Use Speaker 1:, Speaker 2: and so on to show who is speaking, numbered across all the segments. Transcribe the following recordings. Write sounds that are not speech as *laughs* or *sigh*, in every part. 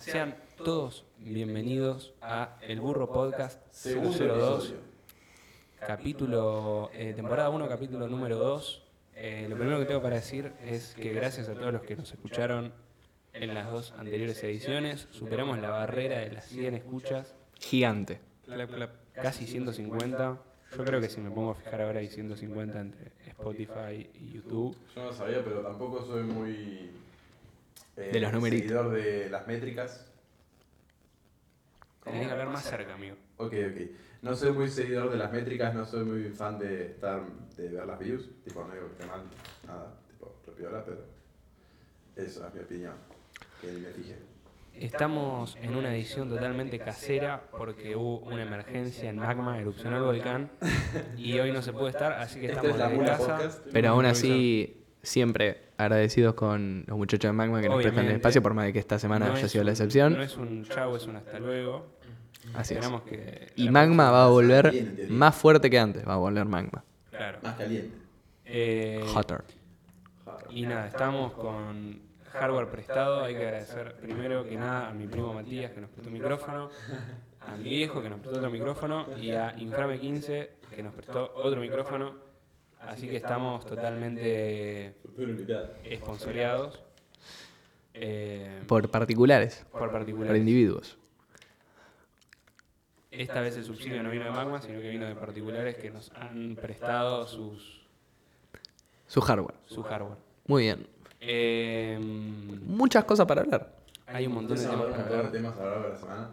Speaker 1: Sean todos bienvenidos a El Burro Podcast 002, capítulo, eh, temporada 1, capítulo número 2. Eh, lo primero que tengo para decir es que gracias a todos los que nos escucharon en las dos anteriores ediciones, superamos la barrera de las 100 escuchas,
Speaker 2: Gigante.
Speaker 1: clap, clap, casi 150. Yo creo que si me pongo a fijar ahora hay 150 entre Spotify y YouTube.
Speaker 3: Yo no sabía, pero tampoco soy muy. eh,
Speaker 2: De los numeritos.
Speaker 3: Seguidor de las métricas.
Speaker 1: Tenés que hablar más cerca, amigo.
Speaker 3: Ok, ok. No soy muy seguidor de las métricas, no soy muy fan de estar de ver las views. Tipo, no digo que esté mal, nada, tipo, repiola, pero. Eso es mi opinión. Que ni me fije.
Speaker 1: Estamos en una edición totalmente casera porque hubo una emergencia en Magma, erupcionó el volcán y hoy no se puede estar, así que
Speaker 3: Esta
Speaker 1: estamos
Speaker 3: es la
Speaker 1: en
Speaker 3: mula
Speaker 1: casa.
Speaker 3: podcast.
Speaker 2: Pero aún así, siempre agradecidos con los muchachos de Magma que nos prestan el
Speaker 1: Obviamente.
Speaker 2: espacio, por más de que esta semana
Speaker 1: No
Speaker 2: haya
Speaker 1: es
Speaker 2: sido la
Speaker 1: un-
Speaker 2: excepción.
Speaker 1: No es un chau, es un hasta luego.
Speaker 2: Así es.
Speaker 1: Esperamos que.
Speaker 2: Y
Speaker 1: la
Speaker 2: Magma va a
Speaker 3: Bien, en
Speaker 2: volver
Speaker 3: teoría.
Speaker 2: más fuerte que antes, va a volver Magma.
Speaker 1: próxima- Claro.
Speaker 3: Más caliente.
Speaker 1: Eh,
Speaker 2: Hotter.
Speaker 3: Joder.
Speaker 1: y nada, estamos con hardware prestado. Hay que agradecer primero que nada a mi primo Matías que nos prestó un micrófono, a mi viejo que nos prestó otro micrófono y a Inframe 15 que nos prestó otro micrófono. Así que estamos totalmente
Speaker 3: Futuro invitado.
Speaker 1: esponsoreados eh, por,
Speaker 2: Por particulares, por
Speaker 1: particulares.
Speaker 2: individuos.
Speaker 1: Esta vez el subsidio no vino de Magma, sino que vino de particulares que nos han prestado sus,
Speaker 2: Su hardware.
Speaker 1: su hardware.
Speaker 2: Muy bien.
Speaker 1: Eh,
Speaker 2: Muchas cosas para hablar.
Speaker 1: hay un montón de
Speaker 3: Entonces,
Speaker 1: temas
Speaker 3: vamos
Speaker 1: para
Speaker 3: a hablar de
Speaker 1: hablar.
Speaker 3: temas a lo largo de la semana.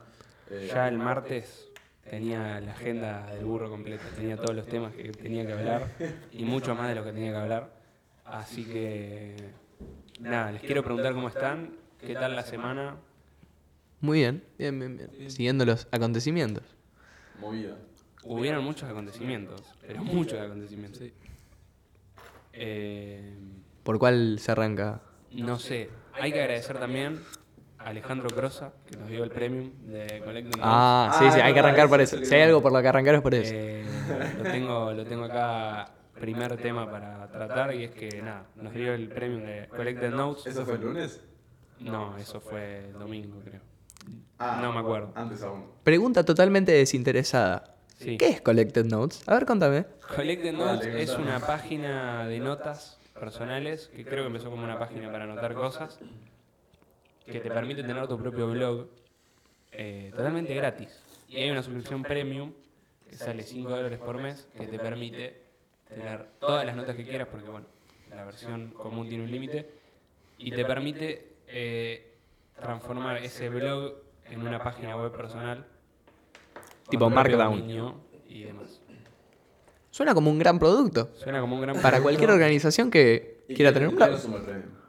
Speaker 3: Eh,
Speaker 1: Ya el martes tenía la agenda del burro completa, tenía todos los temas que tenía que hablar y mucho más de lo que tenía que hablar. Así que, nada, les quiero preguntar cómo están, qué tal la semana.
Speaker 2: Muy bien. Bien, bien, bien. Siguiendo los acontecimientos.
Speaker 3: Movida.
Speaker 1: Hubieron muchos acontecimientos, pero muchos acontecimientos. Eh,
Speaker 2: ¿Por cuál se arranca?
Speaker 1: no sé, hay que agradecer también a Alejandro Crosa, que nos dio el premium de Collecting
Speaker 2: Ah,
Speaker 3: Ah,
Speaker 2: sí, sí,
Speaker 3: es
Speaker 2: hay que
Speaker 3: verdad,
Speaker 2: arrancar por
Speaker 3: eso
Speaker 2: eso.
Speaker 3: es
Speaker 2: Si hay
Speaker 3: lo-
Speaker 2: algo por lo que arrancar es por
Speaker 1: Dogs.
Speaker 2: eso.
Speaker 1: Eh, lo, tengo, lo tengo acá, primer tema para tratar, y es que nada, nos dio el premium de Collected Notes.
Speaker 3: ¿Eso fue el lunes?
Speaker 1: No, eso fue el domingo, creo.
Speaker 3: Ah,
Speaker 1: No me acuerdo.
Speaker 3: Antes aún.
Speaker 2: Pregunta totalmente desinteresada.
Speaker 1: Sí.
Speaker 2: ¿Qué es Collected Notes? A ver, contame.
Speaker 1: Collected Notes
Speaker 3: Dale,
Speaker 1: es
Speaker 3: contame.
Speaker 1: una página de notas personales que creo que empezó como una página para anotar cosas que te permite tener tu propio blog eh, totalmente gratis. Y hay una suscripción premium que sale 5 dólares por mes que te permite tener todas las notas que quieras porque, bueno, la versión común tiene un límite y te permite eh, transformar ese blog en una página web personal. con
Speaker 2: Tipo
Speaker 1: tu propio
Speaker 2: Markdown.
Speaker 1: dominio Y demás.
Speaker 2: Suena como un gran producto.
Speaker 1: Suena como un gran
Speaker 2: Para
Speaker 1: proyecto. *laughs*
Speaker 2: cualquier organización que
Speaker 3: ¿Y
Speaker 2: quiera
Speaker 3: quién-
Speaker 2: tener un
Speaker 3: quién
Speaker 2: blog.
Speaker 3: asume el premio?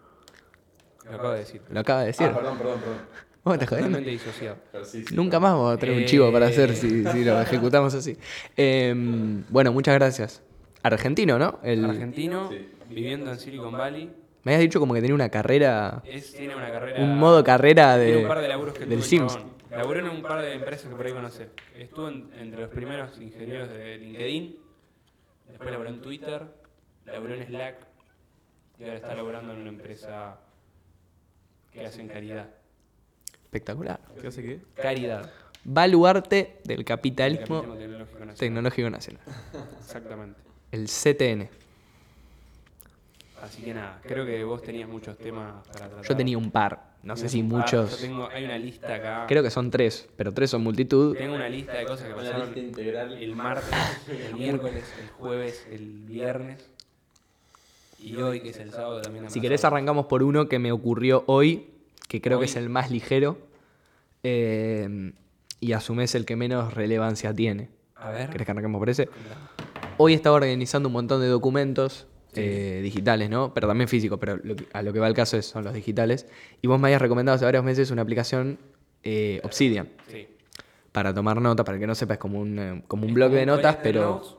Speaker 1: Lo acabo de decir.
Speaker 2: Lo ¿eh? acaba de decir.
Speaker 1: *laughs*
Speaker 3: Ah, perdón, perdón, perdón.
Speaker 2: Vos te jodés, ¿no?
Speaker 1: Totalmente disociado.
Speaker 3: Pero sí, sí,
Speaker 2: Nunca más vamos a tener un chivo para hacer si, si
Speaker 1: Eh.
Speaker 2: lo ejecutamos así. Em, bueno, muchas gracias. Argentino, ¿no? El-
Speaker 1: Argentino,
Speaker 3: Sí.
Speaker 1: viviendo en Silicon Valley,
Speaker 2: Me habías dicho como que tenía una carrera.
Speaker 1: es, tiene una carrera.
Speaker 2: Un modo carrera
Speaker 1: tiene
Speaker 2: de,
Speaker 1: un par de laburos que tuvo
Speaker 2: del
Speaker 1: el
Speaker 2: Sims.
Speaker 1: chabón. Laburó en un par de empresas que por ahí conocés. Estuvo en- entre los primeros ingenieros de LinkedIn, después laburó en Twitter, laburó en Slack y ahora está laburando en una empresa que hacen caridad.
Speaker 2: Espectacular.
Speaker 4: ¿Qué hace qué?
Speaker 1: Caridad.
Speaker 2: Baluarte del capitalismo
Speaker 1: Capitalismo tecnológico nacional.
Speaker 2: tecnológico nacional.
Speaker 1: Exactamente.
Speaker 2: El CTN.
Speaker 1: Así que nada, creo que vos tenías muchos temas para tratar.
Speaker 2: Yo tenía un par. No sé
Speaker 1: Tenías
Speaker 2: si
Speaker 1: un par. ah, Yo
Speaker 2: muchos.
Speaker 1: tengo, hay una lista acá.
Speaker 2: Creo que son tres, pero tres son multitud.
Speaker 1: Tengo una lista de cosas que
Speaker 3: Una lista
Speaker 1: pasaron
Speaker 3: integral.
Speaker 1: el martes, el miércoles, el jueves, el viernes y hoy, que es el sábado también. han
Speaker 2: Si
Speaker 1: pasado.
Speaker 2: querés arrancamos por uno que me ocurrió hoy, que creo
Speaker 1: Hoy.
Speaker 2: que es el más ligero, eh, y a su vez el que menos relevancia tiene.
Speaker 1: A ver.
Speaker 2: ¿Querés que arranquemos por ese? Hoy estaba organizando un montón de documentos eh, digitales, ¿no? Pero también físicos, pero lo que- a lo que va el caso es, son los digitales. Y vos me habías recomendado hace varios meses una aplicación eh, Obsidian
Speaker 1: Sí.
Speaker 2: para tomar nota, para el que no sepa, es como un, eh, como un
Speaker 1: Es
Speaker 2: blog
Speaker 1: como
Speaker 2: de notas,
Speaker 1: Collected
Speaker 2: pero...
Speaker 1: Notes,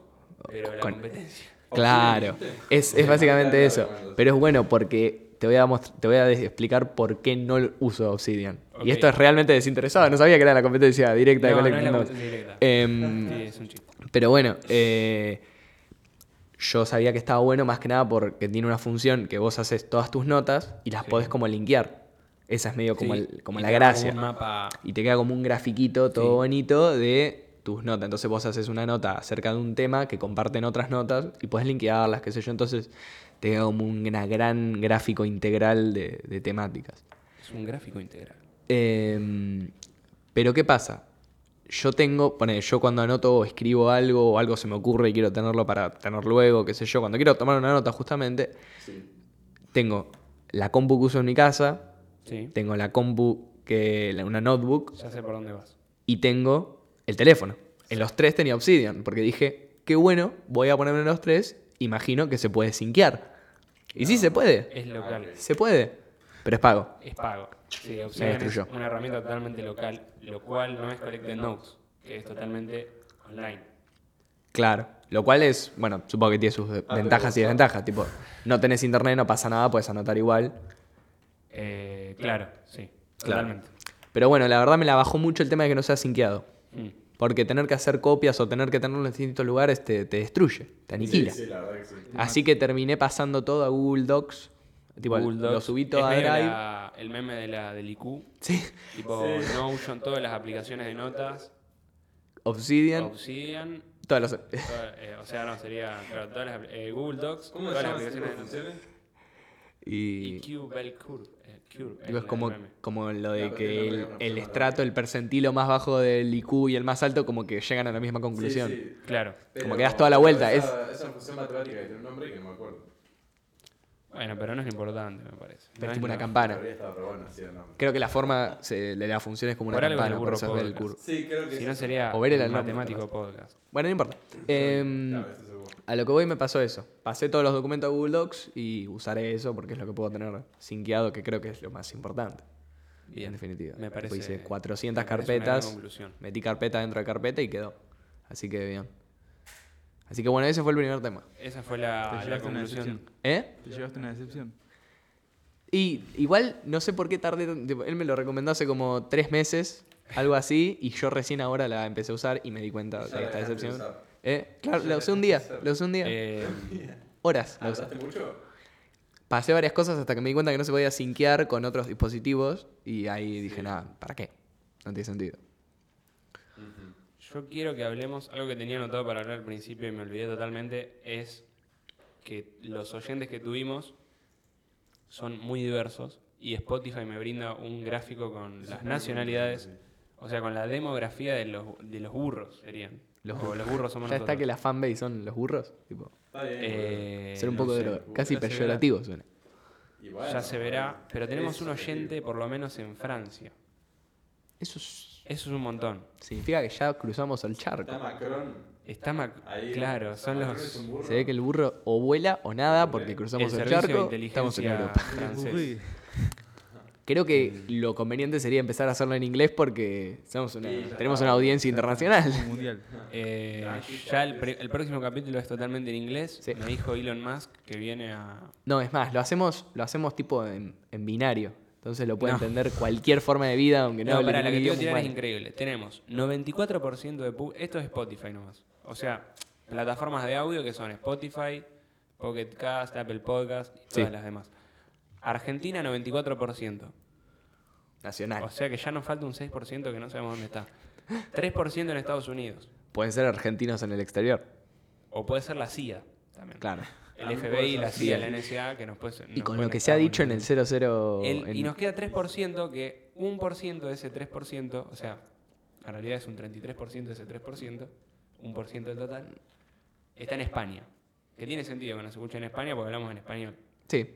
Speaker 1: pero la
Speaker 2: con-
Speaker 1: competencia.
Speaker 2: Claro, es, es básicamente eso. Pero es bueno porque te voy a, mostr- te voy a des- explicar por qué no lo uso Obsidian.
Speaker 1: Ok.
Speaker 2: Y esto es realmente desinteresado, no sabía que era la competencia directa de
Speaker 1: No, no es
Speaker 2: Collecting
Speaker 1: la
Speaker 2: Notes.
Speaker 1: competencia directa.
Speaker 2: Em,
Speaker 1: Sí, es un chiste.
Speaker 2: pero bueno, eh, yo sabía que estaba bueno más que nada porque tiene una función que vos haces todas tus notas y las podés como linkear. Esa es medio como,
Speaker 1: Sí,
Speaker 2: el- como
Speaker 1: y
Speaker 2: la
Speaker 1: te da como
Speaker 2: gracia.
Speaker 1: un mapa.
Speaker 2: Y te queda como un grafiquito todo
Speaker 1: Sí.
Speaker 2: bonito de tus notas. Entonces vos haces una nota acerca de un tema que comparten otras notas y puedes linkearlas, qué sé yo. Entonces te queda como una gran gráfico integral de, de temáticas.
Speaker 1: Es un gráfico integral.
Speaker 2: Eh, pero ¿qué pasa? Yo tengo, pone, yo cuando anoto o escribo algo o algo se me ocurre y quiero tenerlo para tener luego, qué sé yo, cuando quiero tomar una nota justamente, tengo la compu que uso en mi casa,
Speaker 1: Sí.
Speaker 2: tengo la compu que, la- una notebook
Speaker 1: Ya sé por dónde vas.
Speaker 2: y tengo el teléfono. En los tres tenía Obsidian, porque dije, qué bueno, voy a ponerme en los tres, imagino que se puede sinquear. Y sí, se puede,
Speaker 1: Es local.
Speaker 2: se puede, pero es pago.
Speaker 1: Es pago. Sí, Obsidian es
Speaker 2: destruyó.
Speaker 1: una herramienta totalmente local, lo cual no es Collected Notes, que es totalmente online.
Speaker 2: Claro. Lo cual es, bueno, supongo que tiene sus eh,
Speaker 3: Ah,
Speaker 2: ventajas y
Speaker 3: pero-
Speaker 2: desventajas. Tipo, no tenés internet, no pasa nada, puedes anotar igual.
Speaker 1: Eh, claro, sí,
Speaker 2: Claro.
Speaker 1: totalmente.
Speaker 2: Pero bueno, la verdad me la bajó mucho el tema de que no sea sinqueado.
Speaker 1: Mm.
Speaker 2: Porque tener que hacer copias o tener que tenerlo en distintos lugares te, te destruye, te aniquila.
Speaker 3: Sí, sí, la verdad que sí.
Speaker 2: Así que terminé pasando todo a Google Docs. Tipo,
Speaker 1: Google Docs.
Speaker 2: lo subí
Speaker 1: Es
Speaker 2: todo a
Speaker 1: medio
Speaker 2: Drive.
Speaker 1: la- el meme de la, del IQ,
Speaker 2: Sí.
Speaker 1: tipo Notion, todas las aplicaciones de notas,
Speaker 2: Obsidian.
Speaker 1: Obsidian,
Speaker 2: Todas las. *laughs*
Speaker 1: toda- eh, o sea, no, sería claro, todas las, apli- eh, Google Docs,
Speaker 3: ¿Cómo
Speaker 1: todas
Speaker 3: se
Speaker 1: las
Speaker 3: llama ese tipo de
Speaker 1: aplicaciones de notas.
Speaker 3: funciones?
Speaker 2: Y.
Speaker 1: IQ, Bell Curve. eh, curve, el-
Speaker 2: Digo, es como,
Speaker 1: el meme.
Speaker 2: como lo
Speaker 3: Ya,
Speaker 2: de
Speaker 3: pero
Speaker 2: que
Speaker 3: tiene que
Speaker 2: el,
Speaker 3: haber una
Speaker 2: el
Speaker 3: persona
Speaker 2: estrato, el percentilo más bajo del IQ y el más alto, como que llegan a la misma conclusión.
Speaker 3: Sí, sí.
Speaker 1: Claro.
Speaker 2: Como que das toda la vuelta,
Speaker 3: Esa, esa función matemática que tiene un nombre que no me acuerdo.
Speaker 1: Bueno, pero no es importante, me parece. No
Speaker 2: Pero es
Speaker 1: es
Speaker 2: tipo una
Speaker 1: lo-
Speaker 2: campana.
Speaker 3: Todavía está, pero bueno, sí, el nombre.
Speaker 2: Creo que la forma se- de la función es como una
Speaker 1: Por algo es
Speaker 2: campana,
Speaker 1: el
Speaker 2: por
Speaker 1: burro
Speaker 2: eso es ver el
Speaker 1: podcast.
Speaker 2: curvo.
Speaker 3: Sí, creo que
Speaker 1: Si
Speaker 3: sí.
Speaker 1: no sería
Speaker 2: O ver el
Speaker 1: el
Speaker 2: alumno,
Speaker 1: matemático podcast.
Speaker 2: Bueno, no importa. Em,
Speaker 3: Claro, eso Ah, este seguro.
Speaker 2: a lo que voy me pasó eso. Pasé todos los documentos a Google Docs y usaré eso porque es lo que puedo tener sinqueado, que creo que es lo más importante. en definitiva.
Speaker 1: Me
Speaker 2: Tipo,
Speaker 1: parece.
Speaker 2: hice 400
Speaker 1: me parece una gran
Speaker 2: carpetas,
Speaker 1: conclusión.
Speaker 2: metí carpeta dentro de carpeta y quedó. Así que bien. Así que bueno, ese fue el primer tema.
Speaker 1: Esa fue la,
Speaker 4: Te
Speaker 1: la
Speaker 4: llevaste una
Speaker 1: conclusión.
Speaker 4: decepción.
Speaker 2: ¿Eh?
Speaker 4: ¿Te llevaste una decepción?
Speaker 2: Y igual no sé por qué tardé. tan- tipo, Él me lo recomendó hace como tres meses, algo así, y yo recién ahora la empecé a usar y me di
Speaker 3: Ya
Speaker 2: cuenta de
Speaker 3: la
Speaker 2: esta
Speaker 3: dejaste de
Speaker 2: decepción.
Speaker 3: usar.
Speaker 2: ¿Eh? Claro,
Speaker 3: Ya
Speaker 2: la
Speaker 3: la
Speaker 2: usé
Speaker 3: dejaste
Speaker 2: un
Speaker 3: de
Speaker 2: día,
Speaker 3: usar.
Speaker 2: la usé un día.
Speaker 1: Eh, ah,
Speaker 2: horas la usé.
Speaker 3: ¿Hablaste mucho?
Speaker 2: Pasé varias cosas hasta que me di cuenta que no se podía sinquear con otros dispositivos y ahí dije, nada, ¿para qué? No tiene sentido.
Speaker 1: yo quiero que hablemos, algo que tenía anotado para hablar al principio y me olvidé totalmente, es que los oyentes que tuvimos son muy diversos y Spotify me brinda un gráfico con las nacionalidades, o sea, con la demografía de los, de los burros serían.
Speaker 2: Los
Speaker 1: O los burros somos
Speaker 2: Ya está
Speaker 1: nosotros.
Speaker 2: que la fanbase son los burros, tipo,
Speaker 3: Está bien.
Speaker 1: Eh,
Speaker 2: ser un
Speaker 1: no
Speaker 2: poco
Speaker 1: sé.
Speaker 2: de casi
Speaker 1: Ya se verá.
Speaker 2: peyorativo suena.
Speaker 3: boludo. Y bueno,
Speaker 1: ya se verá, pero tenemos
Speaker 3: eso
Speaker 1: un
Speaker 3: te digo.
Speaker 1: oyente por lo menos en Francia.
Speaker 2: Eso es-
Speaker 1: Eso es un montón.
Speaker 2: significa que ya cruzamos el charco.
Speaker 3: Está Macron.
Speaker 1: Está Mac-
Speaker 3: Ahí.
Speaker 1: claro, son
Speaker 3: Macron
Speaker 1: los
Speaker 3: es un burro.
Speaker 2: Se ve que el burro o vuela o nada porque cruzamos
Speaker 1: el
Speaker 2: el,
Speaker 1: servicio de
Speaker 2: charco, estamos en
Speaker 1: inteligencia
Speaker 2: Europa.
Speaker 1: francés.
Speaker 2: Creo
Speaker 1: Eh.
Speaker 2: que lo conveniente sería empezar a hacerlo en inglés porque somos una-
Speaker 3: Sí, ya
Speaker 2: tenemos
Speaker 3: está.
Speaker 2: una audiencia internacional. *laughs*
Speaker 4: Un mundial.
Speaker 1: Eh, ya el, pre- el próximo capítulo es totalmente en inglés.
Speaker 2: Sí.
Speaker 1: Me dijo Elon Musk que viene a.
Speaker 2: No, es más, lo hacemos, lo hacemos tipo en, en binario. Entonces lo puede
Speaker 1: No.
Speaker 2: entender cualquier forma de vida, aunque no,
Speaker 1: No,
Speaker 2: hable
Speaker 1: para la
Speaker 2: ningún
Speaker 1: que te iba a tirar
Speaker 2: idioma
Speaker 1: es
Speaker 2: humano.
Speaker 1: increíble. Tenemos 94% de pub- Esto es Spotify nomás. O sea, plataformas de audio que son Spotify, Pocket Cast, Apple Podcast y todas
Speaker 2: Sí.
Speaker 1: las demás. Argentina 94%.
Speaker 2: Nacional.
Speaker 1: O sea que ya nos falta un 6% que no sabemos dónde está. 3% en Estados Unidos.
Speaker 2: Pueden ser argentinos en el exterior.
Speaker 1: O puede ser la CIA también.
Speaker 2: Claro.
Speaker 1: El FBI, la CIA, la NSA, que nos puede.
Speaker 2: Y con lo que se ha dicho en el 00.
Speaker 1: El-
Speaker 2: en-
Speaker 1: Y nos queda 3%, que 1% de ese 3%, o sea, en realidad es un 33% de ese 3%, 1% del total, está en España. Que tiene sentido que nos escuchen en España porque hablamos en español.
Speaker 2: Sí.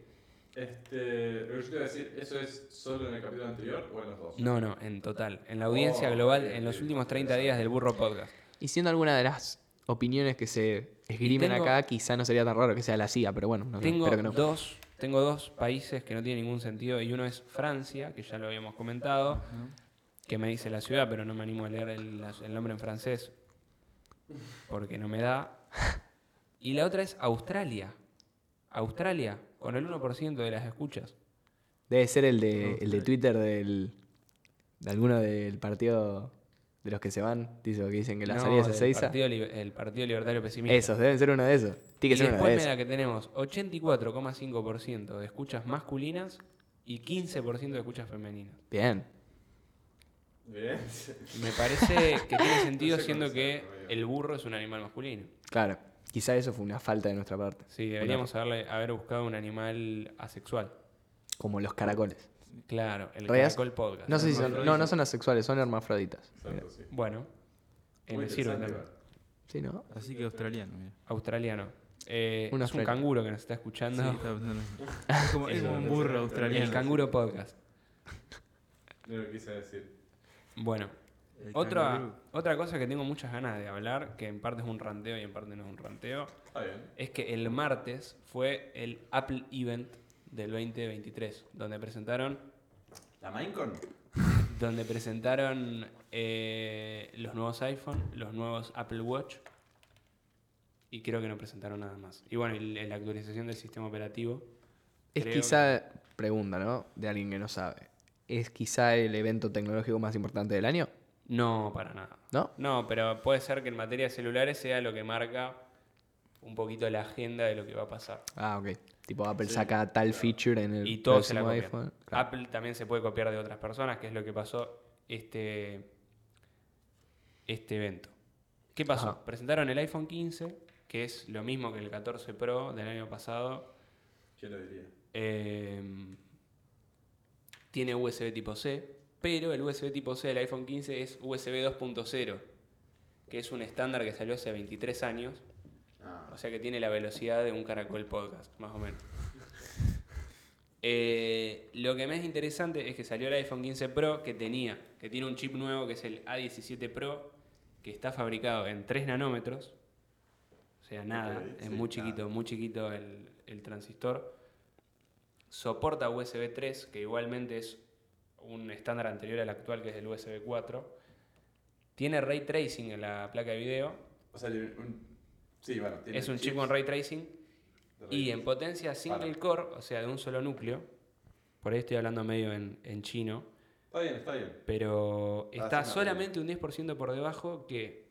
Speaker 3: Este, lo que yo te iba a decir, ¿eso es solo en el capítulo anterior o en los dos?
Speaker 1: No, no, en total. En la audiencia global, en los últimos 30 días del Burro Podcast.
Speaker 2: Y siendo alguna de las opiniones que se esgrimen
Speaker 1: tengo-
Speaker 2: acá, quizá no sería tan raro que sea la CIA, pero bueno, no,
Speaker 1: Tengo
Speaker 2: espero que no.
Speaker 1: dos, tengo dos países que no tienen ningún sentido y uno es Francia, que ya lo habíamos comentado, que me dice la ciudad, pero no me animo a leer el, la- el nombre en francés porque no me da. Y la otra es Australia. Australia, con el 1% de las escuchas.
Speaker 2: Debe ser el de,
Speaker 1: eh.
Speaker 2: el de Twitter del, de alguno del partido de los que se van, dice que dicen que la
Speaker 1: No,
Speaker 2: salida es a
Speaker 1: del
Speaker 2: Ezeiza.
Speaker 1: Partido Li- el Partido Libertario Pesimista.
Speaker 2: Esos, deben ser uno de esos.
Speaker 1: Y
Speaker 2: Tiene que ser uno
Speaker 1: después
Speaker 2: de
Speaker 1: me
Speaker 2: esos.
Speaker 1: da que tenemos 84,5% de escuchas masculinas y 15% de escuchas femeninas.
Speaker 2: Bien.
Speaker 3: Bien. *laughs*
Speaker 1: Me parece que tiene sentido
Speaker 3: No sé
Speaker 1: siendo
Speaker 3: cómo
Speaker 1: que
Speaker 3: se llama.
Speaker 1: el burro es un animal masculino.
Speaker 2: Claro. Quizá eso fue una falta de nuestra parte.
Speaker 1: Sí, deberíamos haberle- haber buscado un animal asexual.
Speaker 2: Como los caracoles.
Speaker 1: Claro, el
Speaker 2: Reyes,
Speaker 1: Caracol Podcast.
Speaker 2: No sé si son. No, no son asexuales, son hermafroditas.
Speaker 3: Exacto, sí.
Speaker 1: Bueno, eh,
Speaker 3: Muy
Speaker 1: me sirve
Speaker 3: interesante,
Speaker 1: también.
Speaker 3: igual.
Speaker 2: Sí, ¿no?
Speaker 4: Así que australiano, mira.
Speaker 1: Australiano. Eh,
Speaker 2: Un
Speaker 1: es un
Speaker 2: australiano.
Speaker 1: canguro que nos está escuchando.
Speaker 4: Sí, estaba pensando en eso. Es como, es
Speaker 1: Eso,
Speaker 4: como un burro australiano.
Speaker 1: el canguro podcast.
Speaker 3: No lo quise decir.
Speaker 1: Bueno,
Speaker 4: El
Speaker 1: otra,
Speaker 4: canguro.
Speaker 1: otra cosa que tengo muchas ganas de hablar, que en parte es un ranteo y en parte no es un ranteo,
Speaker 3: Está bien.
Speaker 1: es que el martes fue el Apple Event del 2023, donde presentaron,
Speaker 3: ¿La Minecon?
Speaker 1: donde presentaron eh, los nuevos iPhone, los nuevos Apple Watch y creo que no presentaron nada más. Y bueno, y la actualización del sistema operativo.
Speaker 2: Es
Speaker 1: Creo
Speaker 2: quizá, pregunta, ¿no? De alguien que no sabe. ¿Es quizá el evento tecnológico más importante del año?
Speaker 1: No, para nada.
Speaker 2: ¿No?
Speaker 1: No, pero puede ser que en materia de celulares sea lo que marca un poquito la agenda de lo que va a pasar.
Speaker 2: Ah, ok. Tipo, Apple saca tal feature en el
Speaker 1: Y todos se la
Speaker 2: próximo
Speaker 1: copian.
Speaker 2: iPhone. Claro.
Speaker 1: Apple también se puede copiar de otras personas, que es lo que pasó este, este evento. ¿Qué pasó?
Speaker 2: Ajá.
Speaker 1: Presentaron el iPhone 15, que es lo mismo que el 14 Pro del año pasado.
Speaker 3: ¿Quién lo diría?
Speaker 1: Eh, tiene USB tipo C, pero el USB tipo C del iPhone 15 es USB 2.0, que es un estándar que salió hace 23 años,
Speaker 3: Ah,
Speaker 1: o sea que tiene la velocidad de un caracol podcast, más o menos. Eh, lo que más interesante es que salió el iPhone 15 Pro que tenía, que tiene un chip nuevo que es el A17 Pro, que está fabricado en 3 nanómetros. O sea, nada,
Speaker 3: Ok,
Speaker 1: es
Speaker 3: sí,
Speaker 1: muy
Speaker 3: nada.
Speaker 1: chiquito, muy chiquito el, el transistor. Soporta USB 3, que igualmente es un estándar anterior al actual que es el USB 4. Tiene ray tracing en la placa de video.
Speaker 3: o sea, tiene un... Sí, bueno. tiene
Speaker 1: Es un chip
Speaker 3: chips
Speaker 1: con ray tracing.
Speaker 3: de
Speaker 1: Y
Speaker 3: ray-
Speaker 1: en potencia single
Speaker 3: Para.
Speaker 1: core, o sea, de un solo núcleo, por ahí estoy hablando medio en, en chino,
Speaker 3: Está bien, está bien.
Speaker 1: pero
Speaker 3: Ah,
Speaker 1: está
Speaker 3: sí, no,
Speaker 1: solamente un 10% por debajo que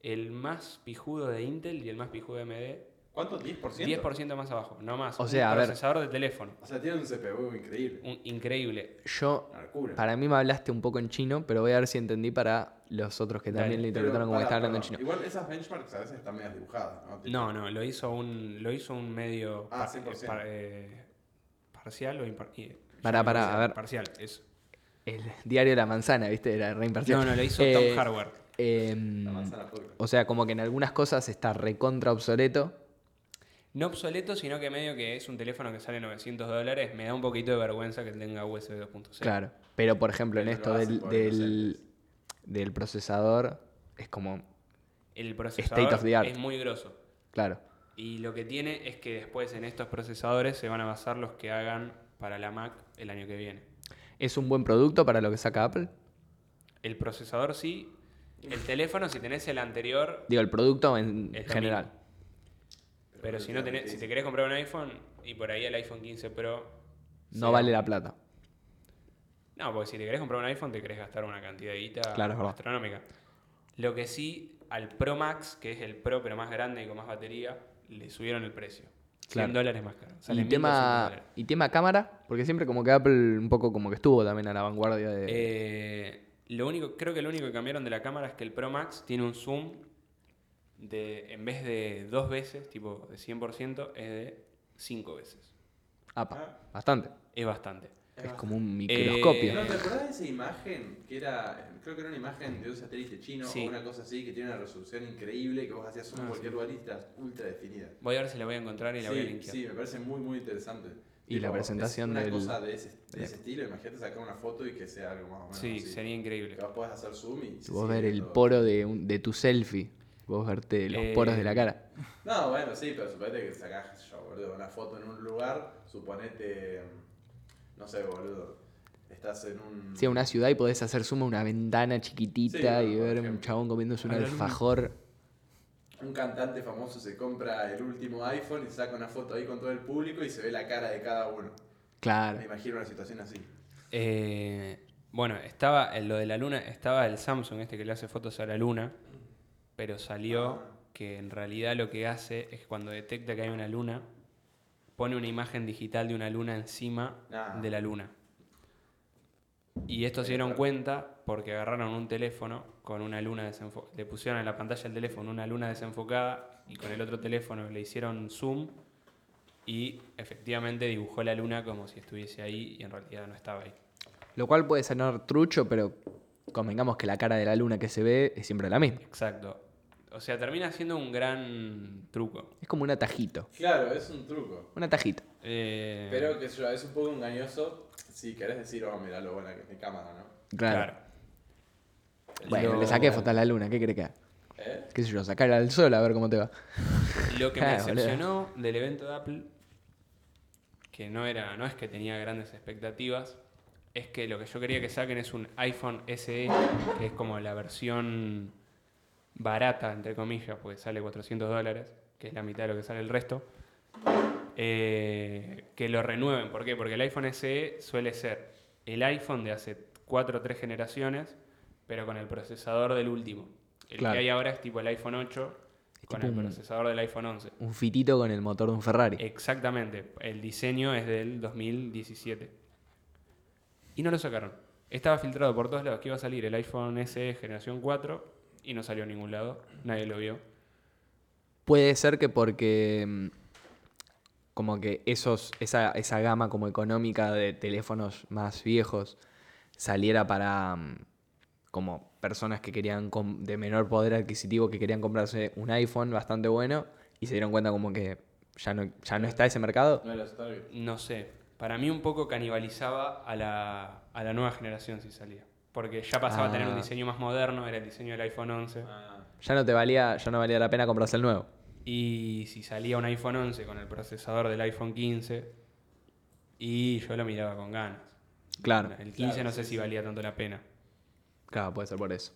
Speaker 1: el más pijudo de Intel y el más pijudo de AMD,
Speaker 3: ¿Cuánto? ¿10%?
Speaker 1: 10% más abajo, no más.
Speaker 2: O
Speaker 1: un
Speaker 2: sea, a ver.
Speaker 1: procesador de teléfono,
Speaker 3: O sea, tiene un CPU increíble.
Speaker 1: un- increíble.
Speaker 2: Yo,
Speaker 3: Una locura.
Speaker 2: para mí me hablaste un poco en chino, pero voy a ver si entendí para los otros que también
Speaker 1: Dale.
Speaker 2: lo
Speaker 3: Pero,
Speaker 2: interpretaron como que
Speaker 3: pará,
Speaker 2: estaba hablando en
Speaker 3: pará.
Speaker 2: chino.
Speaker 3: Igual esas benchmarks a veces están medias dibujadas, ¿no? Tipo,
Speaker 1: No, no, lo hizo un, lo hizo un medio
Speaker 3: Ah,
Speaker 1: par-
Speaker 3: 100%.
Speaker 1: eh, par- eh, parcial o imparcial.
Speaker 2: Pará, pará, a ver.
Speaker 1: Parcial, eso.
Speaker 2: El diario de la manzana, ¿viste? Era re imparcial.
Speaker 1: No, no, lo hizo
Speaker 2: Eh,
Speaker 1: Tom Hardware.
Speaker 2: em,
Speaker 3: La manzana podrida.
Speaker 2: o sea, como que en algunas cosas está recontra obsoleto.
Speaker 1: No obsoleto, sino que medio que es un teléfono que sale 900 dólares. Me da un poquito de vergüenza que tenga USB 2.0.
Speaker 2: Claro. Pero, por ejemplo, en
Speaker 3: Pero
Speaker 2: esto
Speaker 3: lo hacen
Speaker 2: del,
Speaker 3: por
Speaker 2: del, del procesador, es como.
Speaker 1: El procesador
Speaker 2: State of the art.
Speaker 1: es muy grosso.
Speaker 2: Claro.
Speaker 1: Y lo que tiene es que después en estos procesadores se van a basar los que hagan para la Mac el año que viene.
Speaker 2: ¿Es un buen producto para lo que saca Apple?
Speaker 1: El procesador sí. El teléfono, si tenés el anterior,
Speaker 2: Digo, el producto en
Speaker 1: Es lo
Speaker 2: general.
Speaker 1: mismo. pero si no tenés, si te
Speaker 3: quedas
Speaker 1: querés comprar un iPhone y por ahí el iPhone 15 Pro.
Speaker 2: No
Speaker 1: sea-
Speaker 2: vale la plata.
Speaker 1: No, porque si te querés comprar un iPhone te querés gastar una cantidad de guita
Speaker 2: Claro, es verdad.
Speaker 1: astronómica. Lo que sí, al Pro Max, que es el Pro pero más grande y con más batería, le subieron el precio. 100
Speaker 2: Claro.
Speaker 1: dólares más caro. Sale
Speaker 2: Y tema,
Speaker 1: 1200 dólares.
Speaker 2: y tema cámara, porque siempre como que Apple un poco como que estuvo también a la vanguardia de...
Speaker 1: Eh, lo único, creo que lo único que cambiaron de la cámara es que el Pro Max tiene un zoom de, en vez de dos veces, tipo de 100%, es de cinco veces.
Speaker 2: apa, bastante.
Speaker 1: Es bastante.
Speaker 2: Es como un
Speaker 1: Eh,
Speaker 2: microscopio.
Speaker 3: ¿No te acordás de esa imagen? Que era, creo que era una imagen de un satélite chino
Speaker 1: Sí. Ah,
Speaker 3: o una cosa así que tiene una resolución increíble que vos hacías zoom en cualquier lugar y estás ultra definida.
Speaker 1: Voy a ver si la voy a encontrar y la voy a
Speaker 3: Sí,
Speaker 1: linkear.
Speaker 3: sí, me parece muy, muy interesante.
Speaker 2: Y la
Speaker 3: Tipo,
Speaker 2: presentación
Speaker 3: es una
Speaker 2: del-
Speaker 3: cosa de ese, de ese estilo, imagínate sacar una foto y que sea algo más o menos
Speaker 1: Sí,
Speaker 3: así.
Speaker 1: sería increíble.
Speaker 3: Que vos podés hacer zoom y... se
Speaker 2: Vos
Speaker 3: sigue
Speaker 2: ver el
Speaker 3: viendo.
Speaker 2: poro de, un- de tu selfie. Vos verte los
Speaker 1: Eh,
Speaker 2: poros de la cara.
Speaker 3: No, bueno, sí, pero suponete que sacás, qué sé yo, boludo, una foto en un lugar, suponete, no sé, boludo, estás en un...
Speaker 2: Sí, a una ciudad y podés hacer zoom a una ventana chiquitita
Speaker 3: mm. Sí,
Speaker 2: y
Speaker 3: por
Speaker 2: ver a un
Speaker 3: ejemplo.
Speaker 2: chabón comiéndose un
Speaker 4: Hablar un-
Speaker 2: alfajor.
Speaker 3: Un cantante famoso se compra el último iPhone y saca una foto ahí con todo el público y se ve la cara de cada uno. Me
Speaker 2: Claro.
Speaker 3: imagino una situación así.
Speaker 1: Eh, bueno, estaba en lo de la luna, estaba el Samsung este que le hace fotos a la luna, pero salió
Speaker 3: Ah.
Speaker 1: que en realidad lo que hace es cuando detecta que hay una luna, pone una imagen digital de una luna encima
Speaker 3: Ah.
Speaker 1: de la luna. Y esto se dieron cuenta porque agarraron un teléfono con una luna desenfocada. Le pusieron en la pantalla del teléfono una luna desenfocada y con el otro teléfono le hicieron zoom y efectivamente dibujó la luna como si estuviese ahí y en realidad no estaba ahí.
Speaker 2: Lo cual puede sonar trucho, pero convengamos que la cara de la luna que se ve es siempre la misma.
Speaker 1: Exacto. O sea, termina siendo un gran truco.
Speaker 2: Es como un atajito.
Speaker 3: Claro, es un truco.
Speaker 2: Un atajito.
Speaker 1: Eh,
Speaker 3: Pero que yo, es un poco engañoso si querés decir, oh, mirá lo buena que es mi cámara, ¿no?
Speaker 2: Claro. Bueno,
Speaker 1: Lo-
Speaker 2: le saqué fotos a la luna, ¿qué crees que haga?
Speaker 3: ¿Eh?
Speaker 2: ¿Qué sé yo? Sacar al sol a ver cómo te va.
Speaker 1: Lo que me
Speaker 2: *laughs* Ah, boludo.
Speaker 1: decepcionó del evento de Apple, que no era, no es que tenía grandes expectativas, es que lo que yo quería que saquen es un iPhone SE, que es como la versión barata, entre comillas, porque sale 400 dólares, que es la mitad de lo que sale el resto, eh, que lo renueven. ¿Por qué? Porque el iPhone SE suele ser el iPhone de hace 4 o 3 generaciones, pero con el procesador del último. El
Speaker 2: Claro.
Speaker 1: que hay ahora es tipo el iPhone 8 con
Speaker 2: tipo
Speaker 1: el
Speaker 2: un-
Speaker 1: procesador del iPhone 11.
Speaker 2: Un fitito con el motor de un Ferrari.
Speaker 1: Exactamente. El diseño es del 2017. Y no lo sacaron. Estaba filtrado por todos lados que iba a salir el iPhone SE generación 4 y no salió a ningún lado. Nadie lo vio.
Speaker 2: Puede ser que porque mm, como que esos, esa, esa gama como económica de teléfonos más viejos saliera para mm, como personas que querían com- de menor poder adquisitivo que querían comprarse un iPhone bastante bueno y se dieron cuenta como que ya no, ya no está ese mercado.
Speaker 3: No era su target.
Speaker 1: No sé. Para mí un poco canibalizaba a la, a la nueva generación si salía. Porque ya pasaba a tener un
Speaker 2: Ah.
Speaker 1: diseño más moderno, era el diseño del iPhone 11.
Speaker 3: Ah,
Speaker 2: Ya no te valía, ya no valía la pena comprarse el nuevo.
Speaker 1: Y si salía un iPhone 11 con el procesador del iPhone 15, y yo lo miraba con ganas.
Speaker 2: Claro,
Speaker 1: El 15 no sé si valía tanto la pena.
Speaker 2: claro, puede ser por eso.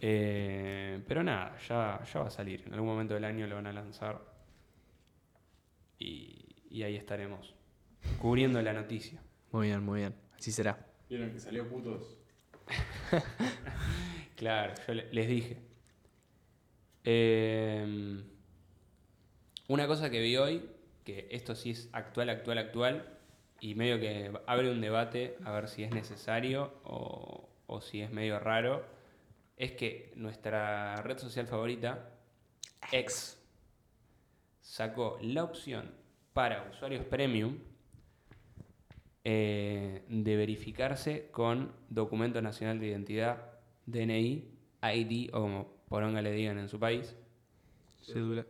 Speaker 1: Eh, pero nada, ya, ya va a salir. En algún momento del año lo van a lanzar. Y, y ahí estaremos. Cubriendo la noticia.
Speaker 2: Muy bien, muy bien. Así será.
Speaker 3: vieron que salió putos.
Speaker 1: Claro, yo le- les dije. Eh, una cosa que vi hoy, que esto sí es actual, actual, actual, y medio que abre un debate a ver si es necesario o, o si es medio raro, es que nuestra red social favorita, X, sacó la opción para usuarios premium eh, de verificarse con documento nacional de identidad, DNI, ID o como poronga le digan en su país,
Speaker 4: Cédula.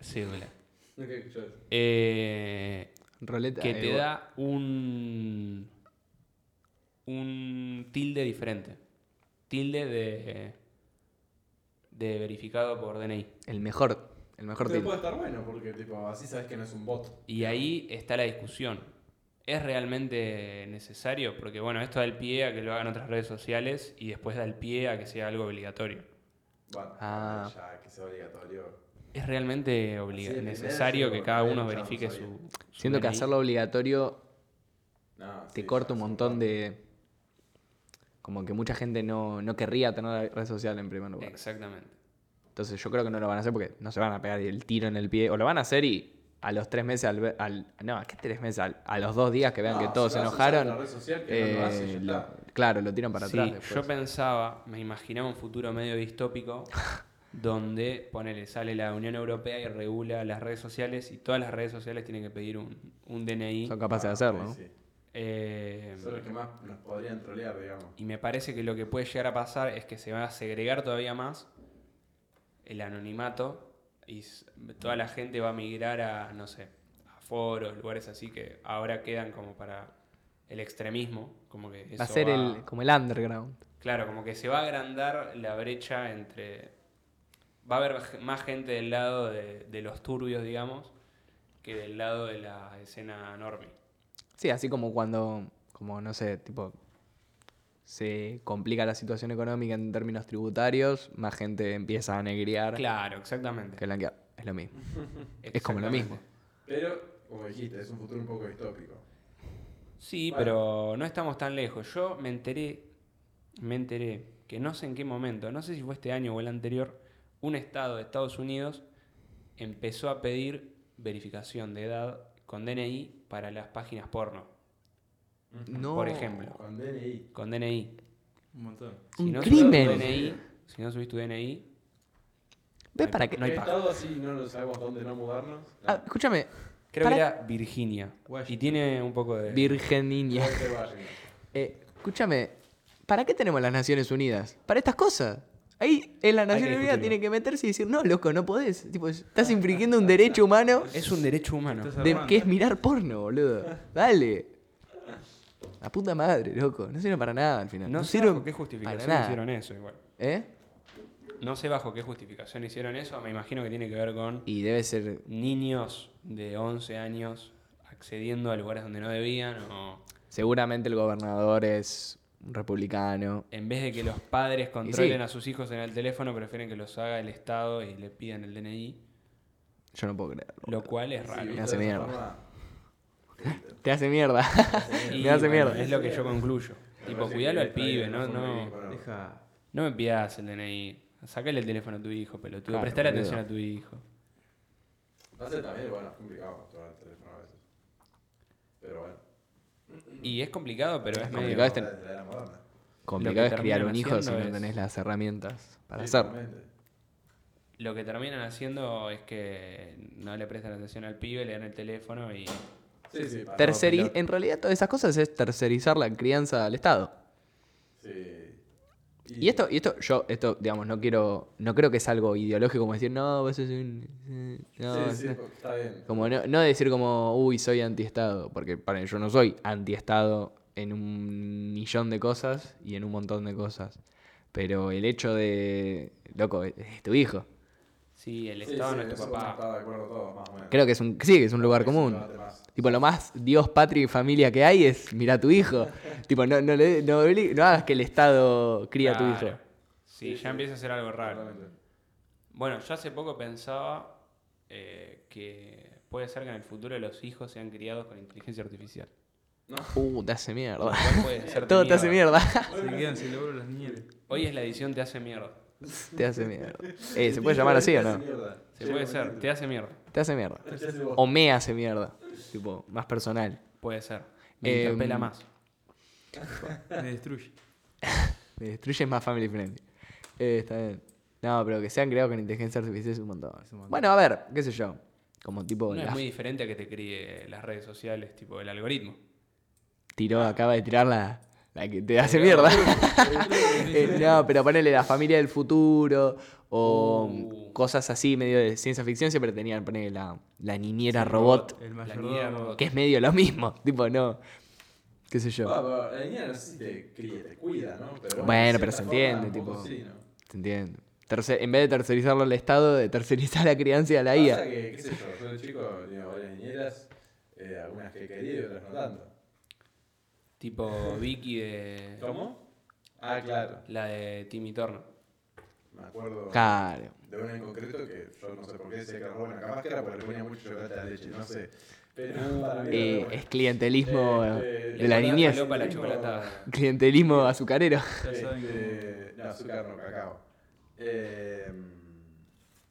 Speaker 1: cédula.
Speaker 3: Nunca escuché eso.
Speaker 1: Eh,
Speaker 2: Roleta.
Speaker 1: que
Speaker 2: eh,
Speaker 1: te
Speaker 2: bo-
Speaker 1: da un un tilde diferente. Tilde de de verificado por DNI.
Speaker 2: El mejor, el mejor
Speaker 3: Pero
Speaker 2: tilde.
Speaker 3: puede estar bueno porque, tipo, así sabes que no es un bot.
Speaker 1: Y ahí está la discusión. ¿Es realmente necesario? Porque bueno, esto da el pie a que lo hagan otras redes sociales y después da el pie a que sea algo obligatorio.
Speaker 3: Bueno,
Speaker 2: Ah.
Speaker 3: ya que sea obligatorio.
Speaker 1: ¿Es realmente obli-
Speaker 3: Así de primera
Speaker 1: necesario
Speaker 3: yo
Speaker 1: que cada
Speaker 3: re
Speaker 1: uno
Speaker 3: chavo
Speaker 1: verifique
Speaker 3: sabía.
Speaker 1: su, su
Speaker 2: Siento que
Speaker 1: DNI?
Speaker 2: hacerlo obligatorio
Speaker 3: No,
Speaker 2: te
Speaker 3: sí,
Speaker 2: corta
Speaker 3: ya
Speaker 2: un
Speaker 3: es
Speaker 2: montón
Speaker 3: bot.
Speaker 2: de. Como que mucha gente no, no querría tener la red social en primer lugar.
Speaker 1: Exactamente.
Speaker 2: Entonces yo creo que no lo van a hacer porque no se van a pegar el tiro en el pie. O lo van a hacer y a los tres meses, al, ver- al- no, ¿a qué tres meses? Al- a los dos días que vean
Speaker 3: No,
Speaker 2: que
Speaker 3: si
Speaker 2: todos se
Speaker 3: vas a usar
Speaker 2: enojaron.
Speaker 3: otra red social que no lo hace, ya
Speaker 2: eh,
Speaker 3: está.
Speaker 2: lo- claro, lo tiran para
Speaker 1: Sí,
Speaker 2: atrás. después.
Speaker 1: yo pensaba, me imaginaba un futuro medio
Speaker 2: *laughs*
Speaker 1: distópico donde, ponele, sale la Unión Europea y regula las redes sociales y todas las redes sociales tienen que pedir un, un DNI.
Speaker 2: Son capaces de hacerlo,
Speaker 3: Sí,
Speaker 2: ¿no?
Speaker 3: Ah, sí.
Speaker 1: Eh,
Speaker 3: Son los que más nos podrían trolear, digamos.
Speaker 1: Y me parece que lo que puede llegar a pasar es que se va a segregar todavía más el anonimato y s- toda la gente va a migrar a, no sé, a foros, lugares así que ahora quedan como para el extremismo. Como que
Speaker 2: Va a
Speaker 1: eso
Speaker 2: ser el, como el underground.
Speaker 1: Claro, como que se va a agrandar la brecha entre... Va a haber g- más gente del lado de, de los turbios, digamos, que del lado de la escena normie.
Speaker 2: Sí, así como cuando, como no sé, tipo, se complica la situación económica en términos tributarios, más gente empieza a negriar
Speaker 1: Claro, exactamente.
Speaker 2: que blanquear. Es lo mismo. es como lo mismo.
Speaker 3: Pero, como dijiste, es un futuro un poco distópico.
Speaker 1: Sí,
Speaker 3: Bueno.
Speaker 1: pero no estamos tan lejos. Yo me enteré, me enteré, que no sé en qué momento, no sé si fue este año o el anterior, un estado de Estados Unidos empezó a pedir verificación de edad con DNI para las páginas porno,
Speaker 2: No.
Speaker 1: por ejemplo.
Speaker 3: Con DNI.
Speaker 1: Con DNI.
Speaker 4: Un montón.
Speaker 1: Si
Speaker 2: Un
Speaker 1: no subís tu
Speaker 2: crimen.
Speaker 1: DNI, si no subís tu DNI,
Speaker 2: ¿Ves para qué?
Speaker 1: No hay
Speaker 3: ¿Qué
Speaker 1: paja.
Speaker 3: estado así no lo sabemos dónde no mudarnos?
Speaker 2: Ah, escúchame,
Speaker 1: creo
Speaker 2: Para-
Speaker 1: que era Virginia.
Speaker 4: Washington.
Speaker 1: Y tiene un poco de...
Speaker 2: Virgen Niña.
Speaker 3: Puede ser Washington.
Speaker 2: Eh, escúchame, ¿para qué tenemos las Naciones Unidas? Para estas cosas. Ahí en las
Speaker 1: que
Speaker 2: Naciones Unidas
Speaker 1: discutirlo.
Speaker 2: tiene que meterse y decir, no, loco, no podés. Tipo, estás infringiendo un derecho humano
Speaker 1: Es un derecho humano.
Speaker 4: Entonces,
Speaker 2: de
Speaker 4: Armando.
Speaker 2: que es mirar porno, boludo. Dale. La puta madre, loco. No sirve para nada al final.
Speaker 1: No sé
Speaker 2: sirve
Speaker 1: bajo qué
Speaker 2: para
Speaker 1: justificación
Speaker 2: nada.
Speaker 1: hicieron eso igual.
Speaker 2: ¿Eh?
Speaker 1: No sé bajo qué justificación hicieron eso, me imagino que tiene que ver con
Speaker 2: Y debe ser...
Speaker 1: niños de 11 años accediendo a lugares donde no debían o
Speaker 2: Seguramente el gobernador es un republicano.
Speaker 1: en vez de que los padres controlen a sus hijos en el teléfono, prefieren que los haga el Estado y le pidan el DNI,
Speaker 2: Yo no puedo creerlo.
Speaker 1: lo cual es
Speaker 3: Sí,
Speaker 1: raro.
Speaker 2: me
Speaker 3: visto
Speaker 2: hace
Speaker 3: de esa
Speaker 2: mierda.
Speaker 3: forma,
Speaker 2: Te hace mierda.
Speaker 1: Y,
Speaker 2: me *laughs* hace
Speaker 1: bueno,
Speaker 2: mierda.
Speaker 1: Es lo que yo concluyo. Tipo,
Speaker 3: parece
Speaker 1: cuidalo
Speaker 3: que
Speaker 1: al
Speaker 3: está bien,
Speaker 1: pibe, no,
Speaker 3: fue muy
Speaker 1: no,
Speaker 3: bien, bueno.
Speaker 4: Deja.
Speaker 1: no me pidas el DNI. Sacale el teléfono a tu hijo, pelotudo.
Speaker 2: Claro,
Speaker 1: Prestar
Speaker 2: boludo.
Speaker 1: atención a tu hijo.
Speaker 3: Pasa también, bueno, es complicado controlar el teléfono a veces. Pero bueno.
Speaker 1: Y es complicado, pero es, medio...
Speaker 2: complicado este-
Speaker 3: la- la era moderna.
Speaker 2: Complicado es criar un
Speaker 1: terminan
Speaker 2: hijo si no
Speaker 1: haciendo es-
Speaker 2: tenés las herramientas para
Speaker 3: Sí,
Speaker 2: hacerlo.
Speaker 3: totalmente.
Speaker 1: Lo que terminan haciendo es que no le prestan atención al pibe, le dan el teléfono y...
Speaker 3: Sí, sí, para-
Speaker 2: Terceri-
Speaker 1: piloto.
Speaker 2: en realidad todas esas cosas es tercerizar la crianza al Estado.
Speaker 3: Sí.
Speaker 2: Y esto, y esto, yo, esto, digamos, no quiero, no creo que es algo ideológico como decir, no, vos sos un... eh, no,
Speaker 3: Sí, sí,
Speaker 2: no".
Speaker 3: porque está bien.
Speaker 2: Como no, no decir como, uy, soy antiestado, porque para yo no soy antiestado en un millón de cosas y en un montón de cosas. Pero el hecho de, loco, es- es tu hijo.
Speaker 1: Sí, el
Speaker 3: Sí,
Speaker 1: Estado
Speaker 3: sí,
Speaker 1: no es tu
Speaker 3: eso
Speaker 1: papá.
Speaker 3: Está de acuerdo todos, más o menos.
Speaker 2: Creo que es un, sí, que es un lugar
Speaker 3: Es un
Speaker 2: común.
Speaker 3: debate más.
Speaker 2: Tipo, lo más Dios, patria y familia que hay es mira a tu hijo. tipo, no, no, le- no, obli- no hagas que el Estado cría a tu
Speaker 1: Claro.
Speaker 2: hijo.
Speaker 1: Sí,
Speaker 3: Sí,
Speaker 1: ya
Speaker 3: sí.
Speaker 1: empieza a ser algo raro.
Speaker 3: Totalmente.
Speaker 1: Bueno, yo hace poco pensaba eh, que puede ser que en el futuro los hijos sean criados con inteligencia artificial.
Speaker 2: Uh, te hace
Speaker 1: Lo
Speaker 2: mierda.
Speaker 1: cual puede hacerte
Speaker 2: *laughs* Todo te hace mierda. *laughs*
Speaker 4: Se quedan sin logro las niñas.
Speaker 1: Hoy es la edición Te hace mierda.
Speaker 2: te hace mierda. Eh, ¿Se puede llamar así o no?
Speaker 1: Se puede ser, Te hace mierda.
Speaker 2: Te hace mierda.
Speaker 3: Te hace vos.
Speaker 2: O me hace mierda. Tipo, más personal.
Speaker 1: Puede ser. Me
Speaker 2: Em,
Speaker 1: interpela más.
Speaker 4: Me destruye.
Speaker 2: Me destruyes más family friendly. Eh, está bien. No, pero que sean creados con inteligencia artificial es un montón.
Speaker 4: Es un montón.
Speaker 2: Bueno, a ver, qué sé yo. Como tipo,
Speaker 1: No es
Speaker 2: la-
Speaker 1: muy diferente a que te críe las redes sociales, tipo el algoritmo.
Speaker 2: tiró, acaba de tirar la, la que te hace mierda. Eh, no, pero ponele la familia del futuro o
Speaker 1: Uh.
Speaker 2: cosas así, medio de ciencia ficción, siempre tenían, ponele la, la niñera
Speaker 4: El
Speaker 2: robot,
Speaker 4: El
Speaker 1: La
Speaker 4: mayordomo.
Speaker 1: niña robot.
Speaker 2: que es medio lo mismo, *laughs* tipo, no, qué sé *laughs* yo,
Speaker 3: Ah, pero la niña no sé si te cría, te cuida, ¿no? Pero
Speaker 2: Bueno,
Speaker 3: de
Speaker 2: pero
Speaker 3: cierta
Speaker 2: se entiende,
Speaker 3: un poco
Speaker 2: tipo,
Speaker 3: sí, ¿no?
Speaker 2: te entiendo. Tercer- en vez de tercerizarlo al Estado, de tercerizar la crianza a la
Speaker 3: Pasa
Speaker 2: IA.
Speaker 3: que, qué sé yo, yo de chico he tenido varias niñeras, eh, algunas que he querido y otras no tanto.
Speaker 2: *laughs*
Speaker 1: Tipo Vicky de.
Speaker 3: ¿Cómo? Ah, claro.
Speaker 1: La de Timmy Turner.
Speaker 3: Me acuerdo
Speaker 2: Claro,
Speaker 3: de una en concreto que yo no sé por qué decía que era buena. Capaz que era porque le ponía mucho chocolate a la leche, no sé. Pero para mí era
Speaker 2: Eh,
Speaker 3: buena.
Speaker 2: es clientelismo
Speaker 3: Este,
Speaker 2: de
Speaker 1: le
Speaker 2: la
Speaker 1: ponía
Speaker 2: niñez,
Speaker 1: falopa a la chocolatada.
Speaker 2: clientelismo azucarero.
Speaker 4: Ya saben
Speaker 3: Este, no, azúcar no, cacao. Eh,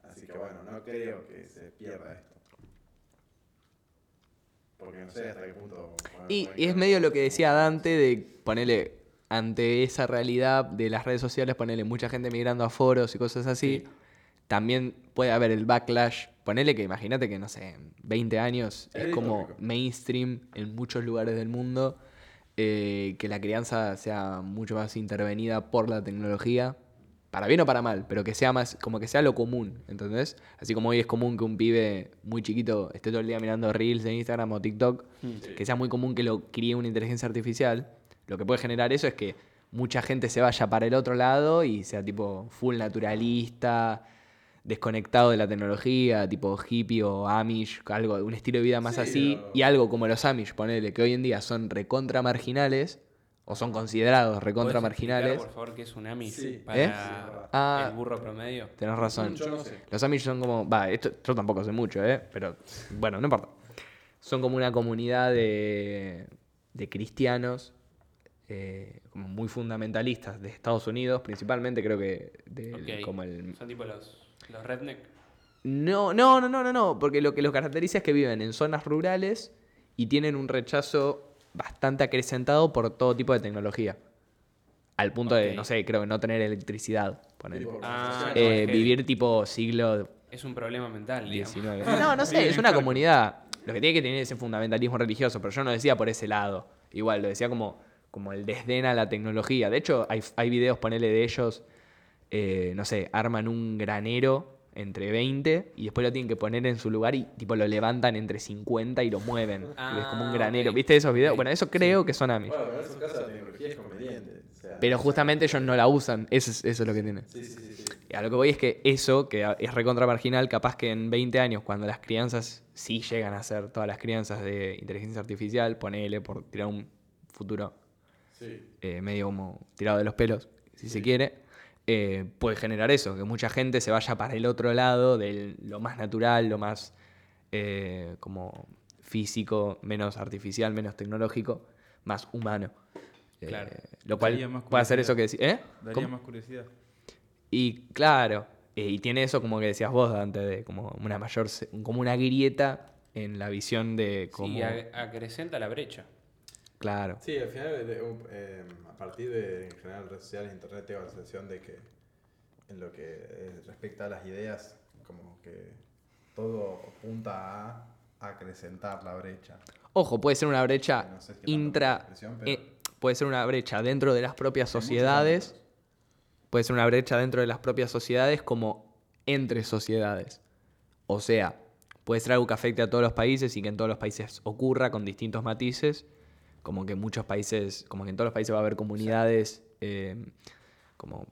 Speaker 3: así que bueno, no creo que se pierda esto. Porque no sé hasta qué punto. bueno,
Speaker 2: Y,
Speaker 3: pueden
Speaker 2: y es
Speaker 3: quedar
Speaker 2: medio
Speaker 3: todos
Speaker 2: lo que decía
Speaker 3: como-
Speaker 2: Dante de ponerle ante esa realidad de las redes sociales, ponerle mucha gente migrando a foros y cosas así. También puede haber el backlash. Ponele que imagínate que, no sé, en 20 años
Speaker 3: Es
Speaker 2: es como
Speaker 3: distópico.
Speaker 2: mainstream en muchos lugares del mundo, eh, que la crianza sea mucho más intervenida por la tecnología, para bien o para mal, pero que sea más, como que sea lo común, ¿entendés? Así como hoy es común que un pibe muy chiquito esté todo el día mirando reels de Instagram o TikTok, que sea muy común que lo críe una inteligencia artificial, lo que puede generar eso es que mucha gente se vaya para el otro lado y sea tipo full naturalista, desconectado de la tecnología, tipo hippie o amish, algo, un estilo de vida más
Speaker 3: Sí,
Speaker 2: así,
Speaker 3: o-
Speaker 2: y algo como los amish, ponele, que hoy en día son recontra marginales, o son considerados recontra
Speaker 1: ¿Podés explicar,
Speaker 2: marginales.
Speaker 1: Por favor, que es un AMI
Speaker 3: Sí.
Speaker 1: para
Speaker 2: ¿Eh? Ah.
Speaker 1: el burro promedio.
Speaker 2: Tenés razón.
Speaker 3: Yo no sé.
Speaker 2: Los Amish son como. Va, esto yo tampoco sé mucho, ¿eh? Pero bueno, no importa. Son como una comunidad de, de cristianos eh, como muy fundamentalistas de Estados Unidos, principalmente creo que de,
Speaker 1: Ok.
Speaker 2: como el.
Speaker 1: Son tipo los, los redneck.
Speaker 2: No, no, no, no, no, no, porque lo que los caracteriza es que viven en zonas rurales y tienen un rechazo bastante acrecentado por todo tipo de tecnología. Al punto de,
Speaker 1: Ok.
Speaker 2: no sé, creo que no tener electricidad. ponele.
Speaker 3: Y por-
Speaker 1: Ah, no,
Speaker 2: Eh,
Speaker 1: es que
Speaker 2: vivir tipo siglo
Speaker 1: Es un problema mental, digamos.
Speaker 2: 19. No, no sé, es una comunidad. Lo que tiene que tener es ese fundamentalismo religioso, pero yo no decía por ese lado. Igual, lo decía como, como el desdén a la tecnología. De hecho, hay, hay videos, ponele de ellos, eh, no sé, arman un granero entre 20 y después lo tienen que poner en su lugar y tipo lo levantan entre 50 y lo mueven.
Speaker 1: Ah,
Speaker 2: es como un granero.
Speaker 1: ok.
Speaker 2: ¿Viste esos videos?
Speaker 1: Ok,
Speaker 2: Bueno, eso creo que son Amish.
Speaker 3: Bueno, pero en su casa la tecnología es conveniente. o sea-
Speaker 2: Pero justamente ellos no la usan. Eso es, eso es lo que tiene.
Speaker 3: Sí, sí, sí. sí.
Speaker 2: A lo que voy es que eso, que a- es recontra marginal, capaz que en 20 años, cuando las crianzas sí llegan a ser todas las crianzas de inteligencia artificial, ponele por tirar un futuro
Speaker 3: Sí.
Speaker 2: eh, medio como tirado de los pelos, si se quiere, eh, puede generar eso, que mucha gente se vaya para el otro lado de lo más natural, lo más eh, como físico, menos artificial, menos tecnológico, más humano. Eh,
Speaker 1: Claro.
Speaker 2: lo
Speaker 4: Daría
Speaker 2: cual
Speaker 4: más
Speaker 2: puede hacer eso que
Speaker 4: curiosidad.
Speaker 2: decís. ¿Eh?
Speaker 4: Daría
Speaker 2: ¿Cómo?
Speaker 4: más curiosidad.
Speaker 2: Y claro, eh, y tiene eso como que decías vos antes, de como una mayor, se- como una grieta en la visión de como...
Speaker 1: Sí, ag- acrecenta la brecha.
Speaker 2: Claro,
Speaker 3: Sí, al final, de- de- eh, a partir de, en general, redes sociales, internet, tengo la sensación de que en lo que eh, respecta a las ideas, como que todo apunta a acrecentar la brecha.
Speaker 2: Ojo, puede ser una brecha
Speaker 3: No sé qué tanto es la
Speaker 2: Ah, intra.
Speaker 3: expresión, pero-
Speaker 2: eh, puede ser una brecha dentro de las propias sociedades. Puede ser una brecha dentro de las propias sociedades como entre sociedades. O sea, puede ser algo que afecte a todos los países y que en todos los países ocurra con distintos matices. Como que muchos países, como que en todos los países va a haber comunidades eh, como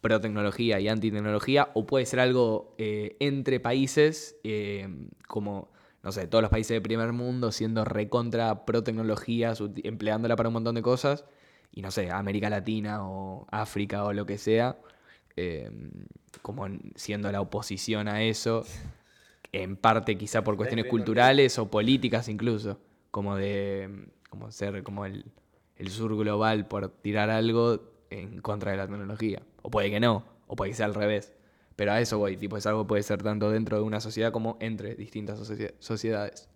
Speaker 2: pro tecnología y anti tecnología, o puede ser algo eh, entre países, eh, como, no sé, todos los países de primer mundo siendo recontra pro tecnología, su- empleándola para un montón de cosas, y no sé, América Latina o África o lo que sea, eh, como en- siendo la oposición a eso, en parte quizá por cuestiones
Speaker 3: escribiendo
Speaker 2: culturales o políticas incluso, como de como ser como el, el sur global por tirar algo en contra de la tecnología. O puede que no, o puede que sea al revés. Pero a eso voy, tipo, es algo que puede ser tanto dentro de una sociedad como entre distintas socie- sociedades.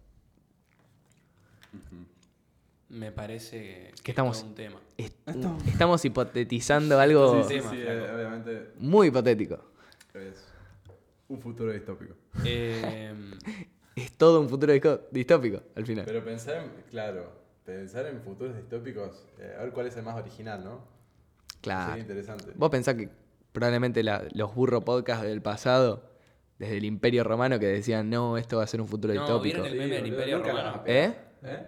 Speaker 1: Me parece que,
Speaker 2: Que estamos-
Speaker 1: es todo un tema.
Speaker 2: Est- Estamos hipotetizando algo
Speaker 1: Sí, sí, sí,
Speaker 3: eh, obviamente
Speaker 2: muy hipotético.
Speaker 3: es un futuro distópico.
Speaker 2: *laughs*
Speaker 1: Eh,
Speaker 2: Es todo un futuro disco- distópico al final.
Speaker 3: Pero pensar en, claro, pensar en futuros distópicos, eh, a ver cuál es el más original, ¿no? Sería
Speaker 2: claro.
Speaker 3: interesante.
Speaker 2: Vos pensás que probablemente la- los burro podcast del pasado, desde el Imperio Romano, que decían, no, esto va a ser un futuro
Speaker 1: No,
Speaker 2: distópico.
Speaker 1: ¿vieron el meme del
Speaker 3: boludo,
Speaker 1: Imperio
Speaker 3: nunca la
Speaker 1: Romano?
Speaker 3: pegué.
Speaker 2: ¿Eh?
Speaker 3: ¿Eh?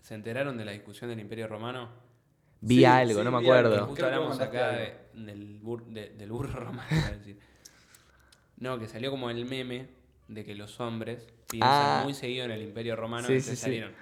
Speaker 1: ¿Se enteraron de la discusión del Imperio Romano?
Speaker 2: Vi
Speaker 3: Sí,
Speaker 2: algo,
Speaker 3: sí,
Speaker 2: no me
Speaker 3: vi algo.
Speaker 2: acuerdo.
Speaker 3: Creo
Speaker 1: Justo
Speaker 3: que
Speaker 1: hablamos
Speaker 3: mandaste
Speaker 1: acá
Speaker 3: algo.
Speaker 1: de- del, bur- de- del burro *laughs* romano. iba a decir. No, que salió como el meme de que los hombres piensan
Speaker 2: Ah.
Speaker 1: muy seguido en el Imperio Romano
Speaker 2: Sí,
Speaker 1: y
Speaker 2: sí, sí.
Speaker 1: salieron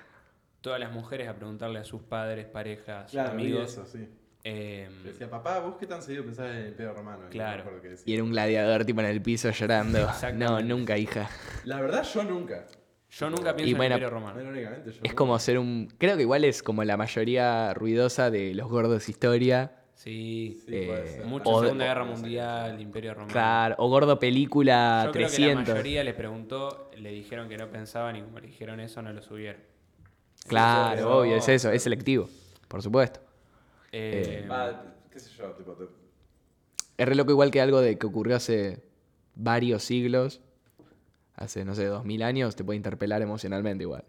Speaker 1: todas las mujeres a preguntarle a sus padres, parejas,
Speaker 3: Claro, amigos.
Speaker 1: amigos.
Speaker 3: Eso, sí.
Speaker 1: em,
Speaker 2: Mm.
Speaker 3: Le decía, papá, ¿vos qué tan seguido pensás en el Imperio Romano? Y no me
Speaker 1: Claro.
Speaker 3: acuerdo qué decía.
Speaker 2: Y era un gladiador tipo en el piso llorando. No,
Speaker 1: Exactamente.
Speaker 2: nunca, hija.
Speaker 3: La verdad, yo nunca.
Speaker 1: yo nunca pienso en
Speaker 2: bueno,
Speaker 1: el Imperio Romano.
Speaker 3: Bueno, únicamente yo.
Speaker 2: Es
Speaker 3: nunca.
Speaker 2: como ser un... Creo que igual es como la mayoría ruidosa de los gordos historia.
Speaker 1: Sí,
Speaker 3: Sí, puede
Speaker 2: eh,
Speaker 3: ser.
Speaker 1: mucho
Speaker 2: O-
Speaker 1: Segunda
Speaker 2: o-
Speaker 1: Guerra Mundial, Imperio Romano.
Speaker 2: Claro, o gordo película
Speaker 1: Yo creo que la
Speaker 2: 300.
Speaker 1: mayoría le preguntó, le dijeron que no pensaban y como le dijeron eso no lo subieron.
Speaker 2: Claro,
Speaker 3: eso.
Speaker 2: obvio, es eso, es selectivo, por supuesto.
Speaker 1: Eh,
Speaker 3: Ah, qué sé yo, tipo, te-
Speaker 2: Es re loco igual que algo de que ocurrió hace varios siglos, hace, no sé, 2000 años, te puede interpelar emocionalmente igual.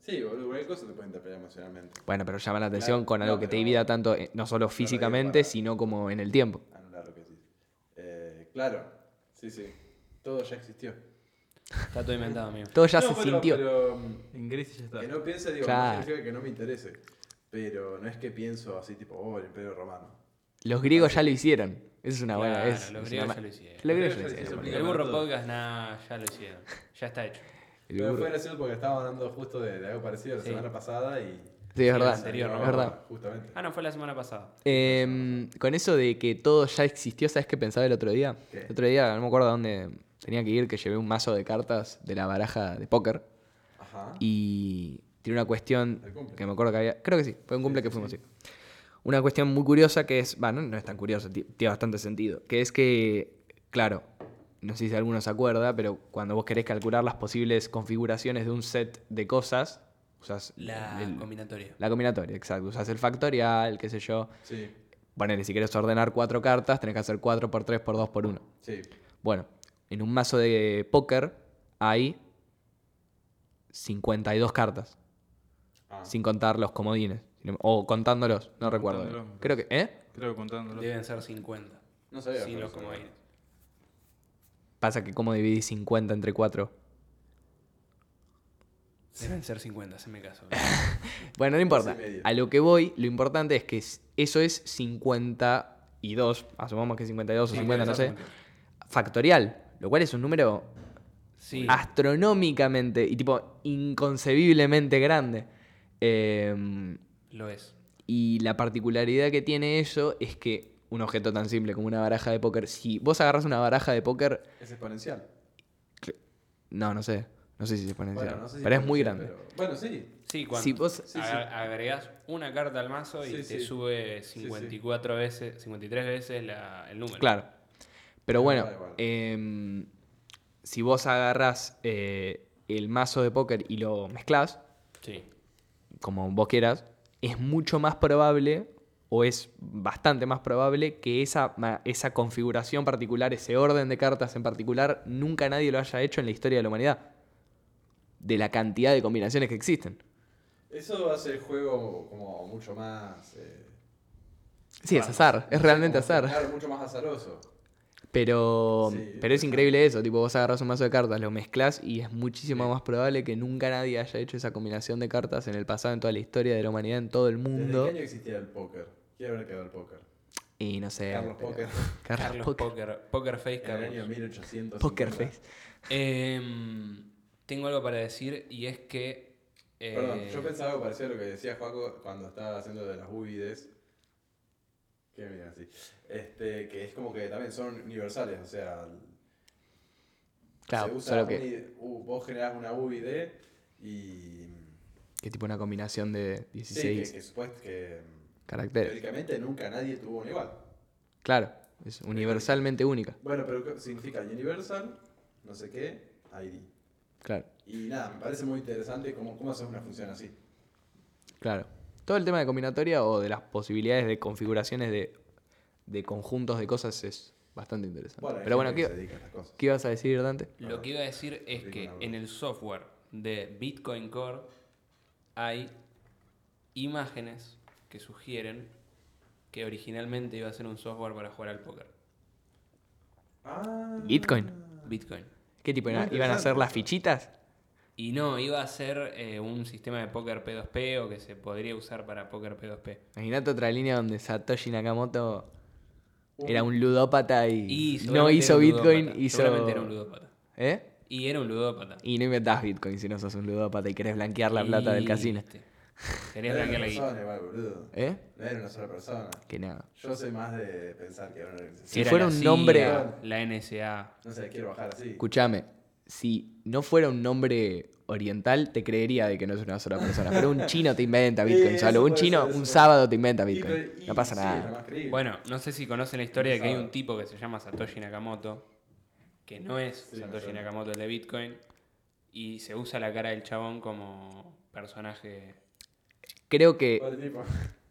Speaker 3: Sí, boludo, cualquier cosa te puede interpelar emocionalmente.
Speaker 2: Bueno, pero llama la atención con
Speaker 3: no,
Speaker 2: algo que te
Speaker 3: pero-
Speaker 2: divida tanto, eh, no solo físicamente,
Speaker 3: para-
Speaker 2: sino como en el tiempo.
Speaker 3: Anular lo que decís. Eh, claro, sí, sí. Todo ya existió.
Speaker 1: Está todo inventado, amigo.
Speaker 2: Todo ya
Speaker 3: No,
Speaker 2: se
Speaker 3: pero-
Speaker 2: sintió.
Speaker 3: Pero, mm,
Speaker 4: En Grecia ya está.
Speaker 3: que no piense, digo,
Speaker 2: Claro.
Speaker 3: no significa que no me interese. Pero no es que pienso así, tipo, oh, el Imperio Romano.
Speaker 2: Los griegos ya lo hicieron. Esa es una buena.
Speaker 1: Claro,
Speaker 2: es-
Speaker 1: los
Speaker 2: es
Speaker 1: griegos
Speaker 2: una
Speaker 1: ya
Speaker 2: ma-
Speaker 1: lo hicieron.
Speaker 2: Los griegos
Speaker 3: Los
Speaker 2: ya lo
Speaker 3: griegos ya
Speaker 2: hicieron,
Speaker 3: lo
Speaker 2: boludo.
Speaker 1: El burro podcast, nada, ya lo hicieron. Ya está hecho.
Speaker 2: El
Speaker 3: pero
Speaker 2: burro.
Speaker 3: fue gracioso porque estábamos hablando justo de, de algo parecido la
Speaker 1: Sí.
Speaker 3: semana pasada y.
Speaker 2: Sí, es
Speaker 1: el
Speaker 2: verdad.
Speaker 1: anterior,
Speaker 2: es
Speaker 1: ¿no?
Speaker 2: verdad.
Speaker 3: Justamente.
Speaker 1: Ah, no, fue la semana pasada.
Speaker 2: Em, con eso de que todo ya existió, ¿sabes qué pensaba el otro día?
Speaker 3: ¿Qué?
Speaker 2: El otro día, no me acuerdo a dónde tenía que ir, que llevé un mazo de cartas de la baraja de póker.
Speaker 3: Ajá.
Speaker 2: Y tiene una cuestión
Speaker 3: Al cumple.
Speaker 2: que me acuerdo que había. Creo que sí, fue un cumple que fuimos, sí. Una cuestión muy curiosa que es. Bueno, no es tan curiosa, ti- tiene bastante sentido. Que es que, claro, no sé si alguno se acuerda, pero cuando vos querés calcular las posibles configuraciones de un set de cosas, usás
Speaker 1: La
Speaker 2: el-
Speaker 1: combinatoria.
Speaker 2: la combinatoria, exacto. Usás el factorial, qué sé yo.
Speaker 3: Sí,
Speaker 2: Ponele, si querés ordenar cuatro cartas, tenés que hacer 4 por 3 por 2 por 1.
Speaker 3: sí.
Speaker 2: Bueno, en un mazo de póker hay 52 cartas,
Speaker 3: Ah,
Speaker 2: sin contar los comodines. sino- O contándolos, no
Speaker 4: No,
Speaker 2: recuerdo.
Speaker 4: contándolos, me
Speaker 2: Creo que, ¿eh?
Speaker 4: Creo que contándolo.
Speaker 1: Deben ser 50.
Speaker 3: No sabía.
Speaker 1: Sin
Speaker 3: pero
Speaker 1: los
Speaker 3: sabía.
Speaker 1: comodines.
Speaker 2: Pasa que como dividís 50 entre 4.
Speaker 1: Deben ser 50, se me caso.
Speaker 2: Bueno, no importa.
Speaker 3: y medio.
Speaker 2: A lo que voy, lo importante es que es- eso es 52, asumamos que 52 o 50, no sé, factorial, lo cual es un número
Speaker 1: Sí.
Speaker 2: astronómicamente y tipo inconcebiblemente grande. Eh,
Speaker 1: Lo es.
Speaker 2: y la particularidad que tiene eso es que un objeto tan simple como una baraja de póker, si vos agarras una baraja de póker,
Speaker 3: Es exponencial.
Speaker 2: no, no sé, no sé si se pone
Speaker 3: Bueno, no sé si
Speaker 2: pero es muy grande.
Speaker 3: exponencial, pero- Bueno, sí.
Speaker 1: Sí, cuando
Speaker 2: Si vos-
Speaker 3: sí,
Speaker 1: a-
Speaker 3: sí.
Speaker 1: agregás una carta al mazo y
Speaker 3: Sí,
Speaker 1: te
Speaker 3: sí.
Speaker 1: sube
Speaker 3: sí.
Speaker 1: 54 veces, 53 veces la- el número.
Speaker 2: Claro. Pero bueno,
Speaker 3: Igual, igual.
Speaker 2: em, si vos agarrás eh, el mazo de póker y lo mezclás,
Speaker 1: Sí.
Speaker 2: como vos quieras, es mucho más probable o es bastante más probable que esa, ma- esa configuración particular, ese orden de cartas en particular, nunca nadie lo haya hecho en la historia de la humanidad. De la cantidad de combinaciones que existen.
Speaker 3: Eso hace el juego como mucho más. eh,
Speaker 2: Sí, es
Speaker 3: Bueno,
Speaker 2: azar, es realmente
Speaker 3: como-
Speaker 2: azar.
Speaker 3: Claro, mucho más azaroso.
Speaker 2: Pero,
Speaker 3: Sí,
Speaker 2: pero es
Speaker 3: puede
Speaker 2: increíble eso, tipo vos agarras un mazo de cartas, lo mezclas y es muchísimo más probable que nunca nadie haya hecho esa combinación de cartas en el pasado, en toda la historia de la humanidad, en todo el
Speaker 3: ¿Desde
Speaker 2: mundo.
Speaker 3: qué año existía el póker? Quiero ver qué era el póker.
Speaker 2: Y no sé.
Speaker 3: Carlos
Speaker 2: Eh, pero- *laughs*
Speaker 3: Póker.
Speaker 2: Carlos
Speaker 1: Carlos
Speaker 2: Póker.
Speaker 1: Poker, Poker Face
Speaker 3: En el año
Speaker 1: Carlos.
Speaker 3: 1800.
Speaker 2: Póker Face.
Speaker 1: Em, tengo algo para decir y es que. eh,
Speaker 3: Perdón, yo pensaba algo parecido a lo que decía Juaco cuando estaba haciendo de las bubides. Que mira, así. Este, que es como que también son universales, o sea. se
Speaker 2: Claro,
Speaker 3: usa
Speaker 2: solo que,
Speaker 3: uni- u- vos generás una UID y.
Speaker 2: que tipo una combinación de
Speaker 3: Sí, que,
Speaker 2: 16
Speaker 3: que supuest- que.
Speaker 2: caracteres.
Speaker 3: Teóricamente nunca nadie tuvo un igual.
Speaker 2: Claro, es universalmente única.
Speaker 3: Bueno, pero ¿qué significa Universal, no sé qué, ID.
Speaker 2: Claro,
Speaker 3: Y nada, me parece muy interesante cómo, cómo haces una función así.
Speaker 2: claro. Todo el tema de combinatoria o de las posibilidades de configuraciones de, de conjuntos de cosas es bastante interesante.
Speaker 3: hay
Speaker 2: pero bueno,
Speaker 3: gente que
Speaker 2: ¿qué,
Speaker 3: se dedica a estas cosas.
Speaker 2: ¿qué ibas a decir, Dante?
Speaker 1: Lo que iba a decir es
Speaker 3: Rico
Speaker 1: que
Speaker 3: una
Speaker 1: en el software de Bitcoin Core hay imágenes que sugieren que originalmente iba a ser un software para jugar al póker.
Speaker 3: Ah.
Speaker 2: Bitcoin.
Speaker 1: Bitcoin.
Speaker 2: ¿Qué tipo?
Speaker 3: Muy
Speaker 2: era? ¿Iban a hacer
Speaker 3: interesante
Speaker 2: las
Speaker 3: eso.
Speaker 2: fichitas?
Speaker 1: Y no, iba a ser eh, un sistema de póker P2P o que se podría usar para póker P2P.
Speaker 2: Imagínate otra línea donde Satoshi Nakamoto
Speaker 3: Un-
Speaker 2: era un ludópata
Speaker 1: Y
Speaker 2: y, no
Speaker 1: seguramente
Speaker 2: hizo
Speaker 1: era un
Speaker 2: Bitcoin,
Speaker 1: ludópata,
Speaker 2: hizo...
Speaker 1: Seguramente era un ludópata.
Speaker 2: ¿Eh?
Speaker 1: Y era un ludópata.
Speaker 2: Y no inventás Bitcoin si no sos un ludópata y querés blanquear la plata del
Speaker 1: Y- este,
Speaker 2: casino.
Speaker 1: Querías
Speaker 3: No
Speaker 1: blanquear la
Speaker 3: era una
Speaker 1: guita.
Speaker 3: persona igual, boludo.
Speaker 2: ¿Eh?
Speaker 3: No era una sola persona.
Speaker 2: Que nada.
Speaker 3: Yo soy más de pensar que era una
Speaker 2: Si
Speaker 3: organización.
Speaker 1: Era
Speaker 2: fuera
Speaker 1: la
Speaker 2: un
Speaker 1: CIA,
Speaker 2: nombre-
Speaker 1: La NSA.
Speaker 3: No sé, quiero bajar así.
Speaker 2: Escúchame, si no fuera un nombre oriental, te creería de que no es una sola persona. Pero un chino te inventa Bitcoin
Speaker 3: Eh,
Speaker 2: solo.
Speaker 3: eso
Speaker 2: Un
Speaker 3: puede
Speaker 2: chino,
Speaker 3: ser, eso
Speaker 2: un
Speaker 3: puede
Speaker 2: sábado te inventa
Speaker 3: Y-
Speaker 2: Bitcoin.
Speaker 3: y-
Speaker 2: No pasa
Speaker 3: sí, era
Speaker 2: nada.
Speaker 3: más creíble.
Speaker 1: Bueno, no sé si conocen la historia de que hay
Speaker 3: Sabe.
Speaker 1: un tipo que se llama Satoshi Nakamoto, que no es
Speaker 3: Sí, me
Speaker 1: Satoshi
Speaker 3: suena.
Speaker 1: Nakamoto el de Bitcoin, y se usa la cara del chabón como personaje.
Speaker 2: Creo que,
Speaker 3: Pobre tipo.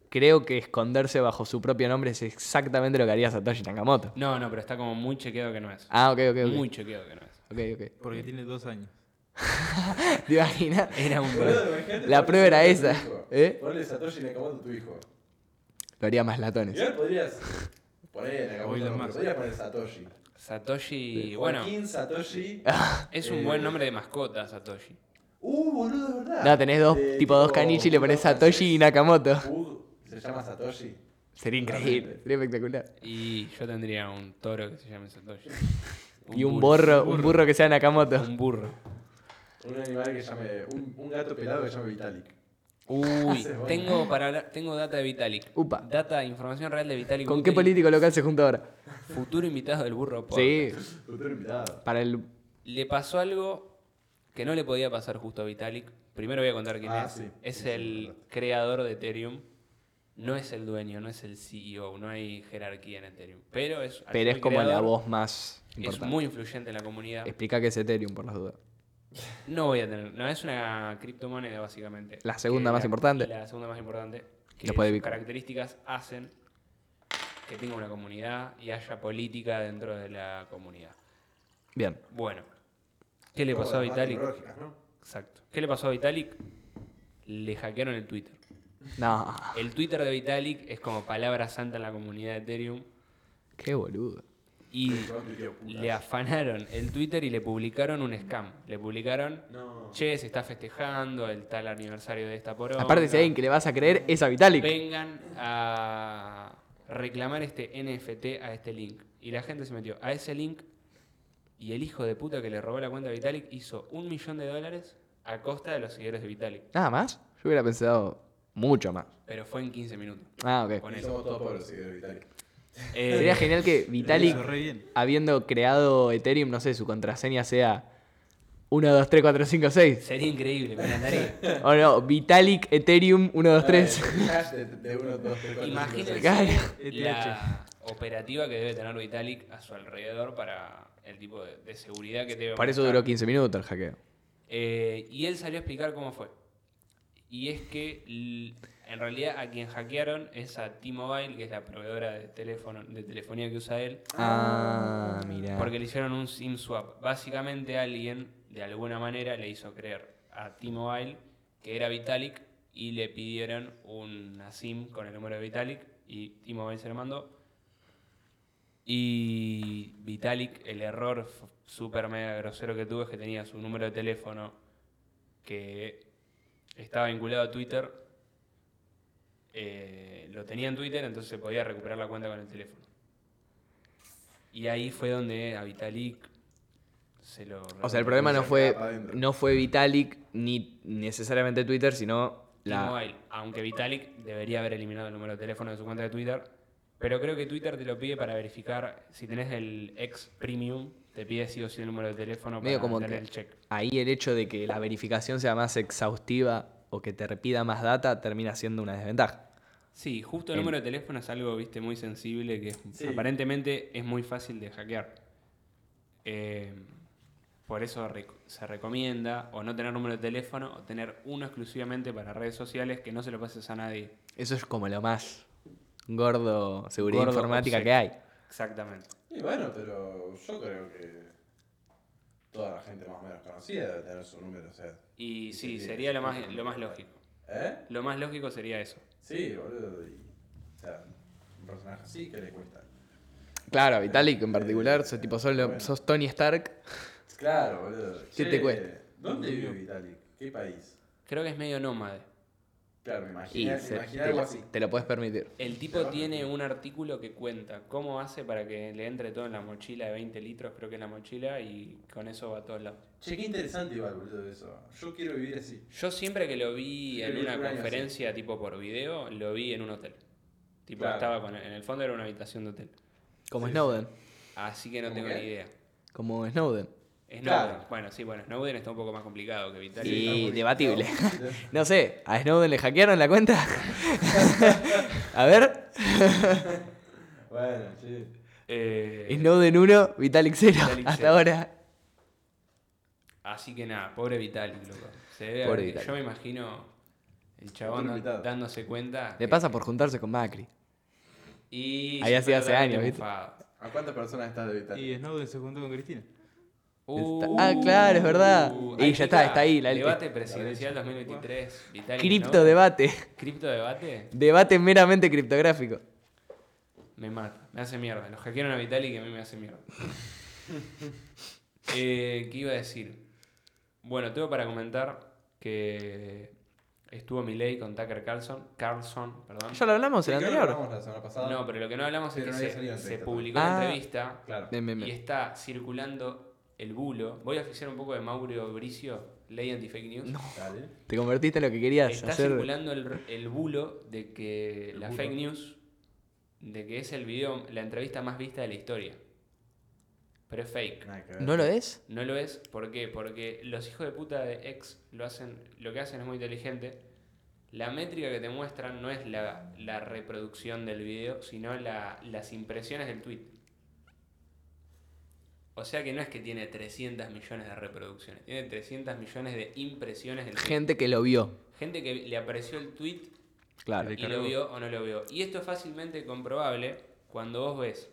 Speaker 2: creo que esconderse bajo su propio nombre es exactamente lo que haría Satoshi Nakamoto.
Speaker 1: No, no, pero está como muy chequeado que no es.
Speaker 2: Ah, ok, ok, ok.
Speaker 1: Muy chequeado que no es.
Speaker 2: Ok, ok.
Speaker 4: Porque tiene dos años.
Speaker 2: *laughs* ¿Te imaginas?
Speaker 1: Era un
Speaker 3: Boludo, imagínate ponerle
Speaker 2: La prueba era
Speaker 3: Satoshi a tu
Speaker 2: esa,
Speaker 3: hijo.
Speaker 2: ¿eh?
Speaker 3: Ponle Satoshi Nakamoto a tu hijo.
Speaker 2: Lo haría más latones.
Speaker 3: Igual podrías poner Nakamoto,
Speaker 4: Hoy la
Speaker 3: no, pero
Speaker 4: más.
Speaker 3: podrías poner Satoshi.
Speaker 1: Satoshi. Bueno,
Speaker 3: Joaquín Satoshi.
Speaker 1: es un
Speaker 3: eh,
Speaker 1: buen nombre de mascota, Satoshi.
Speaker 3: *laughs* Uh, boludo, es verdad.
Speaker 2: No, tenés dos,
Speaker 3: Eh,
Speaker 2: tipo dos canichi y le pones Satoshi y Nakamoto.
Speaker 3: Uh, se llama Satoshi.
Speaker 2: Sería increíble, *laughs* sería espectacular.
Speaker 1: Y yo tendría un toro que se llame Satoshi.
Speaker 2: *laughs* Y un
Speaker 1: burro.
Speaker 2: borro, un burro que sea Nakamoto.
Speaker 1: Un burro.
Speaker 3: Un animal que llame. Un, un gato pelado que llame Vitalik.
Speaker 1: Uy,
Speaker 2: *laughs*
Speaker 3: Ese es bueno.
Speaker 1: tengo, para, hablar- tengo data de Vitalik.
Speaker 2: Upa.
Speaker 1: Data, información real de Vitalik.
Speaker 2: ¿Con qué
Speaker 1: Buterin,
Speaker 2: político local se junta ahora?
Speaker 1: Futuro invitado del burro. Podcast.
Speaker 2: Sí,
Speaker 3: Futuro invitado.
Speaker 2: para el
Speaker 1: Le pasó algo que no le podía pasar justo a Vitalik. Primero voy a contar quién
Speaker 3: Ah,
Speaker 1: es.
Speaker 3: sí.
Speaker 1: Es
Speaker 3: Sí, sí, me
Speaker 1: el
Speaker 3: acuerdo.
Speaker 1: creador de Ethereum. no es el dueño, no es el CEO, no hay jerarquía en Ethereum. Pero es, al ser
Speaker 2: Pero es
Speaker 1: el
Speaker 2: como la
Speaker 1: creador,
Speaker 2: voz más
Speaker 1: Es
Speaker 2: importante.
Speaker 1: muy influyente en la comunidad.
Speaker 2: Explica qué es Ethereum, por las dudas.
Speaker 1: No voy a tener. No, es una criptomoneda, básicamente.
Speaker 2: La segunda
Speaker 1: Que
Speaker 2: más importante.
Speaker 1: La segunda más importante. Que
Speaker 2: Después de
Speaker 1: sus
Speaker 2: Bitcoin.
Speaker 1: características hacen que tenga una comunidad y haya política dentro de la comunidad.
Speaker 2: Bien.
Speaker 1: Bueno, ¿qué le pasó a Vitalik? Exacto. ¿Qué le pasó a Vitalik? Le hackearon el Twitter.
Speaker 2: No,
Speaker 1: El Twitter de Vitalik es como palabra santa en la comunidad de Ethereum
Speaker 2: qué boludo.
Speaker 1: y le afanaron el Twitter y le publicaron un scam. Le publicaron,
Speaker 3: No.
Speaker 1: che, se está festejando el tal aniversario de esta poronga.
Speaker 2: Aparte, si hay alguien que le vas a creer es a Vitalik.
Speaker 1: vengan a reclamar este NFT a este link. Y la gente se metió a ese link y el hijo de puta que le robó la cuenta a Vitalik hizo un millón de dólares a costa de los seguidores de Vitalik.
Speaker 2: ¿Nada más? Yo hubiera pensado mucho más.
Speaker 1: Pero fue en 15 minutos.
Speaker 2: Ah, ok.
Speaker 1: Con eso.
Speaker 3: Somos todos pobres seguidores Vitalik.
Speaker 1: Eh,
Speaker 2: Sería genial que
Speaker 4: Lo hizo
Speaker 2: Vitalik,
Speaker 4: re bien.
Speaker 2: habiendo creado Ethereum, no sé, su contraseña sea 1, 2, 3, 4, 5, 6.
Speaker 1: sería increíble, me encantaría.
Speaker 2: *laughs* O no, Vitalik Ethereum 1, 2, *laughs* 3.
Speaker 3: Eh, El hash de- de uno, dos, tres, cuatro,
Speaker 1: Imagínense
Speaker 3: cinco,
Speaker 2: Claro. este
Speaker 1: la operativa que debe tener Vitalik a su alrededor para el tipo de, de seguridad que debe
Speaker 2: Para eso
Speaker 1: manejar.
Speaker 2: duró 15 minutos el hackeo.
Speaker 1: Eh, y él salió a explicar cómo fue. Y es que l- en realidad a quien hackearon es a T-Mobile, que es la proveedora de teléfono de telefonía que usa él,
Speaker 2: Ah, mira.
Speaker 1: porque le hicieron un SIM swap. Básicamente alguien de alguna manera le hizo creer a T-Mobile que era Vitalik y le pidieron una SIM con el número de Vitalik y T-Mobile se lo mandó. Y Vitalik, el error f- super mega grosero que tuvo es que tenía su número de teléfono que estaba vinculado a Twitter. eh, lo tenía en Twitter, entonces se podía recuperar la cuenta con el teléfono. Y ahí fue donde a Vitalik se lo...
Speaker 2: O sea, el problema no fue,
Speaker 3: Para adentro.
Speaker 2: no fue Vitalik ni necesariamente Twitter, sino la...
Speaker 1: T-Mobile, aunque Vitalik debería haber eliminado el número de teléfono de su cuenta de Twitter, pero creo que Twitter te lo pide para verificar si tenés el ex premium, te pide sí o sí el número de teléfono
Speaker 2: Medio
Speaker 1: para
Speaker 2: como
Speaker 1: tener
Speaker 2: que
Speaker 1: el check.
Speaker 2: ahí el hecho de que la verificación sea más exhaustiva o que te repida más data termina siendo una desventaja.
Speaker 1: Sí, justo
Speaker 2: En-
Speaker 1: el número de teléfono es algo, viste, muy sensible que es-
Speaker 3: Sí.
Speaker 1: aparentemente es muy fácil de hackear. Eh, por eso rec- se recomienda o no tener número de teléfono o tener uno exclusivamente para redes sociales que no se lo pases a nadie.
Speaker 2: Eso es como lo más gordo seguridad
Speaker 1: Gordo
Speaker 2: informática
Speaker 1: obsequio.
Speaker 2: que hay.
Speaker 1: Exactamente.
Speaker 3: Y bueno, pero yo creo que toda la gente más o menos conocida debe tener su número, o sea.
Speaker 1: Y sí,
Speaker 3: Sí, sí,
Speaker 1: sería
Speaker 3: sí,
Speaker 1: lo más,
Speaker 3: sí.
Speaker 1: lo más lógico.
Speaker 3: ¿Eh?
Speaker 1: Lo más lógico sería eso.
Speaker 3: Sí, boludo. Y, o sea, un personaje así que le cuesta.
Speaker 2: Claro, Vitalik en particular, sos, tipo, sos, lo-
Speaker 3: Bueno.
Speaker 2: sos Tony Stark.
Speaker 3: Claro, boludo.
Speaker 2: ¿Qué te cuesta?
Speaker 3: ¿Dónde vive Vitalik? ¿Qué país?
Speaker 1: Creo que es medio nómade.
Speaker 3: Claro, me
Speaker 2: Y
Speaker 3: imagino,
Speaker 2: se-
Speaker 3: me imagino
Speaker 2: te,
Speaker 3: algo
Speaker 2: lo-
Speaker 3: así.
Speaker 2: te lo puedes permitir.
Speaker 1: El tipo tiene un artículo que cuenta cómo hace para que le entre todo en la mochila de 20 litros, creo que es la mochila, y con eso va a todos lados.
Speaker 3: Che, qué interesante igual, boludo, eso. Yo quiero vivir así.
Speaker 1: Yo siempre que lo vi
Speaker 3: Yo
Speaker 1: en
Speaker 3: vi
Speaker 1: una
Speaker 3: un año
Speaker 1: conferencia tipo por video, lo vi en un hotel. Tipo,
Speaker 3: Claro.
Speaker 1: estaba con- en el fondo era una habitación de hotel.
Speaker 2: Como Snowden.
Speaker 1: Así que no
Speaker 3: ¿Cómo
Speaker 1: tengo
Speaker 3: qué?
Speaker 1: ni idea.
Speaker 2: Como Snowden.
Speaker 1: Snowden.
Speaker 3: Claro.
Speaker 1: Bueno, sí, bueno, Snowden está un poco más complicado que Vitalik.
Speaker 2: Y
Speaker 3: está muy-
Speaker 2: debatible.
Speaker 3: está muy-
Speaker 2: No sé, ¿a Snowden le hackearon la cuenta? *laughs* a ver,
Speaker 3: *laughs* Bueno, che.
Speaker 1: Eh,
Speaker 2: Snowden 1, Vitalik 0.
Speaker 1: Vitalik
Speaker 2: Hasta
Speaker 1: cero.
Speaker 2: ahora.
Speaker 1: Así que nada, pobre Vitalik, loco. Se debe
Speaker 2: Pobre
Speaker 1: haber-
Speaker 2: Vitalik.
Speaker 1: Yo me imagino el chabón
Speaker 3: Otro invitado.
Speaker 1: dándose cuenta.
Speaker 2: Le
Speaker 1: que-
Speaker 2: pasa por juntarse con Macri.
Speaker 1: Y
Speaker 2: Ahí hacía hace
Speaker 1: totalmente
Speaker 2: años, ¿viste?
Speaker 1: mofado.
Speaker 3: ¿A cuántas personas estás de Vitalik?
Speaker 4: Y Snowden se juntó con Cristina.
Speaker 2: Está-
Speaker 1: Uh,
Speaker 2: ah, claro, es verdad.
Speaker 1: uh,
Speaker 2: Y
Speaker 1: ahí
Speaker 2: ya está, está ahí la-
Speaker 1: Debate presidencial 2023. Vitalik,
Speaker 2: Cripto
Speaker 1: ¿no?
Speaker 2: debate.
Speaker 1: Cripto debate.
Speaker 2: Debate meramente criptográfico.
Speaker 1: Me mata, me hace mierda. Los hackearon a Vitalik y a mí me hace mierda. Eh, ¿Qué iba a decir? Bueno, tengo para comentar que estuvo Milei con Tucker Carlson. Carlson, perdón.
Speaker 2: ¿Ya lo hablamos el
Speaker 3: Sí, creo que
Speaker 2: anterior?
Speaker 3: hablamos la semana pasada.
Speaker 1: No, pero lo que no hablamos es
Speaker 3: Pero
Speaker 1: que
Speaker 3: no había
Speaker 1: se,
Speaker 3: salido en
Speaker 1: se
Speaker 3: entrevista
Speaker 1: publicó la
Speaker 2: Ah.
Speaker 1: entrevista
Speaker 3: Claro.
Speaker 2: Bien, bien,
Speaker 1: y
Speaker 2: bien.
Speaker 1: está circulando el bulo. Voy a oficiar un poco de Mauro Bricio, ley anti-fake news.
Speaker 3: Dale.
Speaker 2: Te convertiste en lo que querías
Speaker 1: Está
Speaker 2: hacer.
Speaker 1: circulando el, el bulo de que la
Speaker 3: bulo.
Speaker 1: fake news, de que es el video, la entrevista más vista de la historia. Pero es fake.
Speaker 3: Nada que ver.
Speaker 2: ¿No lo es?
Speaker 1: No lo es, ¿por qué? Porque los hijos de puta de ex lo hacen, lo que hacen es muy inteligente. la métrica que te muestran no es la, la reproducción del video, sino la- las impresiones del tweet. O sea que no es que tiene 300 millones de reproducciones, tiene 300 millones de impresiones del tweet.
Speaker 2: Gente que lo vio.
Speaker 1: Gente que le apreció el tweet
Speaker 2: Claro.
Speaker 4: Sí.
Speaker 1: y lo
Speaker 4: cargó.
Speaker 1: vio o no lo vio. Y esto es fácilmente comprobable cuando vos ves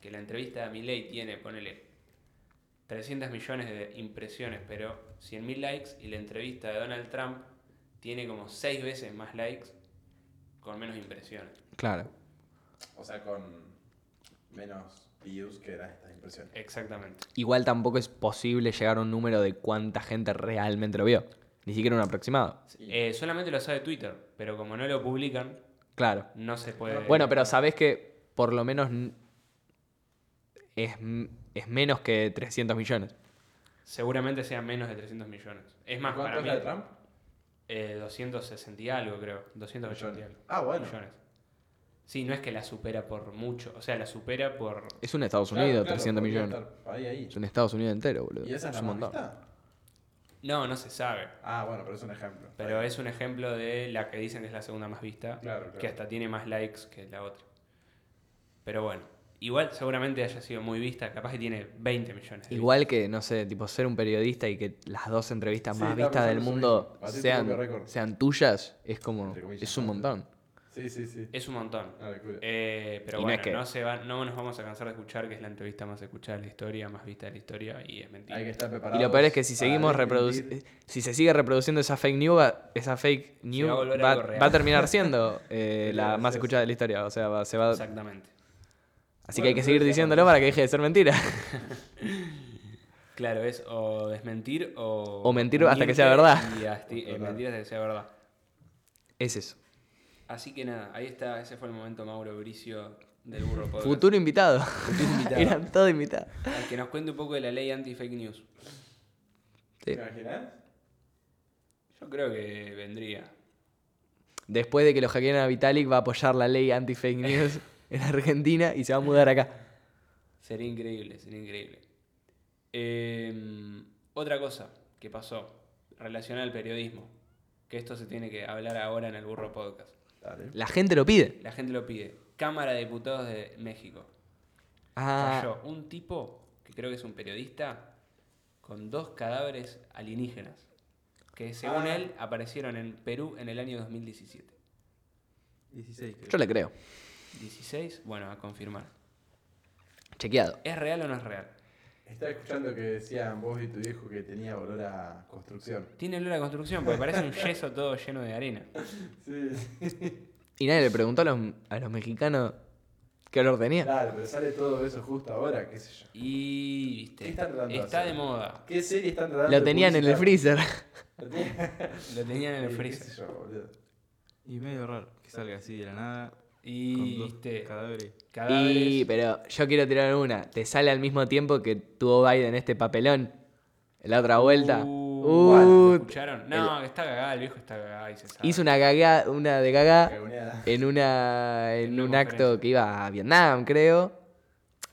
Speaker 1: que la entrevista de Milei tiene, ponele, 300 millones de impresiones, pero 100.000 likes, y la entrevista de Donald Trump tiene como 6 veces más likes con menos impresiones.
Speaker 2: Claro.
Speaker 3: O sea, con menos views que eran estas impresiones.
Speaker 1: Exactamente.
Speaker 2: Igual tampoco es posible llegar a un número de cuánta gente realmente lo vio. Ni siquiera un aproximado.
Speaker 1: Eh, solamente lo sabe Twitter, pero como no lo publican,
Speaker 2: Claro.
Speaker 1: no se puede...
Speaker 2: Bueno, pero sabes que por lo menos n- es, m- es menos que 300 millones.
Speaker 1: Seguramente sean menos de 300 millones. Es más, para
Speaker 3: ¿Cuánto es
Speaker 1: mí...
Speaker 3: la de Trump?
Speaker 1: Eh, 260 y algo, creo. 280 y algo.
Speaker 3: Ah, bueno.
Speaker 1: Millones. Sí, no es que la supera por mucho. O sea, la supera por.
Speaker 2: Es un Estados
Speaker 3: Claro,
Speaker 2: Unidos,
Speaker 3: claro,
Speaker 2: 300
Speaker 3: podría
Speaker 2: millones.
Speaker 3: estar Ahí, ahí.
Speaker 2: Es un Estados Unidos entero, boludo.
Speaker 3: ¿Y esa es la
Speaker 2: un montón.
Speaker 3: mamista?
Speaker 1: No, no se sabe.
Speaker 3: Ah, bueno, pero es un ejemplo.
Speaker 1: Pero es un ejemplo de la que dicen que es la segunda más vista.
Speaker 3: Claro, claro.
Speaker 1: Que hasta tiene más likes que la otra. Pero bueno. Igual seguramente haya sido muy vista. Capaz que tiene 20 millones. de
Speaker 2: Igual que, no sé, tipo ser un periodista y que las dos entrevistas
Speaker 3: Sí,
Speaker 2: más
Speaker 3: estaba
Speaker 2: vistas del
Speaker 3: pensando
Speaker 2: mundo
Speaker 3: eso mismo. Batir tu propio
Speaker 2: sean,
Speaker 3: récord.
Speaker 2: sean tuyas, es como,
Speaker 3: Entre comillas,
Speaker 2: es un
Speaker 3: ¿no?
Speaker 2: montón.
Speaker 3: Sí, sí, sí.
Speaker 1: vistas. Es un montón.
Speaker 3: Una locura.
Speaker 1: Eh, pero
Speaker 2: Y no
Speaker 1: bueno,
Speaker 2: es que-
Speaker 1: no, se va- no nos vamos a cansar de escuchar que es la entrevista más escuchada de la historia, más vista de la historia, y es mentira.
Speaker 3: Hay que estar
Speaker 2: Y
Speaker 3: preparado.
Speaker 2: lo peor es que si seguimos reproduciendo, si se sigue reproduciendo esa fake news, va- esa fake news
Speaker 1: va a volver
Speaker 2: va,
Speaker 1: algo real.
Speaker 2: va a
Speaker 1: *laughs*
Speaker 2: terminar siendo eh, la
Speaker 3: Claro,
Speaker 2: más
Speaker 3: sí,
Speaker 2: escuchada de la historia. O sea, va- se va. Así
Speaker 1: Exactamente.
Speaker 2: que hay
Speaker 3: Bueno,
Speaker 2: que
Speaker 3: pero
Speaker 2: seguir
Speaker 3: ya-
Speaker 2: diciéndolo para que deje de ser mentira. *laughs*
Speaker 1: Claro, es o desmentir o.
Speaker 2: O mentir hasta
Speaker 1: unirte
Speaker 2: que sea verdad.
Speaker 1: Y asti- eh,
Speaker 3: Total.
Speaker 1: mentir hasta que sea verdad.
Speaker 2: es eso.
Speaker 1: Así que nada, ahí está, ese fue el momento Mauro Bricio del Burro Podcast.
Speaker 2: Futuro invitado.
Speaker 1: *laughs*
Speaker 2: Eran todos invitados.
Speaker 1: Al que nos cuente un poco de la ley anti-fake news.
Speaker 3: ¿Te
Speaker 2: Sí.
Speaker 3: imaginas?
Speaker 1: Yo creo que vendría.
Speaker 2: Después de que lo hackeen a Vitalik, va a apoyar la ley
Speaker 1: *laughs*
Speaker 2: anti-fake news en Argentina y se va a mudar acá.
Speaker 1: Sería increíble, sería increíble. Eh, otra cosa que pasó relacionada al periodismo, que esto se tiene que hablar ahora en el Burro Podcast.
Speaker 3: Dale.
Speaker 2: La gente lo pide.
Speaker 1: La gente lo pide. Cámara de Diputados de México.
Speaker 2: Ah,
Speaker 1: cayó un tipo, que creo que es un periodista, con dos cadáveres alienígenas, que según
Speaker 3: Ah.
Speaker 1: él aparecieron en Perú en el año 2017.
Speaker 4: 16, creo.
Speaker 2: yo le creo.
Speaker 1: 16, bueno, a confirmar.
Speaker 2: Chequeado.
Speaker 1: ¿Es real o no es real?
Speaker 3: Estaba escuchando que decían vos y tu viejo que tenía olor a construcción.
Speaker 1: Tiene olor a construcción, porque parece un
Speaker 3: *laughs*
Speaker 1: yeso todo lleno de arena.
Speaker 3: Sí.
Speaker 2: Y nadie le preguntó a los, a los mexicanos qué olor tenía.
Speaker 3: Claro, pero sale todo eso justo ahora, qué sé yo.
Speaker 1: Y, viste,
Speaker 3: ¿Qué están
Speaker 1: está,
Speaker 3: tratando de hacer?
Speaker 1: de moda.
Speaker 3: ¿Qué serie están tratando
Speaker 2: Lo
Speaker 3: de
Speaker 2: tenían en el
Speaker 3: publicitar?
Speaker 2: freezer.
Speaker 3: Lo tenían
Speaker 1: Lo tenían
Speaker 3: *laughs*
Speaker 1: en el
Speaker 3: Qué sé
Speaker 1: freezer.
Speaker 3: yo, boludo.
Speaker 4: Y medio raro que salga así de la nada. con
Speaker 1: Y,
Speaker 4: dos
Speaker 1: viste,
Speaker 4: cadáveres.
Speaker 1: cadáveres...
Speaker 2: Y, pero yo quiero tirar una. ¿Te sale al mismo tiempo que tuvo Biden este papelón? La otra vuelta.
Speaker 1: Uh,
Speaker 2: Uh,
Speaker 1: ¿lo escucharon? No, que está cagada, el viejo está cagada y se sabe.
Speaker 2: hizo una gaga, una de gaga
Speaker 3: Cagoneada.
Speaker 2: en una en
Speaker 1: En una
Speaker 2: un
Speaker 1: conferencia.
Speaker 2: acto que iba a Vietnam, creo.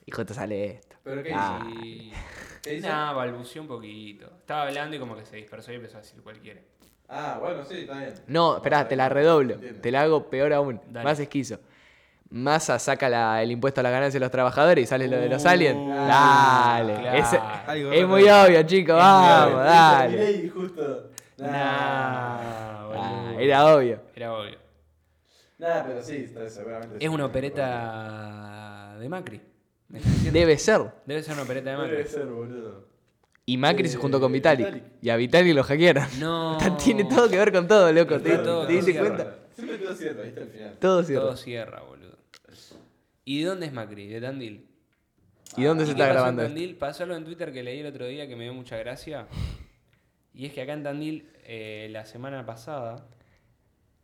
Speaker 2: Y justo sale esto.
Speaker 3: ¿Pero qué
Speaker 2: Ah.
Speaker 3: hizo?
Speaker 1: Y... *laughs*
Speaker 3: ¿Qué hizo?
Speaker 1: Nah, balbuceó un poquito. Estaba hablando y como que se dispersó y empezó a decir cualquiera.
Speaker 3: Ah, bueno, sí, está bien.
Speaker 2: No, esperá, te la redoblo. Te la hago peor aún.
Speaker 1: Dale.
Speaker 2: Más esquizo. Massa saca la- el impuesto a la ganancia de los trabajadores y sale lo de los aliens.
Speaker 1: Uh,
Speaker 2: Dale.
Speaker 1: claro.
Speaker 2: Ese-
Speaker 4: Algo
Speaker 2: es
Speaker 4: raro.
Speaker 2: muy obvio, chicos. Vamos, dale.
Speaker 3: Y justo. Nah.
Speaker 1: Nah,
Speaker 2: Ah,
Speaker 1: boludo.
Speaker 2: era obvio.
Speaker 1: Era obvio.
Speaker 3: Nah, pero sí, está seguramente. sí.
Speaker 1: Es una opereta de Macri. me estás diciendo.
Speaker 2: Debe ser.
Speaker 1: Debe ser una opereta de
Speaker 3: Debe
Speaker 1: Macri.
Speaker 3: ser, boludo.
Speaker 2: Y Macri se juntó con
Speaker 3: Eh,
Speaker 2: Vitalik.
Speaker 3: Vitalik.
Speaker 2: Y a Vitalik lo hackearon. *laughs*
Speaker 1: No.
Speaker 2: Tiene todo que ver con todo, loco. ¿Te,
Speaker 1: Está todo-
Speaker 2: te diste
Speaker 1: todo cierra.
Speaker 2: cuenta?
Speaker 3: Siempre todo cierto, viste al final.
Speaker 2: Todo cierra.
Speaker 1: Todo cierra, boludo. ¿Y de dónde es Macri? ¿De Tandil?
Speaker 2: ¿Y dónde se
Speaker 1: Ah, ¿Y
Speaker 2: está
Speaker 1: qué pasó en
Speaker 2: grabando? esto?
Speaker 1: Tandil? Pasó algo en Twitter que leí el otro día que me dio mucha gracia. Y es que acá en Tandil, eh, la semana pasada,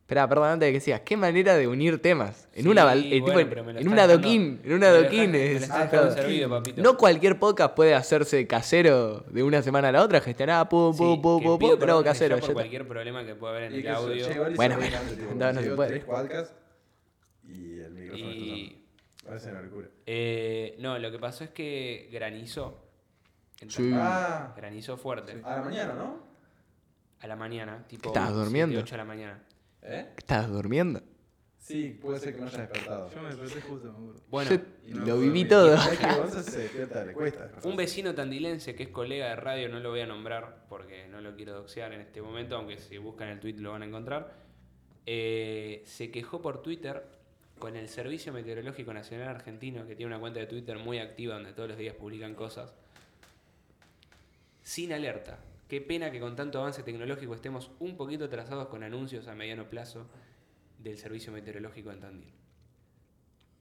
Speaker 2: Esperá, perdón, antes de que sigas. Qué manera de unir temas. En
Speaker 1: Sí,
Speaker 2: una bal- eh, tipo,
Speaker 1: bueno,
Speaker 2: en-
Speaker 1: pero me lo
Speaker 2: en
Speaker 1: está
Speaker 2: una
Speaker 1: dejando-
Speaker 2: doquín. En
Speaker 1: me
Speaker 2: una
Speaker 1: lo
Speaker 2: doquín.
Speaker 1: está- me lo
Speaker 2: es-
Speaker 1: está
Speaker 2: ah,
Speaker 1: dejando
Speaker 2: todo.
Speaker 1: servido, papito.
Speaker 2: No cualquier podcast puede hacerse casero de una semana a la otra, gestionada, pum,
Speaker 1: Sí,
Speaker 2: pum, pum,
Speaker 1: que
Speaker 2: pum,
Speaker 1: pido
Speaker 2: pum,
Speaker 1: perdón
Speaker 2: luego
Speaker 1: ya
Speaker 2: casero.
Speaker 1: por
Speaker 2: ya está.
Speaker 1: cualquier problema que pueda haber en
Speaker 3: Y
Speaker 1: el
Speaker 3: que se llega
Speaker 1: audio.
Speaker 3: igual y se
Speaker 2: Bueno,
Speaker 3: arregla,
Speaker 2: bueno,
Speaker 3: tipo,
Speaker 2: no, no se
Speaker 3: llevo
Speaker 2: puede.
Speaker 3: tres cuadcas y el micrófono está
Speaker 1: Y,
Speaker 3: sonando. Parece una locura.
Speaker 1: eh, no, lo que pasó es que granizó. en
Speaker 2: Sí.
Speaker 1: Tandil.
Speaker 3: Ah,
Speaker 1: Granizó fuerte.
Speaker 3: a la mañana, ¿no?
Speaker 1: A la mañana, tipo
Speaker 2: ¿Qué estabas durmiendo?
Speaker 1: 8 de la mañana.
Speaker 3: ¿Eh?
Speaker 2: ¿Estabas durmiendo?
Speaker 3: Sí, puede ser que no haya despertado.
Speaker 4: Yo me desperté justo, me acuerdo.
Speaker 1: Bueno,
Speaker 2: Yo
Speaker 3: Y no
Speaker 2: lo
Speaker 3: puedo
Speaker 2: viví
Speaker 3: dormir.
Speaker 2: todo.
Speaker 3: Es que Gonza se despierta, le cuesta.
Speaker 1: un vecino tandilense que es colega de radio, no lo voy a nombrar porque no lo quiero doxear en este momento, aunque si buscan el tweet lo van a encontrar, eh, se quejó por Twitter con el Servicio Meteorológico Nacional Argentino, que tiene una cuenta de Twitter muy activa donde todos los días publican cosas, sin alerta. Qué pena que con tanto avance tecnológico estemos un poquito atrasados con anuncios a mediano plazo del Servicio Meteorológico en Tandil.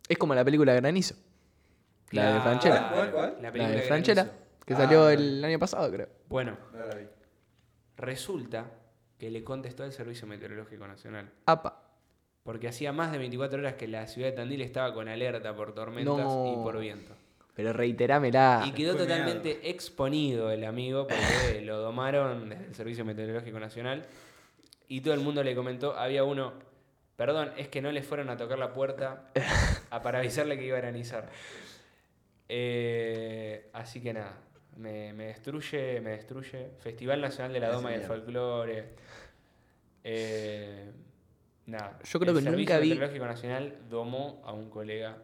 Speaker 2: Es como la película Granizo. La de
Speaker 1: Claro,
Speaker 2: Franchella.
Speaker 3: ¿Cuál, cuál?
Speaker 1: La,
Speaker 2: La
Speaker 1: película
Speaker 2: de
Speaker 1: que
Speaker 2: Franchella,
Speaker 1: hizo.
Speaker 2: que
Speaker 3: Ah.
Speaker 2: salió el año pasado, creo.
Speaker 1: Bueno,
Speaker 3: No la vi.
Speaker 1: Resulta que le contestó al Servicio Meteorológico Nacional.
Speaker 2: Apa.
Speaker 1: Porque hacía más de 24 horas que la ciudad de Tandil estaba con alerta por tormentas
Speaker 2: No.
Speaker 1: y por viento.
Speaker 2: Pero reiterámela.
Speaker 1: y quedó
Speaker 4: fue
Speaker 1: totalmente exponido el amigo porque *coughs* lo domaron desde el Servicio Meteorológico Nacional. Y todo el mundo le comentó, había uno, perdón, es que no le fueron a tocar la puerta a- para avisarle que iba a granizar. Eh, así que nada, me, me destruye, me destruye. Festival Nacional de la
Speaker 3: Esa
Speaker 1: Doma y el
Speaker 3: mierda.
Speaker 1: Folclore. Eh, nada.
Speaker 2: Yo creo
Speaker 1: el
Speaker 2: que nunca
Speaker 1: Servicio
Speaker 2: vi-
Speaker 1: Meteorológico Nacional domó a un colega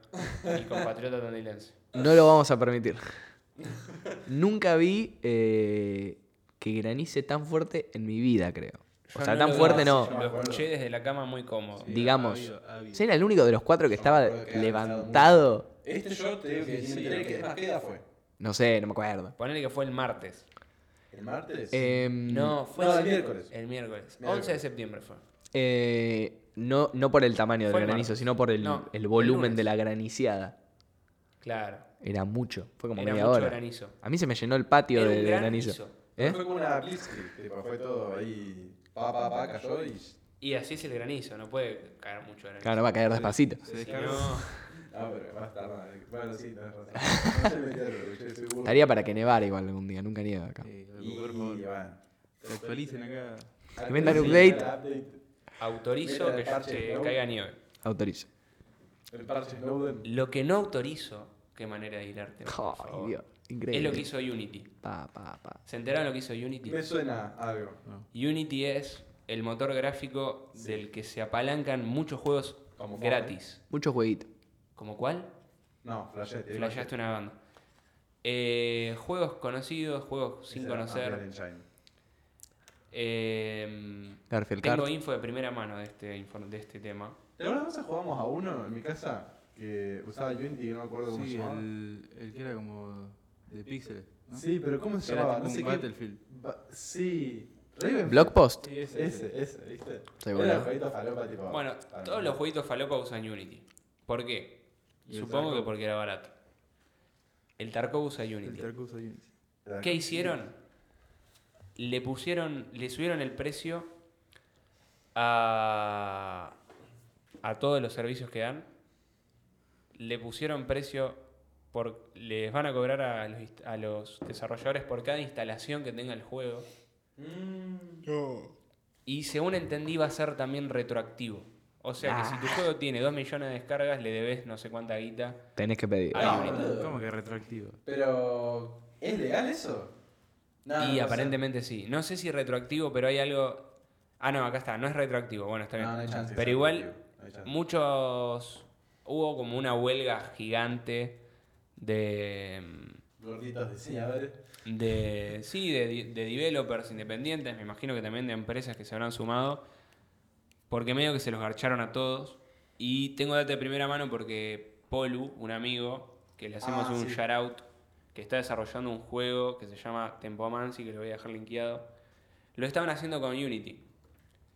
Speaker 1: y compatriota tandilense.
Speaker 2: No lo vamos a permitir. *laughs* Nunca vi eh, que granice tan fuerte en mi vida, creo. O
Speaker 1: Yo
Speaker 2: sea,
Speaker 1: no
Speaker 2: tan
Speaker 1: lo
Speaker 2: fuerte
Speaker 1: vi,
Speaker 2: no.
Speaker 3: yo me
Speaker 1: Lo
Speaker 3: acuerdo.
Speaker 1: escuché desde la cama muy cómodo.
Speaker 4: Sí,
Speaker 2: Digamos.
Speaker 4: ha habido, ha habido.
Speaker 2: ¿Será el único de los cuatro que
Speaker 3: Yo
Speaker 2: estaba
Speaker 3: me acuerdo que había
Speaker 2: levantado?
Speaker 3: Este yo te digo que sí, me enteré que es más, ¿qué edad fue?
Speaker 2: No sé, no me acuerdo.
Speaker 1: Ponele que fue el martes.
Speaker 3: ¿El martes?
Speaker 2: Em,
Speaker 1: No, fue
Speaker 3: No, el miércoles.
Speaker 1: El miércoles.
Speaker 3: Miércoles.
Speaker 1: 11 de septiembre fue.
Speaker 2: eh, no, no por el tamaño del
Speaker 1: Fue el
Speaker 2: granizo,
Speaker 1: martes.
Speaker 2: sino por el,
Speaker 1: No,
Speaker 2: el
Speaker 1: el
Speaker 2: volumen
Speaker 1: lunes.
Speaker 2: de la graniciada.
Speaker 1: Claro.
Speaker 2: Era mucho. Fue como
Speaker 1: Era
Speaker 2: media
Speaker 1: mucho
Speaker 2: hora.
Speaker 1: granizo.
Speaker 2: A mí se me llenó el patio
Speaker 1: Era un
Speaker 2: de, de
Speaker 1: gran
Speaker 2: granizo.
Speaker 1: granizo.
Speaker 2: ¿Eh?
Speaker 3: Fue como una blitzkrieg, tipo, fue todo ahí, pa, pa, pa, cayó y...
Speaker 1: Y así es el granizo, no puede caer mucho granizo.
Speaker 2: Claro, va a caer despacito.
Speaker 4: Se
Speaker 1: Si
Speaker 4: descargó.
Speaker 1: no,
Speaker 3: Ah, pero va a estar nada. Bueno, sí, tenés razón. No se metieron, yo soy burro.
Speaker 2: Estaría para que nevara igual algún día, nunca nieva acá.
Speaker 4: Eh,
Speaker 3: Y,
Speaker 4: por favor,
Speaker 3: bueno.
Speaker 4: se actualicen acá.
Speaker 2: Que vendan
Speaker 3: Sí,
Speaker 2: update.
Speaker 3: el update.
Speaker 1: autorizo
Speaker 3: Mira,
Speaker 1: que
Speaker 3: parche,
Speaker 1: que
Speaker 3: ¿no?
Speaker 1: caiga nieve.
Speaker 2: Autorizo.
Speaker 3: El parche Snowden.
Speaker 1: Lo que no autorizo, qué manera de hilarte. por
Speaker 2: Ay,
Speaker 1: favor.
Speaker 2: Dios, Increíble.
Speaker 1: Es lo que hizo Unity.
Speaker 2: Pa, pa, pa.
Speaker 1: ¿Se enteraron lo que hizo Unity?
Speaker 3: Me suena algo.
Speaker 1: Unity es el motor gráfico del que se apalancan muchos juegos
Speaker 3: Como Fortnite.
Speaker 1: gratis.
Speaker 2: Mucho jueguito.
Speaker 1: ¿Como cuál?
Speaker 3: No, flashaste.
Speaker 1: Flasheaste una banda. Eh, juegos conocidos, juegos
Speaker 4: ah,
Speaker 1: sin conocer. Eh,
Speaker 2: Garfield
Speaker 1: tengo
Speaker 2: Kart.
Speaker 1: info de primera mano de este, infor- de este tema.
Speaker 3: ¿De alguna vez jugamos a uno en mi casa que usaba Unity y no me acuerdo cómo se
Speaker 4: Sí,
Speaker 3: llamaba?
Speaker 4: el, el que era como de píxeles. ¿no?
Speaker 3: Sí, pero ¿cómo se
Speaker 4: Era
Speaker 3: llamaba?
Speaker 4: tipo
Speaker 3: No sé
Speaker 4: un
Speaker 3: qué.
Speaker 4: Battlefield.
Speaker 3: Ba- Sí. Raven.
Speaker 2: Blog post.
Speaker 4: Sí, ese, ese.
Speaker 3: Ese, ese, ¿viste?
Speaker 2: Seguro.
Speaker 3: Era el jueguito falopa, tipo.
Speaker 1: Bueno,
Speaker 4: Ah,
Speaker 3: para
Speaker 1: todos
Speaker 3: mí.
Speaker 1: los jueguitos falopa usan Unity. ¿Por qué?
Speaker 4: ¿Y el
Speaker 1: Supongo que
Speaker 4: Tarkov?
Speaker 1: porque era barato. El Tarkov usa
Speaker 4: El
Speaker 1: Unity.
Speaker 4: Tarkus Unity.
Speaker 3: Era-
Speaker 1: ¿Qué hicieron? Le pusieron, le subieron el precio a, a todos los servicios que dan. Le pusieron precio por, les van a cobrar a los, inst- a los desarrolladores por cada instalación que tenga el juego.
Speaker 3: Mm,
Speaker 1: Y según entendí va a ser también retroactivo. O sea que si tu juego tiene 2 millones de descargas, le debes no sé cuánta guita.
Speaker 2: Tenés que pedir.
Speaker 1: Ay,
Speaker 3: No,
Speaker 1: Unity.
Speaker 3: boludo.
Speaker 4: ¿Cómo que retroactivo?
Speaker 3: Pero. ¿Es legal eso? No, no
Speaker 1: y
Speaker 3: sé.
Speaker 1: aparentemente sí. No sé si retroactivo, pero hay algo. Ah, no, acá está, no es retroactivo. Bueno, está bien.
Speaker 3: No, no hay chance.
Speaker 1: pero igual,
Speaker 3: No hay chance.
Speaker 1: muchos. Hubo como una huelga gigante de. mm,
Speaker 3: Gorditos diseñadores.
Speaker 1: de sí, de, di- de developers independientes, me imagino que también de empresas que se habrán sumado, porque medio que se los garcharon a todos. Y tengo data de primera mano porque Polu, un amigo, que le hacemos
Speaker 3: Ah,
Speaker 1: un
Speaker 3: sí.
Speaker 1: shout out, que está desarrollando un juego que se llama Tempomancy, que lo voy a dejar linkeado, lo estaban haciendo con Unity.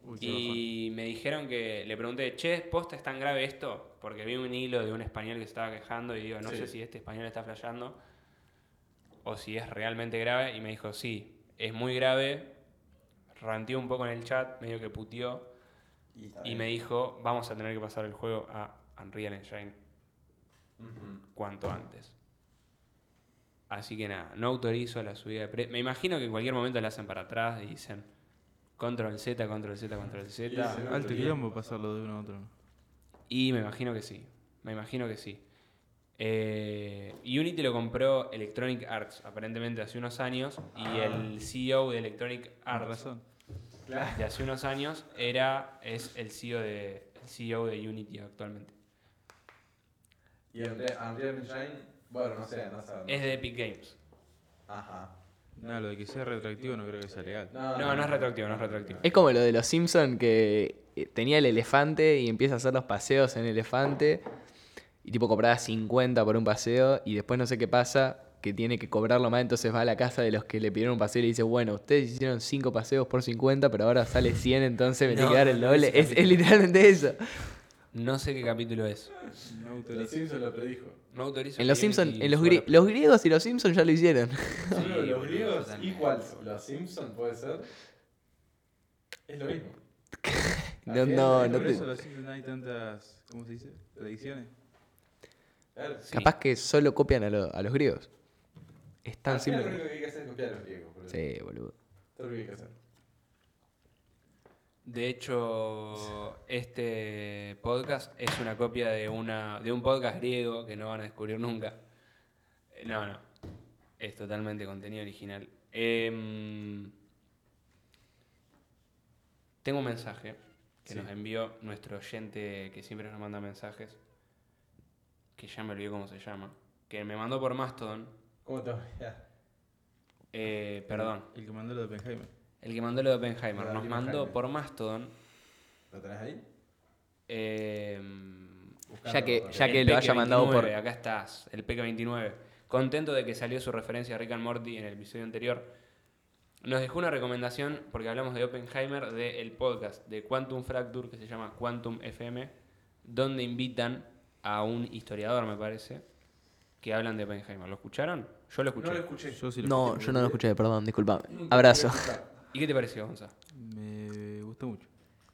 Speaker 4: Uy, qué bajón.
Speaker 1: Y me dijeron que le pregunté, che, ¿posta es tan grave esto? Porque vi un hilo de un español que se estaba quejando y digo, no
Speaker 3: Sí.
Speaker 1: sé si este español está flasheando o si es realmente grave. Y me dijo, sí, es muy grave. Ranteó un poco en el chat, medio que puteó.
Speaker 3: Y, está
Speaker 1: Y
Speaker 3: bien.
Speaker 1: me dijo, vamos a tener que pasar el juego a Unreal Engine
Speaker 3: Ujú.
Speaker 1: cuanto antes. Así que nada, no autorizo la subida de precio. Me imagino que en cualquier momento la hacen para atrás y dicen control Z, control Z, control Z.
Speaker 3: Y dicen,
Speaker 4: Alto quilombo pasarlo de uno a otro. ¿no?
Speaker 1: Y me imagino que sí. Me imagino que sí. Eh, Unity lo compró Electronic Arts, aparentemente hace unos años, y el CEO E de Electronic
Speaker 4: Ah. Con
Speaker 1: Arts
Speaker 4: razón.
Speaker 1: de hace unos años, era, es el CEO de, el CEO de Unity actualmente.
Speaker 3: Y Unre- Unreal Engine, bueno, no sé, andás a...
Speaker 1: Es de Epic Games.
Speaker 3: Ajá.
Speaker 4: No, lo de que sea retroactivo no creo que sea legal.
Speaker 1: No, no es retroactivo, no es retroactivo.
Speaker 2: Es como lo de los Simpson que eh, tenía el elefante y empieza a hacer los paseos en elefante. Y tipo cobraba 50 por un paseo y después no sé qué pasa, que tiene que cobrarlo más, entonces va a la casa de los que le pidieron un paseo y le dice, bueno, ustedes hicieron 5 paseos por 50, pero ahora sale 100, entonces me tiene
Speaker 1: No,
Speaker 2: que dar el
Speaker 1: no, no,
Speaker 2: doble.
Speaker 1: ese
Speaker 2: Es, es
Speaker 1: capítulo.
Speaker 2: literalmente eso.
Speaker 1: No sé qué capítulo es.
Speaker 4: No
Speaker 3: Los
Speaker 4: autoriza.
Speaker 3: Simpsons lo predijo.
Speaker 1: No autorizo.
Speaker 2: En los
Speaker 1: que Unity
Speaker 2: Simpsons, en los,
Speaker 1: suba
Speaker 2: grie-
Speaker 1: la-
Speaker 2: los griegos y los Simpsons ya lo hicieron. *laughs*
Speaker 3: *laughs* Solo los
Speaker 4: boludo,
Speaker 3: griegos
Speaker 4: totalmente.
Speaker 3: igual. Los Simpsons puede ser. Es lo mismo.
Speaker 2: No,
Speaker 3: Así
Speaker 2: no,
Speaker 3: es,
Speaker 2: no
Speaker 4: Por
Speaker 2: te-
Speaker 4: eso los Simpsons no hay tantas, ¿cómo se dice? Tradiciones.
Speaker 3: Claro.
Speaker 1: Sí.
Speaker 2: Capaz que solo copian a, lo- a los griegos. Es tan
Speaker 3: Al final Lo
Speaker 2: simple.
Speaker 3: único que hay que hacer es copiar a los griegos. boludo.
Speaker 2: Sí, boludo.
Speaker 3: Todo lo que hay que hacer.
Speaker 1: De hecho, este podcast es una copia de una de un podcast griego que no van a descubrir nunca. Eh, No, no. Es totalmente contenido original. Em, tengo un mensaje que nos envió nuestro oyente que siempre nos manda mensajes, que ya me olvidé cómo se llama, que me mandó por Mastodon.
Speaker 3: ¿Cómo te voy a.?
Speaker 1: Eh, perdón,
Speaker 4: El que mandó lo de Oppenheimer.
Speaker 1: el que mandó lo de Oppenheimer.
Speaker 3: Lo de
Speaker 1: Nos mandó
Speaker 3: Oppenheimer.
Speaker 1: por Mastodon
Speaker 3: ¿Lo tenés ahí?
Speaker 1: Em,
Speaker 2: Ya que,
Speaker 3: Buscando,
Speaker 2: ya
Speaker 1: el
Speaker 2: que lo
Speaker 1: PK
Speaker 2: haya mandado por...
Speaker 1: 29, Acá estás, el PK29. Contento de que salió su referencia a Rick and Morty en el episodio anterior. Nos dejó una recomendación, porque hablamos de Oppenheimer, del podcast de Quantum Fracture, que se llama Quantum FM, donde invitan a un historiador, me parece, que hablan de Oppenheimer. ¿Lo escucharon? Yo lo escuché.
Speaker 3: No lo escuché.
Speaker 4: Yo sí lo
Speaker 2: No,
Speaker 4: escuché.
Speaker 2: yo no lo escuché, perdón, disculpa.
Speaker 3: Nunca lo
Speaker 2: Abrazo.
Speaker 3: escuché escuchar.
Speaker 1: ¿Y qué te pareció, Gonza?
Speaker 4: Me gustó mucho.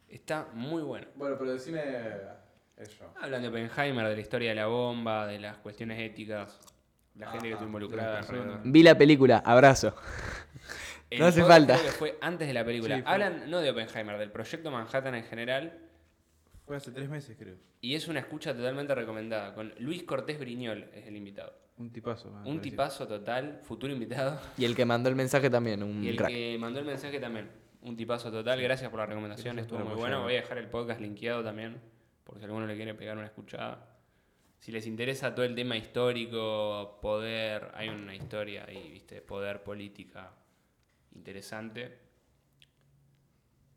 Speaker 1: Está muy bueno.
Speaker 3: Bueno, pero decime. Eso.
Speaker 1: Hablan de Oppenheimer, de la historia de la bomba, de las cuestiones éticas, la gente que estuvo involucrada
Speaker 4: las personas.
Speaker 1: alrededor.
Speaker 2: *laughs* Vi la película, abrazo.
Speaker 1: El
Speaker 2: No hace
Speaker 1: podcast
Speaker 2: falta.
Speaker 1: creo que fue antes de la película.
Speaker 4: Sí, fue.
Speaker 1: Hablan no de Oppenheimer, del proyecto Manhattan en general.
Speaker 4: Fue hace tres meses, creo.
Speaker 1: Y es una escucha totalmente recomendada. Con Luis Cortés Briñol es el invitado.
Speaker 4: Un tipazo.
Speaker 2: Ah,
Speaker 4: me
Speaker 1: Un
Speaker 4: pareció.
Speaker 1: tipazo total, futuro invitado.
Speaker 2: Y el que mandó el mensaje también, un
Speaker 1: Y el
Speaker 2: crack.
Speaker 1: que mandó el mensaje también. Un tipazo total. Gracias por la recomendación.
Speaker 4: Gracias
Speaker 1: Estuvo
Speaker 4: por
Speaker 1: muy
Speaker 4: apoyarme.
Speaker 1: bueno. Voy a dejar el podcast linkeado también. Por si alguno le quiere pegar una escuchada. Si les interesa todo el tema histórico, poder, hay una historia ahí, viste, poder, política, interesante.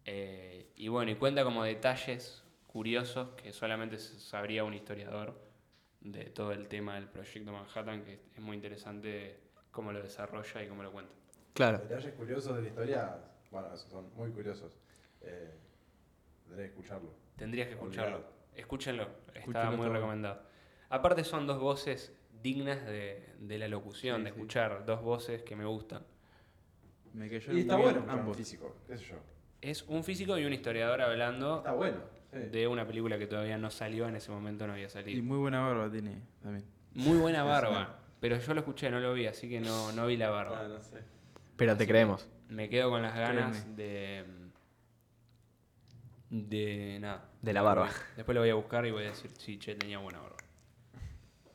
Speaker 1: Eh, y bueno, y cuenta como detalles curiosos que solamente se sabría un historiador de todo el tema del proyecto Manhattan, que es muy interesante cómo lo desarrolla y cómo lo cuenta.
Speaker 2: Claro.
Speaker 3: Detalles curiosos de la historia. Bueno, esos son muy curiosos. Eh, tendré que escucharlo.
Speaker 1: Tendrías que escucharlo.
Speaker 3: Obligado.
Speaker 1: Escúchenlo, está
Speaker 4: Escúchenlo
Speaker 1: muy
Speaker 4: todo.
Speaker 1: recomendado. Aparte son dos voces dignas de, de la locución,
Speaker 4: Sí,
Speaker 1: de
Speaker 4: sí.
Speaker 1: escuchar dos voces que me gustan.
Speaker 4: Me cayó
Speaker 3: Y está bueno escuchar un
Speaker 4: ambos.
Speaker 3: físico, qué sé yo.
Speaker 1: Es un físico y un historiador hablando
Speaker 3: Está bueno. sí.
Speaker 1: de una película que todavía no salió, en ese momento no había
Speaker 4: Y
Speaker 1: salido.
Speaker 4: muy buena barba tiene también.
Speaker 1: Muy buena barba, pero yo lo escuché, no lo vi, así que no, no vi la
Speaker 3: Ah,
Speaker 1: barba.
Speaker 3: no sé.
Speaker 2: Pero te creemos.
Speaker 1: Me quedo con las ganas
Speaker 4: Créeme.
Speaker 1: de... De nada.
Speaker 2: De la barba.
Speaker 1: Después lo voy a buscar y voy a decir, sí, che, tenía buena barba.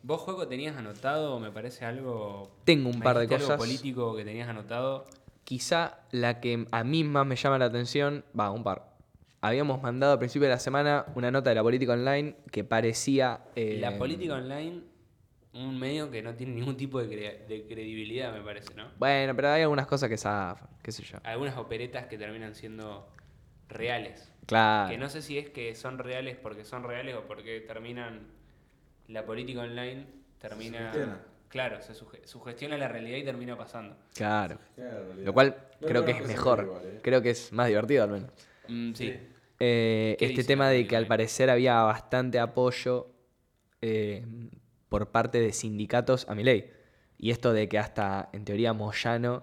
Speaker 1: ¿Vos, Juego, tenías anotado, me parece, algo...
Speaker 2: Tengo un
Speaker 1: me
Speaker 2: par de
Speaker 1: dijiste algo
Speaker 2: cosas.
Speaker 1: político que tenías anotado?
Speaker 2: Quizá la que a mí más me llama la atención, va, un par. Habíamos mandado al principio de la semana una nota de la política online que parecía... eh,
Speaker 1: La política online, un medio que no tiene ningún tipo de, cre- de credibilidad, me parece, ¿no?
Speaker 2: Bueno, pero hay algunas cosas que zafan, qué sé yo.
Speaker 1: Algunas operetas que terminan siendo reales.
Speaker 2: Claro.
Speaker 1: Que no sé si es que son reales porque son reales o porque terminan... La política online termina...
Speaker 3: sugestiona.
Speaker 1: Claro, se suge- sugestiona la realidad y termina pasando.
Speaker 2: Claro.
Speaker 3: Tiene la realidad.
Speaker 2: Lo cual
Speaker 3: No
Speaker 2: creo que es
Speaker 3: conozco ese
Speaker 2: mejor.
Speaker 3: igual, eh.
Speaker 2: Creo que es más divertido al menos.
Speaker 1: Mm, sí.
Speaker 3: Sí.
Speaker 2: Eh,
Speaker 1: ¿Qué
Speaker 2: este
Speaker 1: dice
Speaker 2: tema
Speaker 1: la
Speaker 2: de
Speaker 1: Biblia?
Speaker 2: que al parecer había bastante apoyo eh, por parte de sindicatos a mi ley. Y esto de que hasta, en teoría, Moyano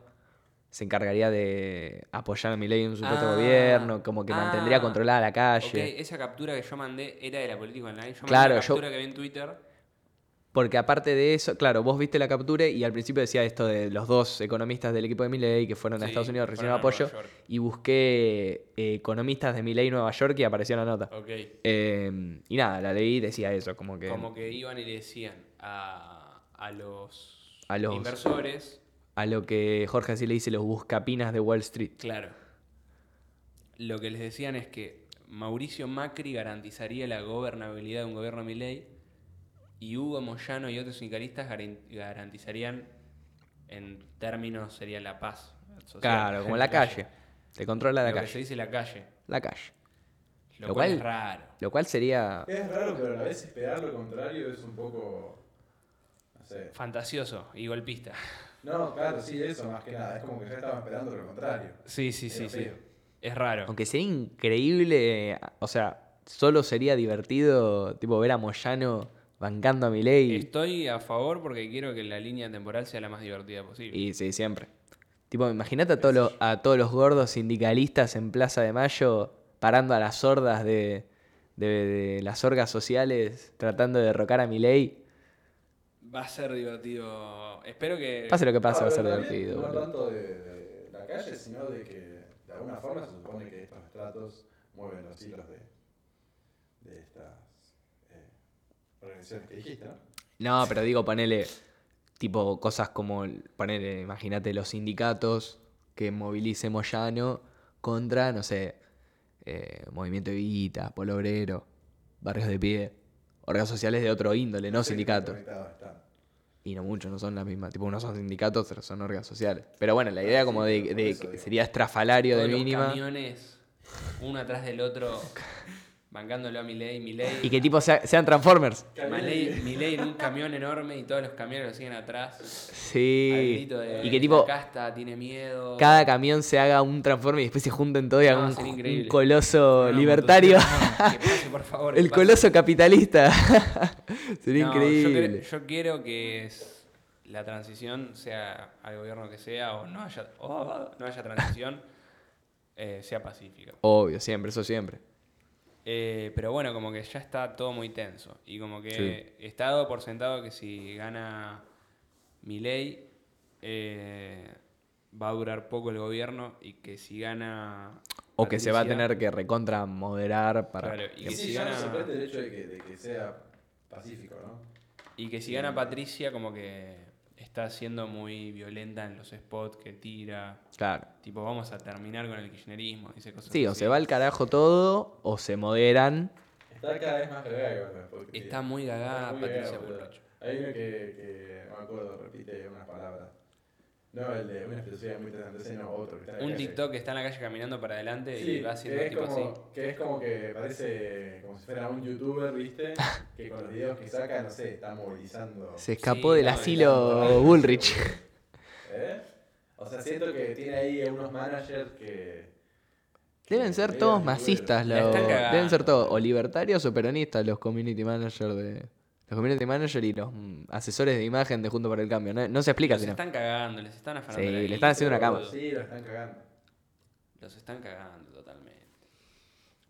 Speaker 2: se encargaría de apoyar a mi ley en un supuesto
Speaker 1: Ah,
Speaker 2: gobierno, como que
Speaker 1: ah,
Speaker 2: mantendría controlada la calle.
Speaker 1: Ok, esa captura que yo mandé era de la política online. Yo mandé
Speaker 2: Claro,
Speaker 1: la
Speaker 2: yo-
Speaker 1: captura que vi en Twitter.
Speaker 2: Porque aparte de eso, claro, vos viste la captura y al principio decía esto de los dos economistas del equipo de Milley que fueron a
Speaker 1: Sí,
Speaker 2: Estados Unidos
Speaker 1: fueron
Speaker 2: recibieron
Speaker 1: a Nueva
Speaker 2: apoyo
Speaker 1: York.
Speaker 2: y busqué eh, economistas de Milley Nueva York y apareció la nota.
Speaker 1: Ok.
Speaker 2: Eh, y nada, la leí y decía eso, como que
Speaker 1: Como que iban y le decían a, a los
Speaker 2: A los-
Speaker 1: inversores.
Speaker 2: a lo que Jorge así le dice los buscapinas de Wall Street.
Speaker 1: Claro. lo que les decían es que Mauricio Macri garantizaría la gobernabilidad de un gobierno Milei y Hugo Moyano y otros sindicalistas garan- garantizarían, en términos, sería la paz social.
Speaker 2: Claro, como la calle. Te controla la
Speaker 1: lo que se
Speaker 2: calle.
Speaker 1: dice la calle.
Speaker 2: La calle.
Speaker 1: Lo,
Speaker 2: Lo
Speaker 1: cual es
Speaker 2: cual-
Speaker 1: raro.
Speaker 2: Lo cual sería.
Speaker 3: Es raro, pero a la vez esperar lo contrario es un poco. No sé.
Speaker 1: Fantasioso y
Speaker 2: *laughs*
Speaker 1: golpista.
Speaker 3: No, claro, sí, eso más que nada. Es como que ya estaba esperando lo contrario.
Speaker 1: Sí, sí,
Speaker 3: sí,
Speaker 1: sí,
Speaker 3: sí.
Speaker 1: sí. Es raro.
Speaker 2: Aunque sería increíble. eh, O sea, solo sería divertido, tipo, ver a Moyano bancando a Milei.
Speaker 1: Estoy a favor porque quiero que la línea temporal sea la más divertida posible.
Speaker 2: Y sí, siempre. Tipo, imagínate a, todos los- a todos los gordos sindicalistas en Plaza de Mayo parando a las hordas de, de- de las orgas sociales tratando de derrocar a Milei.
Speaker 1: Va a ser divertido. Espero que.
Speaker 2: Pase lo que pase,
Speaker 3: No,
Speaker 2: va a
Speaker 3: Ah, pero
Speaker 2: ser
Speaker 3: también
Speaker 2: divertido.
Speaker 3: No
Speaker 2: boludo.
Speaker 3: tanto de, de la calle, sino de que de alguna forma se supone que estos estratos mueven los hilos de, de estas eh, organizaciones que dijiste, ¿no?
Speaker 2: No, pero digo, ponele tipo cosas como, ponele, imagínate los sindicatos que movilice Moyano contra, no sé, eh, Movimiento Evita, Polo Obrero, Barrios de Pie, órganos sociales de otro índole, no
Speaker 3: Sí,
Speaker 2: sindicatos.
Speaker 3: conectados están.
Speaker 2: Y no muchos, no son las mismas. Tipo, unos son sindicatos, otros son órganos sociales. Pero bueno, la
Speaker 1: Ah,
Speaker 2: idea como de,
Speaker 3: pero por
Speaker 2: de
Speaker 3: eso
Speaker 2: que
Speaker 3: digo.
Speaker 2: sería estrafalario de
Speaker 1: todos los
Speaker 2: mínima.
Speaker 1: camiones, uno atrás del
Speaker 2: *laughs*
Speaker 1: otro, bancándolo a Milei, Milei.
Speaker 2: Y que tipo sea- sean Transformers.
Speaker 1: Milei- Milei en un camión enorme y todos los camiones lo siguen atrás. al
Speaker 2: Sí.
Speaker 1: grito de,
Speaker 2: Y que tipo
Speaker 1: "La casta tiene miedo.
Speaker 2: cada camión se haga un Transformer y después se junten todos y
Speaker 1: No,
Speaker 2: hagan un-
Speaker 1: Ah, sería
Speaker 2: un,
Speaker 1: increíble. Ah,
Speaker 2: coloso
Speaker 4: Una
Speaker 2: libertario.
Speaker 1: Que pase, por favor.
Speaker 2: El
Speaker 1: que pase.
Speaker 2: coloso
Speaker 1: *laughs*
Speaker 2: capitalista. *laughs* sería
Speaker 1: No, yo
Speaker 2: increíble.
Speaker 1: cre- Yo, quiero que es- la transición sea al gobierno que sea o no haya, o no haya transición, eh, sea pacífica.
Speaker 2: Obvio, siempre, eso siempre.
Speaker 1: Eh, pero bueno, como que ya está todo muy tenso. Y como que está dado por sentado que si gana Milei, eh, va a durar poco el gobierno y que si gana...
Speaker 2: O que se va a
Speaker 1: Patricia,
Speaker 2: tener que recontra moderar para.
Speaker 1: Claro, y
Speaker 3: Y
Speaker 1: que
Speaker 3: sí,
Speaker 1: si
Speaker 3: ya me
Speaker 1: gana-
Speaker 3: sorprende el hecho de que, de que sea pacífico, ¿no?
Speaker 1: Y que si gana Patricia, como que está siendo muy violenta en los spots que tira.
Speaker 2: Claro.
Speaker 1: Tipo, vamos a terminar con el kirchnerismo, dice cosas
Speaker 2: Sí, o
Speaker 1: así.
Speaker 2: se va al carajo todo, o se moderan.
Speaker 3: Está cada vez más cagada con las porquerías.
Speaker 1: Está muy
Speaker 3: Está
Speaker 1: gagada
Speaker 3: muy
Speaker 1: Patricia
Speaker 3: cagada, boludo.
Speaker 1: Bullrich.
Speaker 3: Hay uno que, que no me acuerdo, repite unas palabras. No, el de una filosofía muy interesante, ese no, otro. que está en la
Speaker 1: Un
Speaker 3: calle.
Speaker 1: TikTok que está en la calle caminando para adelante
Speaker 3: Sí,
Speaker 1: y va haciendo
Speaker 3: que es,
Speaker 1: tipo
Speaker 3: como,
Speaker 1: así.
Speaker 3: que es como que parece como si fuera un youtuber, ¿viste? Que con los videos que saca, no sé, está movilizando.
Speaker 2: Se escapó
Speaker 1: Sí,
Speaker 2: del
Speaker 1: no,
Speaker 2: asilo Bullrich.
Speaker 3: *laughs* ¿Eh? O sea, siento que tiene ahí unos managers que. que
Speaker 2: Deben ser
Speaker 3: medio
Speaker 2: todos
Speaker 3: youtuber.
Speaker 2: masistas,
Speaker 1: La
Speaker 2: los-
Speaker 1: están cagando.
Speaker 2: deben ser todos o libertarios o peronistas los community manager de los community manager y los mm, asesores de imagen de Junto para el Cambio. No, no se explica
Speaker 1: Los
Speaker 2: si no.
Speaker 1: están cagando, les están afanando. la
Speaker 2: Sí, le
Speaker 1: guita,
Speaker 2: están haciendo una cama.
Speaker 1: boludo.
Speaker 3: Sí, lo están cagando.
Speaker 1: Los están cagando totalmente.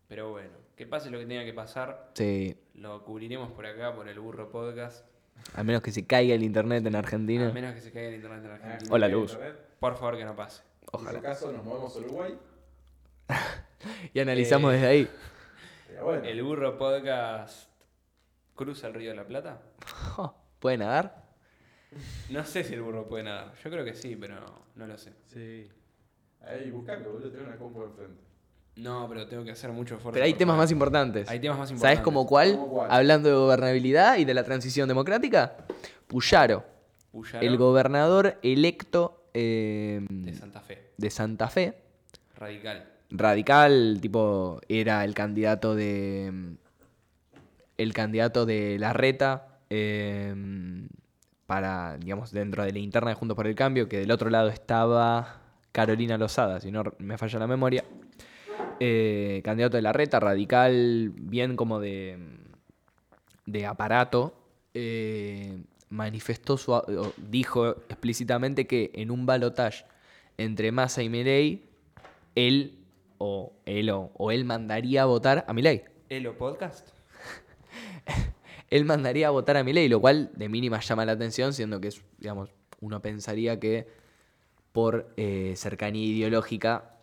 Speaker 1: Pero bueno, que pase lo que tenga que pasar.
Speaker 2: Sí,
Speaker 1: Lo cubriremos por acá, por el burro podcast.
Speaker 2: a menos que se caiga el internet en
Speaker 1: A
Speaker 2: Argentina.
Speaker 1: menos que se caiga el internet en Argentina.
Speaker 2: Hola, Luz.
Speaker 1: Por favor, que no pase.
Speaker 3: Ojalá. En su caso, nos movemos a Uruguay.
Speaker 2: Y analizamos
Speaker 1: Eh, *laughs*
Speaker 2: desde ahí.
Speaker 3: Pero bueno,
Speaker 1: El burro podcast cruza el río de la Plata.
Speaker 2: Jo, ¿Puede nadar?
Speaker 1: No sé si el burro puede nadar. Yo creo que sí, pero no lo sé.
Speaker 4: Sí.
Speaker 3: ahí buscando, boludo, tengo una compu enfrente.
Speaker 1: No, pero tengo que hacer mucho esfuerzo.
Speaker 2: Pero hay
Speaker 1: por
Speaker 2: temas
Speaker 1: poder.
Speaker 2: más importantes.
Speaker 1: Hay temas más importantes.
Speaker 2: ¿Sabes como cuál?
Speaker 3: ¿Cómo cuál?
Speaker 2: Hablando de gobernabilidad y de la transición democrática, Puyaro,
Speaker 1: Puyaro
Speaker 2: el gobernador electo eh,
Speaker 1: de Santa Fe.
Speaker 2: de Santa Fe,
Speaker 1: Radical.
Speaker 2: radical, tipo, era el candidato de. El candidato de la reta. em, para, digamos, dentro de la interna de Juntos por el Cambio, que del otro lado estaba Carolina Lozada, si no r- me falla la memoria. Eh, candidato de la reta, radical, bien como de, de aparato, eh, manifestó su, a- o dijo explícitamente que en un balotaje entre Massa y Milei, él o él o, o él mandaría a votar a Milei.
Speaker 1: Elo Podcast.
Speaker 2: Él mandaría a votar a Milei, lo cual de mínima llama la atención, siendo que es, digamos, uno pensaría que por eh, cercanía ideológica,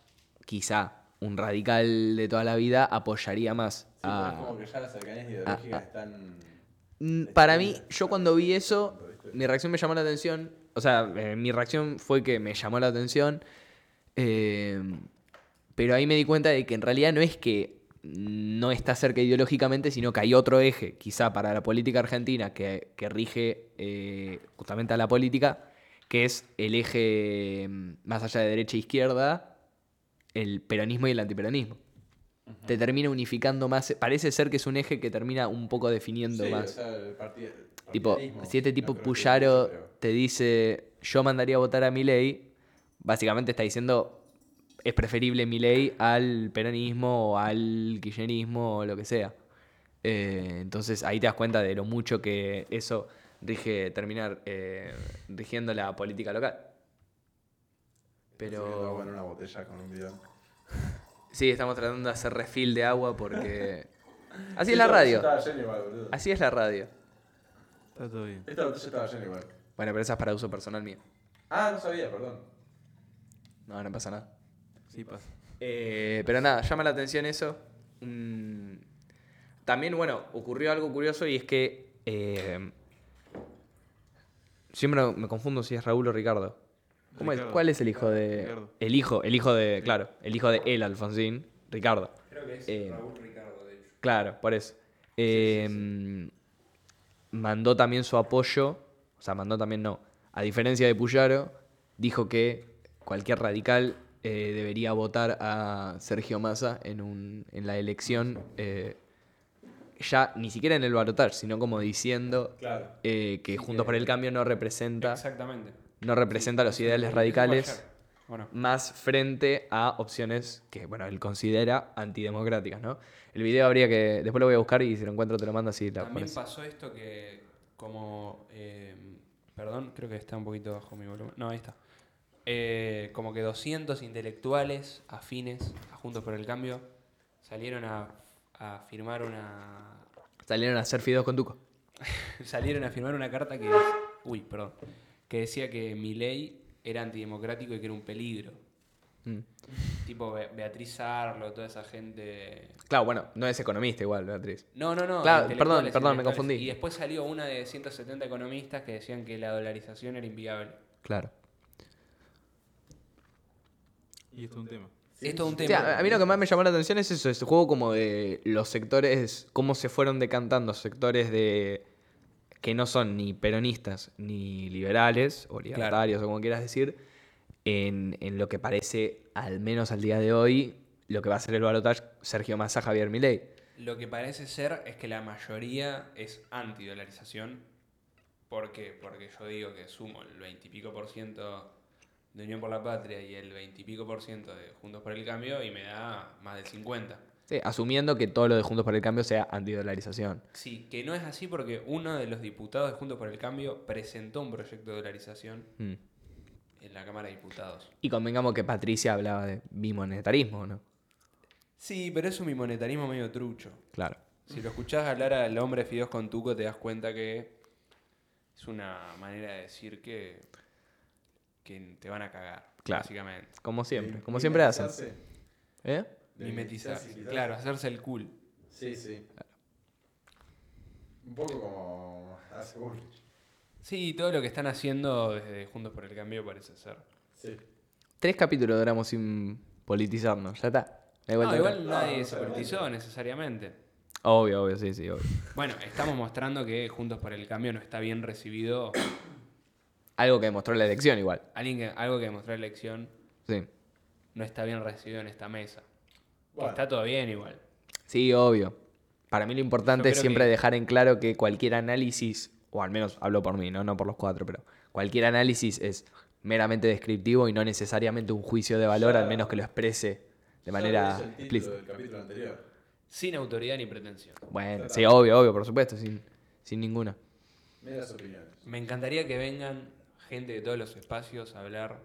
Speaker 2: quizá un radical de toda la vida apoyaría más
Speaker 3: Sí, pero es
Speaker 2: a,
Speaker 3: como que ya las cercanías ideológicas
Speaker 2: Ah.
Speaker 3: están.
Speaker 2: Mm, Para mí, yo cuando vi eso, mi reacción me llamó la atención. O sea, eh, mi reacción fue que me llamó la atención. eh, Pero ahí me di cuenta de que en realidad no es que no está cerca ideológicamente, sino que hay otro eje, quizá para la política argentina, que, que rige eh, justamente a la política, que es el eje mm, más allá de derecha e izquierda, el peronismo y el antiperonismo. Te termina unificando más. Parece ser que es un eje que termina un poco definiendo
Speaker 3: Sí, o
Speaker 2: más.
Speaker 3: sea, el partid- el
Speaker 2: Tipo,
Speaker 3: partidarismo,
Speaker 2: si este
Speaker 3: no
Speaker 2: tipo
Speaker 3: creo que
Speaker 2: Puyaro
Speaker 3: sea, pero-
Speaker 2: te dice, yo mandaría a votar a Milei, básicamente está diciendo, es preferible Milei al peronismo o al kirchnerismo o lo que sea. Eh, entonces ahí te das cuenta de lo mucho que eso rige terminar eh, rigiendo la política local.
Speaker 3: Estoy viendo agua en
Speaker 2: Pero
Speaker 3: una botella con un bidón.
Speaker 2: sí, estamos tratando de hacer refil de
Speaker 3: *laughs*
Speaker 2: agua porque... Así es
Speaker 3: Esta botella
Speaker 2: la radio.
Speaker 3: Estaba llena igual, boludo.
Speaker 2: Así es la radio.
Speaker 4: Está todo bien.
Speaker 3: Esta botella estaba llena igual.
Speaker 2: Bueno, pero esa es para uso personal mío.
Speaker 3: Ah, no sabía, perdón.
Speaker 2: No, no pasa nada.
Speaker 4: Sí pasa.
Speaker 2: Eh, pero nada, llama la atención eso. Mm, También, bueno, ocurrió algo curioso y es que. eh, siempre me confundo si es Raúl o Ricardo. ¿Cómo es?
Speaker 4: Ricardo.
Speaker 2: ¿Cuál es el hijo de.?
Speaker 4: Ricardo.
Speaker 2: El hijo, el hijo de. Claro, el hijo de él, Alfonsín, Ricardo.
Speaker 1: Creo que es
Speaker 2: Eh,
Speaker 1: Raúl Ricardo, de hecho.
Speaker 2: Claro, por eso. Eh, Mandó también su apoyo, o sea, mandó también no. A diferencia de Puyaro, dijo que cualquier radical eh, debería votar a Sergio Massa en, un, en la elección, eh, ya ni siquiera en el balotaje, sino como diciendo
Speaker 3: Claro.
Speaker 2: eh, que Juntos por el Cambio no representa,
Speaker 1: Exactamente.
Speaker 2: no representa los
Speaker 1: Sí,
Speaker 2: ideales
Speaker 1: sí, eso
Speaker 2: radicales
Speaker 1: fue ayer. Bueno,
Speaker 2: más frente a opciones que, bueno, él considera antidemocráticas, ¿no? El video habría que... Después lo voy a buscar y si lo encuentro te lo mando así. La
Speaker 1: también
Speaker 2: pones.
Speaker 1: pasó esto que como... eh, perdón, creo que está un poquito bajo mi volumen. No, ahí está. Eh, como que 200 intelectuales afines a Juntos por el Cambio salieron a, a firmar una... *laughs*
Speaker 2: Salieron a hacer fideos con Tuco.
Speaker 1: salieron a firmar una carta que... Uy, perdón. Que decía que mi ley era antidemocrático y que era un peligro.
Speaker 2: Mm.
Speaker 1: Tipo Be- Beatriz Arlo, toda esa gente...
Speaker 2: Claro, bueno, no es economista igual, Beatriz.
Speaker 1: No, no, no.
Speaker 2: Claro,
Speaker 1: intelectuales,
Speaker 2: perdón, perdón, me
Speaker 1: intelectuales.
Speaker 2: confundí.
Speaker 1: Y después salió una de 170 economistas que decían que la dolarización era inviable.
Speaker 2: Claro.
Speaker 4: Y esto es un tema.
Speaker 1: Esto es un
Speaker 2: O
Speaker 1: tema.
Speaker 2: sea, a mí lo que más me llamó la atención es eso, este juego como de los sectores, cómo se fueron decantando sectores de que no son ni peronistas ni liberales o libertarios o como quieras decir, en, en lo que parece, al menos al día de hoy, lo que va a ser el balotaje Sergio Massa, Javier Milei.
Speaker 1: Lo que parece ser es que la mayoría es antidolarización. ¿Por qué? Porque yo digo que sumo el 20 y pico por ciento de Unión por la Patria y el 20 y pico por ciento de Juntos por el Cambio y me da más del 50.
Speaker 2: Sí, asumiendo que todo lo de Juntos por el Cambio sea antidolarización.
Speaker 1: Sí, que no es así porque uno de los diputados de Juntos por el Cambio presentó un proyecto de dolarización
Speaker 2: Mm.
Speaker 1: en la Cámara de Diputados.
Speaker 2: Y convengamos que Patricia hablaba de bimonetarismo, ¿no?
Speaker 1: Sí, pero es un bimonetarismo medio trucho.
Speaker 2: Claro.
Speaker 1: Si lo escuchás hablar al hombre de Fideos con Tuco, te das cuenta que es una manera de decir que, que te van a cagar,
Speaker 2: Claro.
Speaker 1: básicamente.
Speaker 2: Como siempre,
Speaker 3: Mim-
Speaker 2: como siempre hacen.
Speaker 3: mimetizarse.
Speaker 2: ¿Eh?
Speaker 1: Mimetizarse,
Speaker 3: De mimetizarse, quizás.
Speaker 1: claro, hacerse el cool.
Speaker 3: Sí, sí. Un poco como hace Bullrich.
Speaker 1: Sí, todo lo que están haciendo desde Juntos por el Cambio parece ser.
Speaker 3: Sí.
Speaker 2: Tres capítulos duramos sin politizarnos, ya está. Da igual,
Speaker 1: No,
Speaker 2: da
Speaker 1: igual
Speaker 2: igual.
Speaker 1: nadie se politizó necesariamente.
Speaker 2: Obvio, obvio, sí, sí, obvio.
Speaker 1: Bueno, estamos mostrando que Juntos por el Cambio no está bien recibido.
Speaker 2: Algo que demostró la elección igual,
Speaker 1: Alguien que, algo que demostró la elección
Speaker 2: sí.
Speaker 1: no está bien recibido en esta mesa. Que
Speaker 3: Bueno.
Speaker 1: Está todo bien igual.
Speaker 2: Sí, obvio. Para mí lo importante
Speaker 1: Yo
Speaker 2: es
Speaker 1: creo
Speaker 2: siempre
Speaker 1: que-
Speaker 2: dejar en claro que cualquier análisis, o al menos hablo por mí, ¿no? no por los cuatro, pero cualquier análisis es meramente descriptivo y no necesariamente un juicio de valor,
Speaker 3: Ya-
Speaker 2: al menos que lo exprese de
Speaker 3: Ya
Speaker 2: manera
Speaker 3: lo hizo el título
Speaker 2: explícita.
Speaker 3: del capítulo anterior.
Speaker 1: Sin autoridad ni pretensión.
Speaker 2: Bueno,
Speaker 3: Ya
Speaker 2: sí,
Speaker 3: está.
Speaker 2: obvio, obvio, por supuesto, sin, sin ninguna.
Speaker 3: Meras opiniones.
Speaker 1: Me encantaría que vengan gente de todos los espacios a hablar,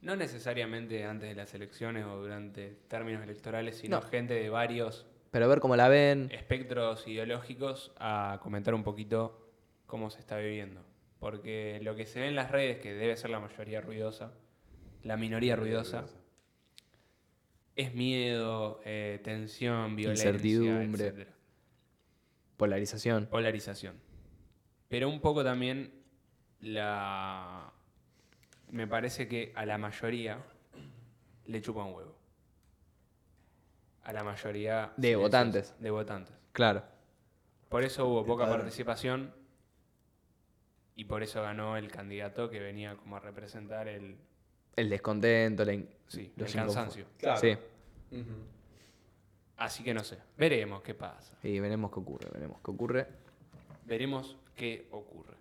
Speaker 1: no necesariamente antes de las elecciones o durante términos electorales, sino
Speaker 2: No.
Speaker 1: gente de varios
Speaker 2: Pero a ver cómo la ven.
Speaker 1: espectros ideológicos a comentar un poquito cómo se está viviendo. Porque lo que se ve en las redes, que debe ser la mayoría ruidosa, la minoría ruidosa, es miedo, eh, tensión, violencia,
Speaker 2: Incertidumbre.
Speaker 1: etcétera.
Speaker 2: Polarización.
Speaker 1: polarización. Pero un poco también la. Me parece que a la mayoría le chupa un huevo. a la mayoría
Speaker 2: De votantes.
Speaker 1: de votantes.
Speaker 2: Claro.
Speaker 1: Por eso hubo poca
Speaker 3: padre.
Speaker 1: participación y por eso ganó el candidato que venía como a representar el,
Speaker 2: El descontento, la in-
Speaker 1: sí,
Speaker 2: los
Speaker 1: el
Speaker 2: inconfo-
Speaker 1: cansancio.
Speaker 3: Claro.
Speaker 2: Sí.
Speaker 3: Ujú.
Speaker 1: Así que no sé, veremos qué pasa,
Speaker 2: Y veremos qué ocurre, veremos qué ocurre.
Speaker 1: veremos qué ocurre.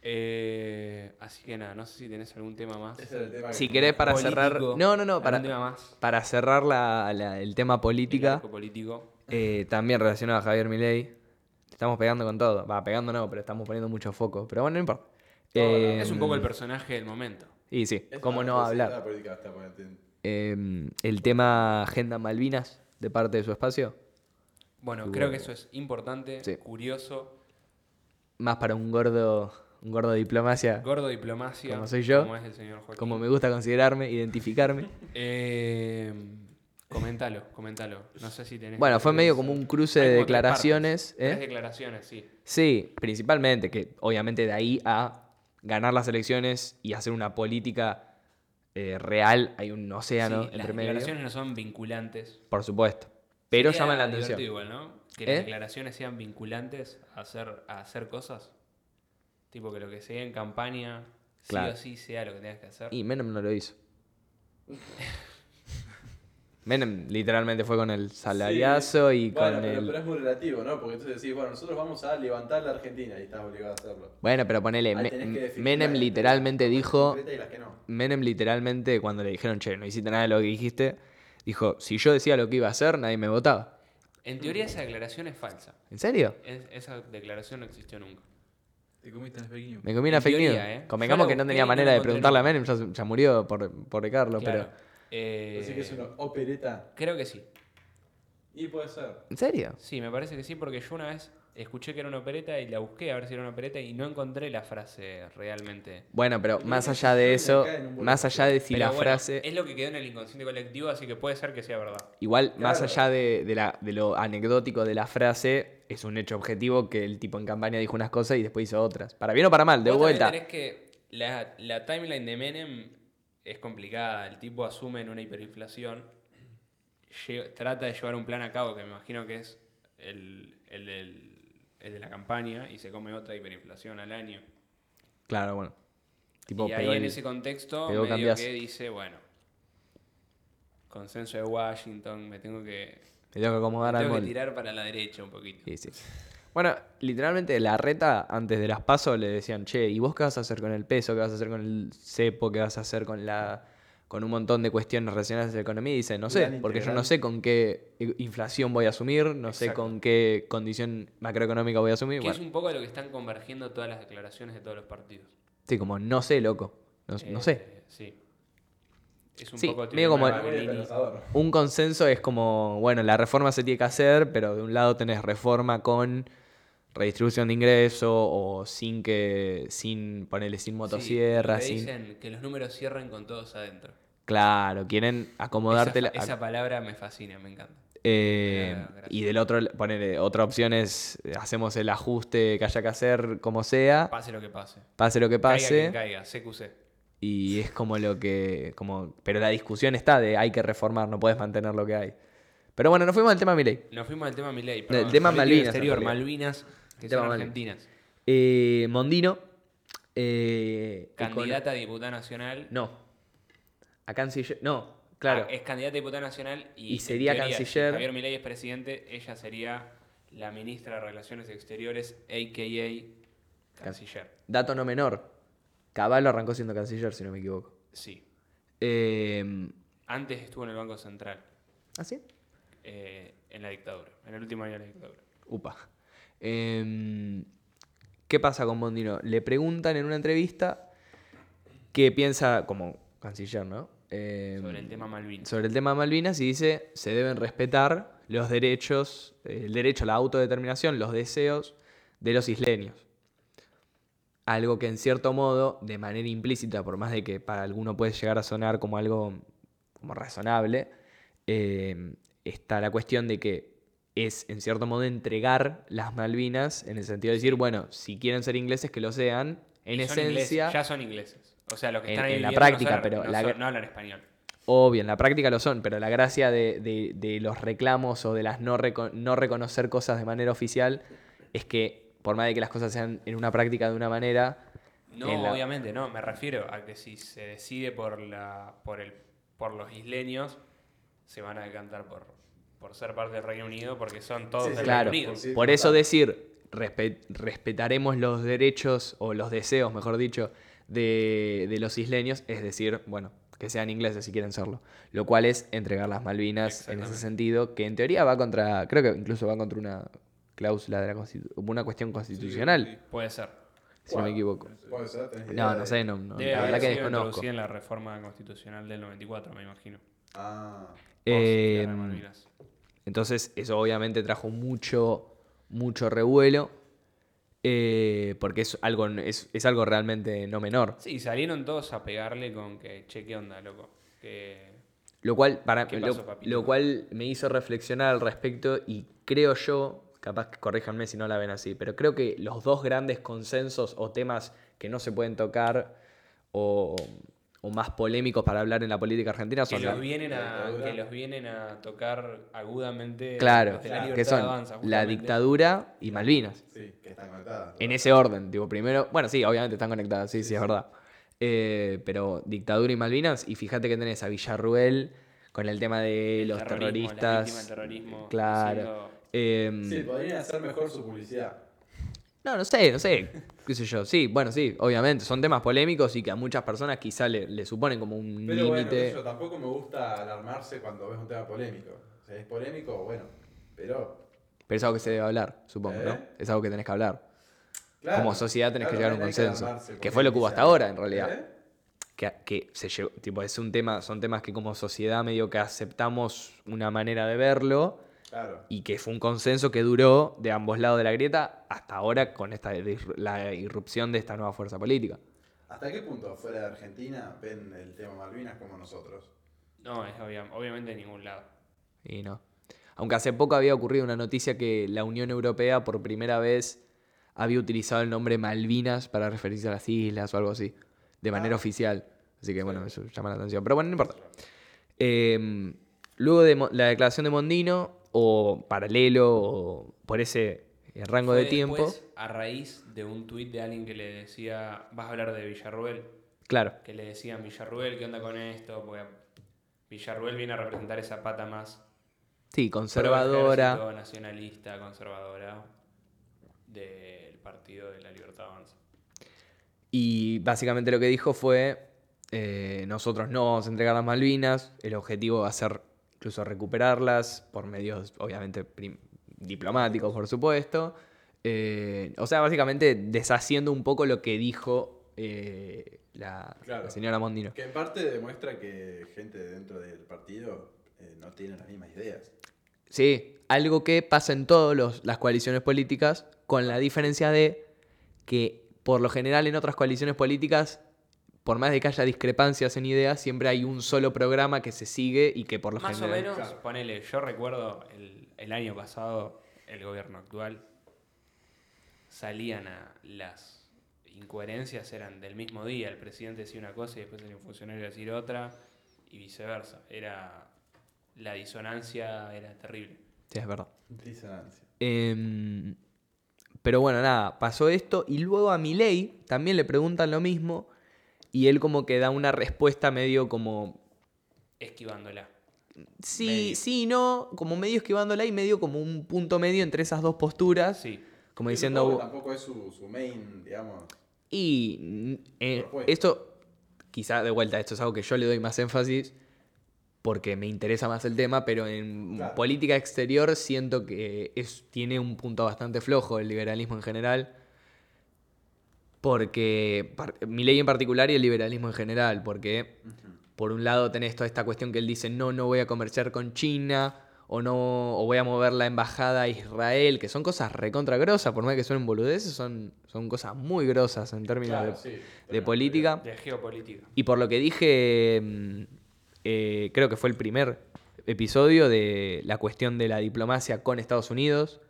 Speaker 1: Eh, así que nada, no sé si tenés algún tema más.
Speaker 3: Ese era el tema
Speaker 2: Si
Speaker 3: que-
Speaker 2: querés para
Speaker 1: Político,
Speaker 2: cerrar... No, no, no,
Speaker 1: algún tema
Speaker 2: para,
Speaker 1: más.
Speaker 2: para cerrar la- la- el tema
Speaker 1: El
Speaker 2: política,
Speaker 1: arco político.
Speaker 2: eh, también relacionado a Javier Milei, estamos pegando con todo. Va, pegando no, pero estamos poniendo mucho foco. Pero bueno, no importa. Eh,
Speaker 1: es un poco el personaje del momento.
Speaker 2: Y sí,
Speaker 3: Esa
Speaker 2: cómo
Speaker 3: es
Speaker 2: no
Speaker 3: la
Speaker 2: hablar.
Speaker 3: política hasta por enten-
Speaker 2: Eh, el tema Agenda Malvinas, de parte de su espacio,
Speaker 1: Bueno,
Speaker 2: Tuvo-
Speaker 1: creo que eso es importante,
Speaker 2: Sí.
Speaker 1: curioso,
Speaker 2: más para un gordo, un gordo de diplomacia,
Speaker 1: gordo diplomacia,
Speaker 2: Como soy yo,
Speaker 1: como es el señor Joaquín.
Speaker 2: como me gusta considerarme,
Speaker 1: *laughs*
Speaker 2: identificarme.
Speaker 1: Eh, comentalo, comentalo. No sé si tenés.
Speaker 2: Bueno, fue medio como un cruce
Speaker 1: Hay
Speaker 2: de
Speaker 1: como tres
Speaker 2: declaraciones.
Speaker 1: partes. Tres
Speaker 2: ¿eh?
Speaker 1: declaraciones, sí.
Speaker 2: Sí, principalmente, que obviamente de ahí a ganar las elecciones y hacer una política eh, real, hay un océano
Speaker 1: Sí, las
Speaker 2: ah, entre medio.
Speaker 1: declaraciones no son vinculantes.
Speaker 2: Por supuesto. Pero
Speaker 1: Sería
Speaker 2: llaman la
Speaker 1: divertido
Speaker 2: atención.
Speaker 1: igual, ¿no? Que
Speaker 2: ¿Eh?
Speaker 1: las declaraciones sean vinculantes a hacer, a hacer cosas. Tipo que lo que se diga en campaña,
Speaker 2: Claro.
Speaker 1: sí o sí sea lo que tengas que hacer.
Speaker 2: Y Menem no lo hizo. *laughs* Menem literalmente fue con el salariazo y
Speaker 3: Bueno,
Speaker 2: con
Speaker 3: pero,
Speaker 2: el.
Speaker 3: pero es muy relativo, ¿no? Porque entonces decís, bueno, nosotros vamos a levantar la Argentina y estás obligado a hacerlo.
Speaker 2: Bueno, pero ponele.
Speaker 3: Ahí
Speaker 2: Eh, Me-
Speaker 3: tenés que definir
Speaker 2: Menem
Speaker 3: las-
Speaker 2: literalmente
Speaker 3: las
Speaker 2: dijo.
Speaker 3: concretas y las que no.
Speaker 2: Menem literalmente, cuando le dijeron, che, no hiciste nada de lo que dijiste, dijo, si yo decía lo que iba a hacer, nadie me votaba.
Speaker 1: En teoría esa declaración es falsa.
Speaker 2: ¿En serio?
Speaker 1: Es- esa declaración no existió nunca.
Speaker 4: Te comiste las pequeñas.
Speaker 2: Me comí una
Speaker 1: En
Speaker 2: fake
Speaker 1: teoría,
Speaker 2: news.
Speaker 1: ¿eh?
Speaker 2: Convengamos
Speaker 1: Yo la
Speaker 2: que no
Speaker 1: busqué
Speaker 2: tenía
Speaker 1: y no
Speaker 2: manera
Speaker 1: la
Speaker 2: de
Speaker 1: encontré
Speaker 2: preguntarle a Menem, ya, ya murió por, por Ricardo,
Speaker 1: Claro.
Speaker 2: pero.
Speaker 1: Eh,
Speaker 3: Así que es una opereta.
Speaker 1: Creo que sí.
Speaker 3: Y puede ser.
Speaker 2: ¿En serio?
Speaker 1: Sí, me parece que sí, porque yo una vez escuché que era una opereta y la busqué a ver si era una opereta y no encontré la frase realmente.
Speaker 2: Bueno, pero
Speaker 3: Creo
Speaker 2: más
Speaker 3: que
Speaker 2: allá de
Speaker 3: suena
Speaker 2: eso,
Speaker 3: acá en un buen
Speaker 2: más allá de si
Speaker 1: Pero
Speaker 2: la
Speaker 1: bueno,
Speaker 2: frase.
Speaker 1: Es lo que quedó en el inconsciente colectivo, así que puede ser que sea verdad.
Speaker 2: Igual, más
Speaker 3: Claro.
Speaker 2: allá de, de la- de lo anecdótico de la frase, es un hecho objetivo que el tipo en campaña dijo unas cosas y después hizo otras. Para bien o para mal, de
Speaker 1: Vos también
Speaker 2: vuelta.
Speaker 1: tenés que la, la timeline de Menem es complicada. El tipo asume en una hiperinflación, lle- trata de llevar un plan a cabo que me imagino que es el, el del- el de la campaña y se come otra hiperinflación al año.
Speaker 2: Claro, bueno. Tipo,
Speaker 1: y ahí
Speaker 2: pegó
Speaker 1: en
Speaker 2: el-
Speaker 1: ese contexto
Speaker 2: pegó
Speaker 1: medio
Speaker 2: cambiazo.
Speaker 1: que dice, bueno, consenso de Washington, me tengo que,
Speaker 2: me tengo que acomodar al
Speaker 1: tengo que
Speaker 2: molde.
Speaker 1: tirar para la derecha un poquito.
Speaker 2: Sí, sí. Bueno, literalmente la reta antes de las pasos le decían, che, ¿y vos qué vas a hacer con el peso? ¿Qué vas a hacer con el cepo? ¿Qué vas a hacer con la con un montón de cuestiones relacionadas a la economía? Y dice, no sé,
Speaker 3: Plan
Speaker 2: porque yo no
Speaker 3: integral.
Speaker 2: sé con qué i- inflación voy a asumir, no sé
Speaker 1: Exacto.
Speaker 2: con qué condición macroeconómica voy a asumir.
Speaker 1: Que
Speaker 2: Bueno,
Speaker 1: es un poco lo que están convergiendo todas las declaraciones de todos los partidos.
Speaker 2: Sí, como no sé, loco. No, no
Speaker 1: Eh,
Speaker 2: sé.
Speaker 1: Sí. Es un
Speaker 2: Sí,
Speaker 1: poco
Speaker 2: medio
Speaker 1: tiene
Speaker 2: como
Speaker 1: una
Speaker 2: el-
Speaker 3: Para mí el
Speaker 1: línea.
Speaker 3: pensador.
Speaker 2: Un consenso es como, bueno, la reforma se tiene que hacer, pero de un lado tenés reforma con redistribución de ingresos o sin que, sin ponerle sin motosierra,
Speaker 1: Sí,
Speaker 2: sin...
Speaker 1: lo que dicen que los números cierren con todos adentro.
Speaker 2: Claro, quieren acomodarte. eh,
Speaker 1: Esa, esa palabra me fascina, me encanta. Claro, gracias.
Speaker 2: y del otro, poner otra opción es eh, hacemos el ajuste que haya que hacer como sea,
Speaker 1: Pase lo que pase.
Speaker 2: pase lo que
Speaker 1: Caiga quien
Speaker 2: pase.
Speaker 1: caiga, CQC.
Speaker 2: Y es como lo que, como, pero la discusión está de hay que reformar, no puedes mantener lo que hay. Pero bueno, nos fuimos al tema Milei.
Speaker 1: Nos fuimos al tema Milei.
Speaker 2: Del tema Malvinas,
Speaker 1: Exterior,
Speaker 2: en realidad.
Speaker 1: Malvinas, que
Speaker 2: Tema
Speaker 1: son
Speaker 2: Malvinas.
Speaker 1: argentinas.
Speaker 2: Eh, Mondino. eh,
Speaker 1: Candidata a diputada nacional.
Speaker 2: econo- No. A canciller. No, claro.
Speaker 1: Ah, Es candidata a diputada nacional y,
Speaker 2: Y
Speaker 1: en
Speaker 2: sería
Speaker 1: teoría, si
Speaker 2: canciller.
Speaker 1: Javier Milei es presidente, ella sería la ministra de Relaciones Exteriores, a.k.a. canciller.
Speaker 2: Dato no menor. Caballo arrancó siendo canciller, si no me equivoco.
Speaker 1: Sí.
Speaker 2: Eh,
Speaker 1: Antes estuvo en el Banco Central,
Speaker 2: ¿Ah, sí?
Speaker 1: eh, en la dictadura, en el último año de la dictadura.
Speaker 2: Upa. Em, ¿Qué pasa con Mondino? Le preguntan en una entrevista qué piensa, como canciller, ¿no? Em,
Speaker 1: Sobre el tema Malvinas.
Speaker 2: sobre el tema de Malvinas y dice, se deben respetar los derechos, eh, el derecho a la autodeterminación, los deseos de los isleños. Algo que en cierto modo, de manera implícita, por más de que para alguno puede llegar a sonar como algo como razonable, eh, está la cuestión de que es en cierto modo entregar las Malvinas en el sentido de decir, bueno, si quieren ser ingleses, que lo sean. En
Speaker 1: Y son ingleses,
Speaker 2: esencia,
Speaker 1: ya son ingleses. O sea, los que
Speaker 2: En-
Speaker 1: están ahí
Speaker 2: en la
Speaker 1: viviendo no
Speaker 2: práctica,
Speaker 1: son-
Speaker 2: pero
Speaker 1: no
Speaker 2: la
Speaker 1: son-
Speaker 2: gra-
Speaker 1: no hablan español.
Speaker 2: obvio, en la práctica lo son, pero la gracia de, de- de los reclamos o de las no, reco- no reconocer cosas de manera oficial es que, por más de que las cosas sean en una práctica de una manera,
Speaker 1: No,
Speaker 2: en la-
Speaker 1: obviamente, no. Me refiero a que si se decide por la por el por los isleños, se van a decantar por, por ser parte del Reino Unido porque son todos
Speaker 3: Sí, sí,
Speaker 1: del
Speaker 2: claro,
Speaker 1: Reino Unido.
Speaker 3: sí.
Speaker 2: por eso
Speaker 3: total.
Speaker 2: decir "Respe- respetaremos los derechos o los deseos, mejor dicho, de, de los isleños, es decir, bueno, que sean ingleses si quieren serlo, lo cual es entregar las Malvinas en ese
Speaker 1: Exactamente.
Speaker 2: sentido, que en teoría va contra, creo que incluso va contra una cláusula de la constitu- una cuestión constitucional,
Speaker 1: Puede ser.
Speaker 2: si no me equivoco.
Speaker 3: Puede ser, tenés idea
Speaker 2: No, no
Speaker 3: de-
Speaker 2: sé, no, no,
Speaker 1: Debe
Speaker 2: la verdad
Speaker 1: haber
Speaker 2: que
Speaker 1: sido
Speaker 2: desconozco.
Speaker 1: introducida en la reforma constitucional del 94, me imagino.
Speaker 3: Ah,
Speaker 2: Eh,
Speaker 1: Post-Guerra de Malvinas.
Speaker 2: Entonces, eso obviamente trajo mucho, mucho revuelo. eh, porque es algo, es, es algo realmente no menor.
Speaker 1: Sí, salieron todos a pegarle con que, che, ¿qué onda, loco? Que...
Speaker 2: Lo cual, para,
Speaker 1: ¿Qué
Speaker 2: lo-
Speaker 1: pasó, papito?
Speaker 2: lo cual me hizo reflexionar al respecto y creo yo, capaz que corríjanme si no la ven así, pero creo que los dos grandes consensos o temas que no se pueden tocar o, o más polémicos para hablar en la política argentina
Speaker 1: Que
Speaker 2: son
Speaker 1: los,
Speaker 2: la-
Speaker 1: vienen a,
Speaker 3: dictadura.
Speaker 1: que los vienen a tocar agudamente
Speaker 2: claro,
Speaker 1: los de eh, la
Speaker 2: que
Speaker 1: libertad
Speaker 2: son
Speaker 1: avanza,
Speaker 2: la
Speaker 1: justamente.
Speaker 2: dictadura y Malvinas.
Speaker 3: sí, que están conectadas.
Speaker 2: En ese orden, tipo, primero, bueno, sí, obviamente están conectadas, sí, sí, es verdad. Eh, pero dictadura y Malvinas, y fíjate que tenés a Villarruel con el tema de los
Speaker 1: terrorismo, las víctimas
Speaker 2: terroristas.
Speaker 1: del terrorismo,
Speaker 2: claro.
Speaker 1: diciendo-
Speaker 2: Em,
Speaker 3: Sí, podrían hacer mejor su publicidad.
Speaker 2: No, no sé, no sé, qué sé yo, sí, bueno, sí, obviamente, son temas polémicos y que a muchas personas quizá le, le suponen como un
Speaker 3: Pero bueno, qué
Speaker 2: límite.
Speaker 3: sé yo tampoco me gusta alarmarse cuando ves un tema polémico. O sea, es polémico, bueno, pero...
Speaker 2: pero es algo que se debe hablar, supongo, ¿no?
Speaker 3: ¿Eh?
Speaker 2: Es algo que tenés que hablar.
Speaker 3: claro,
Speaker 2: Como sociedad tenés que llegar a un
Speaker 3: no hay
Speaker 2: consenso,
Speaker 3: alarmarse
Speaker 2: que
Speaker 3: porque
Speaker 2: fue lo que hubo hasta
Speaker 3: quizá-
Speaker 2: ahora, en realidad.
Speaker 3: ¿Eh?
Speaker 2: que, que se llevó, tipo, es un tema, son temas que como sociedad medio que aceptamos una manera de verlo
Speaker 3: Claro.
Speaker 2: y que fue un consenso que duró de ambos lados de la grieta hasta ahora con esta disru- la irrupción de esta nueva fuerza política.
Speaker 3: ¿Hasta qué punto fuera de Argentina ven el tema Malvinas como nosotros?
Speaker 1: No, es obvia- obviamente en ningún lado.
Speaker 2: Y no. Aunque hace poco había ocurrido una noticia que la Unión Europea por primera vez había utilizado el nombre Malvinas para referirse a las islas o algo así, de
Speaker 1: Ah.
Speaker 2: manera oficial. Así que bueno, eso llama la atención. Pero bueno, no importa. Eh, luego de Mo- la declaración de Mondino, o paralelo, o por ese eh, rango
Speaker 1: Fue
Speaker 2: de tiempo,
Speaker 1: después, a raíz de un tuit de alguien que le decía, vas a hablar de Villarruel,
Speaker 2: claro,
Speaker 1: que le decían, Villarruel, ¿qué onda con esto? Porque Villarruel viene a representar esa pata más
Speaker 2: sí, conservadora.
Speaker 1: pro-ejército, nacionalista, conservadora del Partido de la Libertad Avanza.
Speaker 2: Y básicamente lo que dijo fue, eh, nosotros no vamos a entregar las Malvinas, el objetivo va a ser incluso recuperarlas por medios, obviamente, prim- diplomáticos, por supuesto. Eh, o sea, básicamente deshaciendo un poco lo que dijo eh, la, la
Speaker 3: Claro.
Speaker 2: señora Mondino.
Speaker 3: Que en parte demuestra que gente dentro del partido eh, no tiene las mismas ideas.
Speaker 2: Sí, algo que pasa en todas las coaliciones políticas, con la diferencia de que por lo general en otras coaliciones políticas, por más de que haya discrepancias en ideas, siempre hay un solo programa que se sigue y que por lo
Speaker 1: Más
Speaker 2: general...
Speaker 1: o menos,
Speaker 3: Claro.
Speaker 1: ponele, yo recuerdo el, el año pasado, el gobierno actual, salían a las incoherencias, eran del mismo día, el presidente decía una cosa y después el funcionario a decir otra, y viceversa. Era la disonancia era terrible.
Speaker 2: Sí, es verdad.
Speaker 3: Disonancia.
Speaker 2: Em, pero bueno, nada, pasó esto y luego a Milei también le preguntan lo mismo y él como que da una respuesta medio como
Speaker 1: Esquivándola.
Speaker 2: sí,
Speaker 1: Medio.
Speaker 2: sí, no, como medio esquivándola y medio como un punto medio entre esas dos posturas,
Speaker 1: Sí.
Speaker 2: como
Speaker 3: Y
Speaker 2: diciendo...
Speaker 3: supongo que Tampoco es su, su main, digamos.
Speaker 2: Y mm, eh,
Speaker 3: Propuesta.
Speaker 2: esto, quizá de vuelta, esto es algo que yo le doy más énfasis porque me interesa más el tema, pero en
Speaker 3: Claro.
Speaker 2: política exterior siento que es, tiene un punto bastante flojo el liberalismo en general. Porque, mi ley en particular y el liberalismo en general, porque por un lado tenés toda esta cuestión que él dice, no, no voy a comerciar con China, o no, o voy a mover la embajada a Israel, que son cosas recontra grosas, por más que suenen boludeces, son, son cosas muy grosas en términos
Speaker 3: Claro,
Speaker 2: de,
Speaker 3: sí,
Speaker 2: de
Speaker 3: tremendo,
Speaker 2: política.
Speaker 1: De geopolítica.
Speaker 2: Y por lo que dije, mm, eh, creo que fue el primer episodio de la cuestión de la diplomacia con Estados Unidos,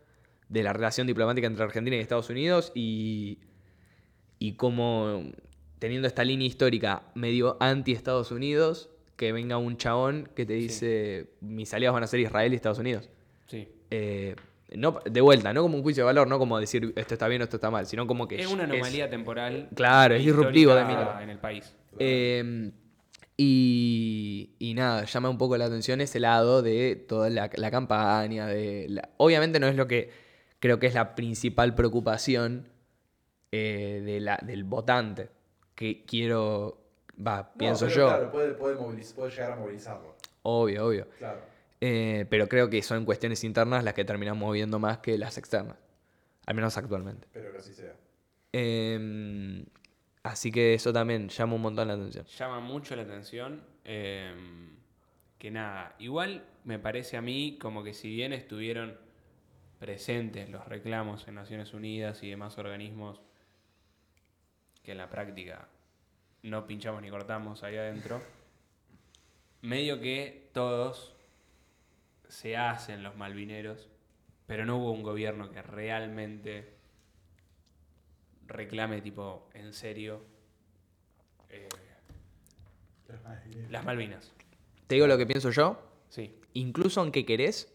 Speaker 2: de la relación diplomática entre Argentina y Estados Unidos y, y cómo teniendo esta línea histórica medio anti-Estados Unidos, que venga un chabón que te dice, mis aliados van a ser Israel y Estados Unidos.
Speaker 1: Sí.
Speaker 2: Eh, no, de vuelta, no como un juicio de valor, no como decir esto está bien o esto está mal, sino como que...
Speaker 1: Es una anomalía temporal.
Speaker 2: Claro, es
Speaker 1: e
Speaker 2: disruptivo de
Speaker 1: histórica
Speaker 2: mí.
Speaker 1: En el país.
Speaker 2: Eh, y, y nada, llama un poco la atención ese lado de toda la, la campaña. De la- obviamente no es lo que creo que es la principal preocupación eh, de la- del votante. Que quiero, va,
Speaker 3: No,
Speaker 2: pienso
Speaker 3: pero
Speaker 2: yo,
Speaker 3: Claro, puede, puede, moviliz- puede llegar a movilizarlo.
Speaker 2: obvio, obvio.
Speaker 3: Claro.
Speaker 2: Eh, pero creo que son cuestiones internas las que terminan moviendo más que las externas. Al menos actualmente.
Speaker 3: Pero que así sea.
Speaker 2: Eh, así que eso también llama un montón la atención.
Speaker 1: Llama mucho la atención. eh, que nada, igual me parece a mí como que si bien estuvieron presentes los reclamos en Naciones Unidas y demás organismos que en la práctica no pinchamos ni cortamos ahí adentro, medio que todos se hacen los malvineros, pero no hubo un gobierno que realmente reclame tipo en serio eh, las Malvinas.
Speaker 2: Te digo lo que pienso yo.
Speaker 1: Sí,
Speaker 2: incluso aunque querés,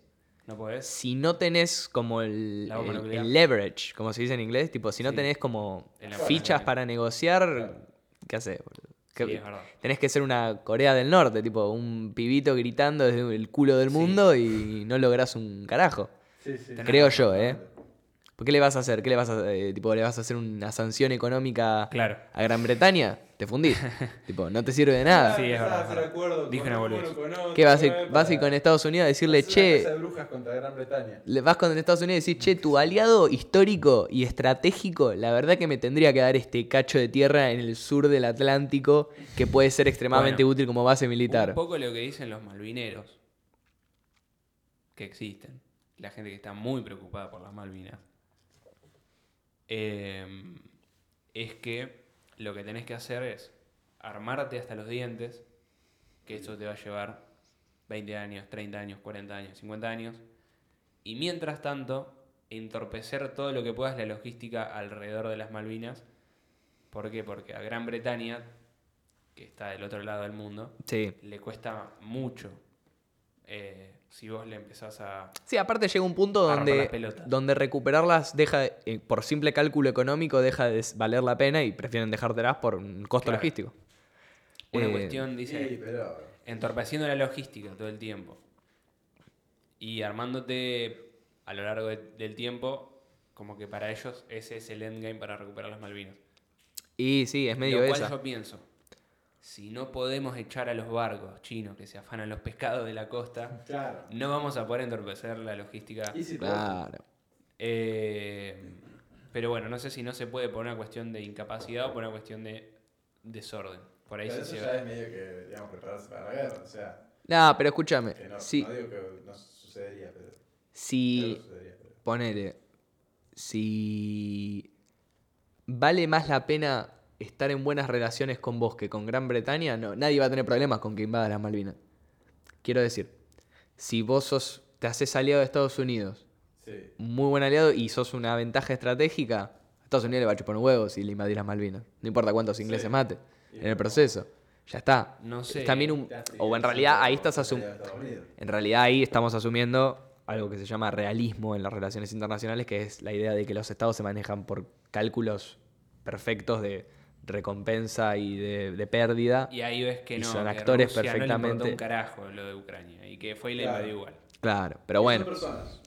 Speaker 1: no podés.
Speaker 2: si no tenés como el,
Speaker 1: La bomba
Speaker 2: el-
Speaker 1: nuclear.
Speaker 2: el leverage, como se dice en inglés, tipo, si no
Speaker 1: Sí.
Speaker 2: tenés como
Speaker 1: El apoyo,
Speaker 2: fichas
Speaker 1: claro.
Speaker 2: para negociar, ¿qué haces? boludo? ¿Qué-
Speaker 1: Sí, es verdad.
Speaker 2: tenés que ser una Corea del Norte, tipo, un pibito gritando desde el culo del mundo y no lográs un carajo.
Speaker 3: Sí, sí.
Speaker 1: Tenés
Speaker 2: Creo yo, ¿eh? ¿Por qué le vas a hacer? ¿Qué le vas a eh, tipo, le vas a hacer una sanción económica
Speaker 1: Claro.
Speaker 2: a Gran Bretaña? Te
Speaker 1: *laughs*
Speaker 2: fundís. tipo, no te sirve de nada.
Speaker 1: Sí, es
Speaker 3: Empezás a
Speaker 1: verdad,
Speaker 3: hacer
Speaker 1: verdad.
Speaker 3: acuerdos
Speaker 1: Dije
Speaker 3: con
Speaker 1: una
Speaker 3: uno,
Speaker 1: boludez.
Speaker 3: con otro,
Speaker 2: ¿Qué vas a,
Speaker 3: ¿no?
Speaker 2: vas a ir
Speaker 3: Para
Speaker 2: con Estados Unidos a decirle,
Speaker 3: hacer una
Speaker 2: che,
Speaker 3: casa de brujas contra Gran Bretaña.
Speaker 2: Le vas con Estados Unidos y decís, che, tu aliado histórico y estratégico, la verdad que me tendría que dar este cacho de tierra en el sur del Atlántico que puede ser extremadamente
Speaker 1: Bueno,
Speaker 2: útil como base militar.
Speaker 1: Un poco lo que dicen los malvineros que existen. La gente que está muy preocupada por las Malvinas. eh, es que lo que tenés que hacer es armarte hasta los dientes, que eso te va a llevar 20 años, 30 años, 40 años, 50 años. Y mientras tanto, entorpecer todo lo que puedas la logística alrededor de las Malvinas. ¿Por qué? Porque a Gran Bretaña, que está del otro lado del mundo,
Speaker 2: Sí.
Speaker 1: le cuesta mucho eh, si vos le empezás a...
Speaker 2: Sí, aparte llega un punto
Speaker 1: Para romper
Speaker 2: donde,
Speaker 1: las pelotas.
Speaker 2: donde recuperarlas deja, eh, por simple cálculo económico, deja de valer la pena y prefieren dejártelas por un costo
Speaker 1: Claro.
Speaker 2: logístico.
Speaker 1: Una
Speaker 2: Eh,
Speaker 1: cuestión, dice,
Speaker 3: Sí, pero.
Speaker 1: entorpeciendo la logística todo el tiempo. Y armándote a lo largo de- del tiempo, como que para ellos ese es el endgame para recuperar las Malvinas.
Speaker 2: Y sí, es medio
Speaker 1: lo cual
Speaker 2: esa.
Speaker 1: yo pienso, si no podemos echar a los barcos chinos que se afanan los pescados de la costa,
Speaker 3: Claro.
Speaker 1: no vamos a poder entorpecer la logística.
Speaker 3: Y si
Speaker 2: Claro.
Speaker 1: Eh, pero bueno, no sé si no se puede por una cuestión de incapacidad o por una cuestión de desorden. Por ahí
Speaker 3: Pero
Speaker 1: sí
Speaker 3: eso
Speaker 1: se
Speaker 3: ya es medio que, digamos, prepararse para la guerra. O sea,
Speaker 2: No, pero escúchame.
Speaker 3: que no,
Speaker 2: si,
Speaker 3: no digo que no sucedería, pero.
Speaker 2: si
Speaker 3: Claro, sucedería, pero-
Speaker 2: ponele, si vale más la pena estar en buenas relaciones con vos que con Gran Bretaña, no, nadie va a tener problemas con que invada las Malvinas. Quiero decir, si vos sos, te haces aliado de Estados Unidos,
Speaker 3: Sí.
Speaker 2: muy buen aliado y sos una ventaja estratégica, a Estados Unidos le va a chupar un huevo si le invadís las Malvinas. No importa cuántos ingleses mate en el proceso. Ya está.
Speaker 1: No sé.
Speaker 2: Es también un-
Speaker 3: Te hace
Speaker 2: o en
Speaker 3: que-
Speaker 2: realidad ahí
Speaker 3: sí,
Speaker 2: estás
Speaker 3: como
Speaker 2: asumiendo.
Speaker 3: salida de Estados Unidos.
Speaker 2: En realidad ahí estamos asumiendo algo que se llama realismo en las relaciones internacionales, que es la idea de que los estados se manejan por cálculos perfectos de recompensa y de, de pérdida.
Speaker 1: Y ahí ves que
Speaker 2: Y
Speaker 1: no.
Speaker 2: son
Speaker 1: que
Speaker 2: actores
Speaker 1: Rusia No le importó
Speaker 2: perfectamente-
Speaker 1: un carajo lo de Ucrania. Y que fue y le
Speaker 3: Claro.
Speaker 1: invadió igual.
Speaker 2: Claro, pero
Speaker 3: Son
Speaker 2: bueno,
Speaker 3: personas.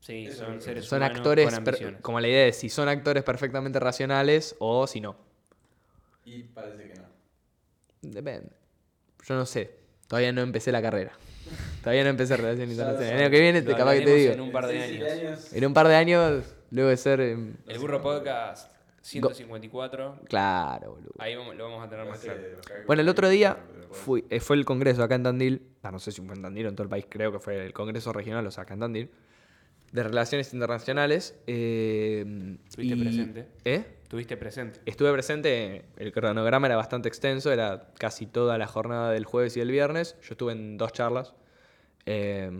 Speaker 1: Sí,
Speaker 3: Eso
Speaker 1: son
Speaker 3: es
Speaker 1: seres
Speaker 2: son
Speaker 1: humanos
Speaker 2: actores,
Speaker 1: con
Speaker 2: per-
Speaker 1: ambiciones.
Speaker 2: como la idea de si son actores perfectamente racionales o si no.
Speaker 3: Y parece que no.
Speaker 2: Depende. Yo no sé, todavía no empecé
Speaker 1: *laughs*
Speaker 2: la carrera. Todavía no empecé relaciones
Speaker 3: Ya lo
Speaker 2: internacionales. El
Speaker 3: sabes.
Speaker 2: año que viene,
Speaker 1: Lo
Speaker 2: te capaz que te
Speaker 1: hablaremos
Speaker 2: digo.
Speaker 1: en un par de
Speaker 3: Sí, sí,
Speaker 1: años.
Speaker 2: En un par de años, luego de ser... em,
Speaker 1: El Burro Podcast 154.
Speaker 2: Claro, boludo.
Speaker 1: Ahí vamos- lo vamos a tener
Speaker 3: No
Speaker 1: más
Speaker 3: sé,
Speaker 1: claro.
Speaker 3: lo que hay-
Speaker 2: Bueno, el otro día
Speaker 3: pero bueno.
Speaker 2: fui- eh, fue el congreso acá en Tandil, ah, no sé si fue en Tandil o en todo el país, creo que fue el congreso regional, o sea, acá en Tandil, de relaciones internacionales. eh,
Speaker 1: Estuviste presente.
Speaker 2: ¿Eh?
Speaker 1: Estuviste presente.
Speaker 2: Estuve presente, el cronograma era bastante extenso, era casi toda la jornada del jueves y el viernes, yo estuve en dos charlas, eh,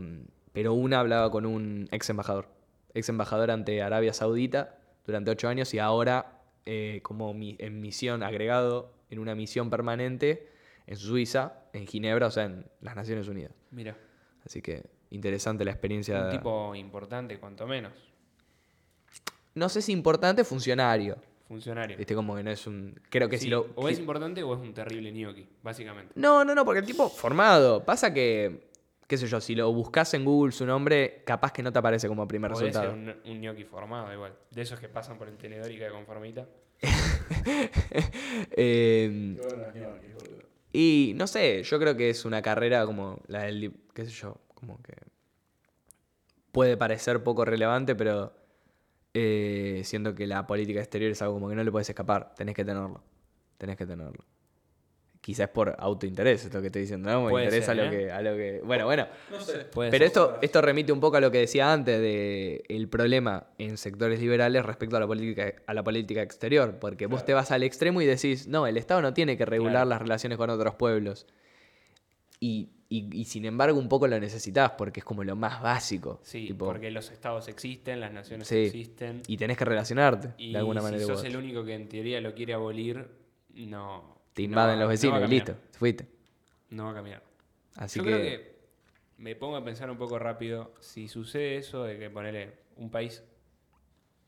Speaker 2: pero una hablaba con un ex embajador, ex embajador ante Arabia Saudita durante ocho años y ahora eh, como mi- en misión agregado, en una misión permanente en Suiza, en Ginebra, o sea, en las Naciones Unidas.
Speaker 1: Mira,
Speaker 2: Así que interesante la experiencia.
Speaker 1: un tipo importante, cuanto menos.
Speaker 2: No sé si importante, funcionario.
Speaker 1: Funcionario.
Speaker 2: Viste, como que no es un. Este, Creo que
Speaker 1: Sí,
Speaker 2: si lo.
Speaker 1: O es importante o es un terrible ñoqui, básicamente.
Speaker 2: No, no, no, porque el tipo formado. Pasa que, qué sé yo, si lo buscas en Google su nombre, capaz que no te aparece como primer
Speaker 1: Podés ser
Speaker 2: resultado. *laughs*
Speaker 1: un, un ñoqui formado igual. De esos que pasan por el Teledórica de conformita.
Speaker 2: Eh,
Speaker 3: Bueno, es ñoqui, boludo.
Speaker 2: y no sé, yo creo que es una carrera como la del, dip- qué sé yo, como que puede parecer poco relevante, pero eh, siento que la política exterior es algo como que no le puedes escapar, tenés que tenerlo, tenés que tenerlo. Quizás por autointerés, es lo que estoy diciendo, ¿no? Me
Speaker 1: Puede
Speaker 2: interesa
Speaker 1: ser,
Speaker 2: a, lo
Speaker 1: ¿eh?
Speaker 2: que, a lo que... Bueno, bueno.
Speaker 3: No sé.
Speaker 1: Puede
Speaker 2: Pero
Speaker 1: ser.
Speaker 2: esto, esto remite un poco a lo que decía antes de el problema en sectores liberales respecto a la política, a la política exterior, porque vos te vas al extremo y decís, no, el Estado no tiene que regular
Speaker 1: Claro.
Speaker 2: las relaciones con otros pueblos. Y, y- y sin embargo un poco lo necesitas porque es como lo más básico.
Speaker 1: Sí,
Speaker 2: tipo,
Speaker 1: porque los estados existen, las naciones
Speaker 2: Sí.
Speaker 1: existen.
Speaker 2: Y tenés que relacionarte
Speaker 1: Y
Speaker 2: de alguna
Speaker 1: si
Speaker 2: manera. u
Speaker 1: sos
Speaker 2: otra.
Speaker 1: el único que en teoría lo quiere abolir, no.
Speaker 2: Te
Speaker 1: no
Speaker 2: invaden
Speaker 1: va-
Speaker 2: los vecinos
Speaker 1: no va a
Speaker 2: y
Speaker 1: cambiar.
Speaker 2: listo, fuiste.
Speaker 1: No va a cambiar.
Speaker 2: Así
Speaker 1: Yo
Speaker 2: que,
Speaker 1: creo que me pongo a pensar un poco rápido. Si sucede eso de que ponerle un país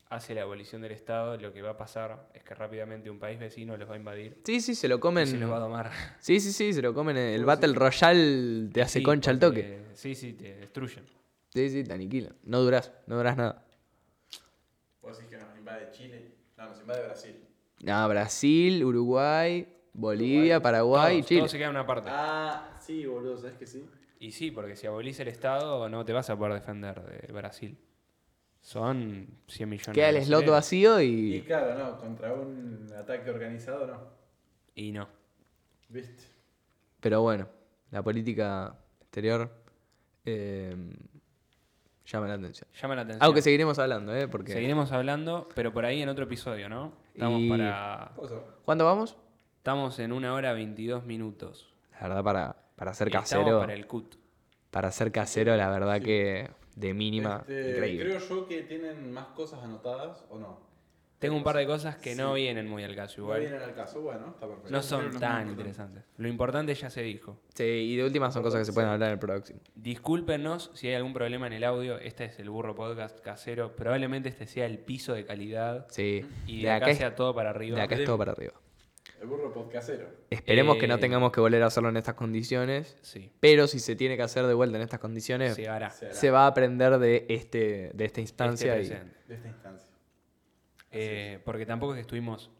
Speaker 1: hace la abolición del Estado, lo que va a pasar es que rápidamente un país vecino los va a invadir.
Speaker 2: Sí, sí, se lo
Speaker 1: Y
Speaker 2: comen.
Speaker 1: se los va a tomar.
Speaker 2: Sí, sí, sí, se lo comen. El Battle Royale te
Speaker 1: *laughs*
Speaker 2: hace
Speaker 1: Sí,
Speaker 2: concha al toque.
Speaker 1: porque- Sí, sí, te destruyen.
Speaker 2: Sí, sí, te aniquila. No durás, no durás nada.
Speaker 3: Vos decís que nos invade Chile. No, nos invade Brasil.
Speaker 2: No, Brasil, Uruguay, Bolivia, Paraguay,
Speaker 1: todos,
Speaker 2: Chile.
Speaker 1: todos se quedan una parte.
Speaker 3: Ah, sí, boludo, ¿sabes que sí?
Speaker 1: Y sí, porque si abolís el Estado no te vas a poder defender de Brasil. Son 100 millones
Speaker 2: Queda
Speaker 1: de
Speaker 2: el slot
Speaker 1: brasileños.
Speaker 2: vacío
Speaker 3: Y
Speaker 2: eh. y.
Speaker 3: claro, no, contra un ataque organizado no.
Speaker 1: Y no.
Speaker 3: ¿Viste?
Speaker 2: Pero bueno, la política exterior eh, llama la atención.
Speaker 1: Llama la atención.
Speaker 2: Aunque seguiremos hablando, ¿eh? Porque.
Speaker 1: Seguiremos hablando, pero por ahí en otro episodio, ¿no? Estamos
Speaker 2: Y-
Speaker 1: para.
Speaker 2: ¿Cuándo vamos?
Speaker 1: Estamos en una hora 22 minutos.
Speaker 2: La verdad, para, para ser
Speaker 1: Y estamos
Speaker 2: casero.
Speaker 1: Para el CUT.
Speaker 2: Para ser casero, la verdad que de mínima,
Speaker 3: Este,
Speaker 2: increíble.
Speaker 3: creo yo que tienen más cosas anotadas o no.
Speaker 1: Tengo un par de cosas que
Speaker 3: Sí.
Speaker 1: no vienen muy al caso
Speaker 3: No
Speaker 1: igual.
Speaker 3: vienen al caso, bueno, está perfecto.
Speaker 1: No son
Speaker 4: Pero lo más
Speaker 1: tan
Speaker 4: importante.
Speaker 1: interesantes. Lo importante ya se dijo.
Speaker 2: Sí, y de última son cosas que se pueden hablar en el próximo.
Speaker 1: Discúlpenos si hay algún problema en el audio. Este es el burro podcast casero. Probablemente este sea el piso de calidad.
Speaker 2: Sí.
Speaker 1: Y
Speaker 2: De,
Speaker 1: de, acá,
Speaker 2: acá, es-
Speaker 1: sea todo para arriba.
Speaker 2: de acá es todo para arriba.
Speaker 3: El burro podcastero.
Speaker 2: Esperemos que
Speaker 1: Eh,
Speaker 2: no tengamos que volver a hacerlo en estas condiciones.
Speaker 1: Sí. este
Speaker 2: Pero si se tiene que hacer de vuelta en estas condiciones,
Speaker 1: Se hará.
Speaker 3: Sí.
Speaker 2: se va a aprender de, este, de esta instancia.
Speaker 1: Este
Speaker 2: y-
Speaker 1: presente.
Speaker 3: De esta instancia.
Speaker 1: Eh, porque tampoco es que estuvimos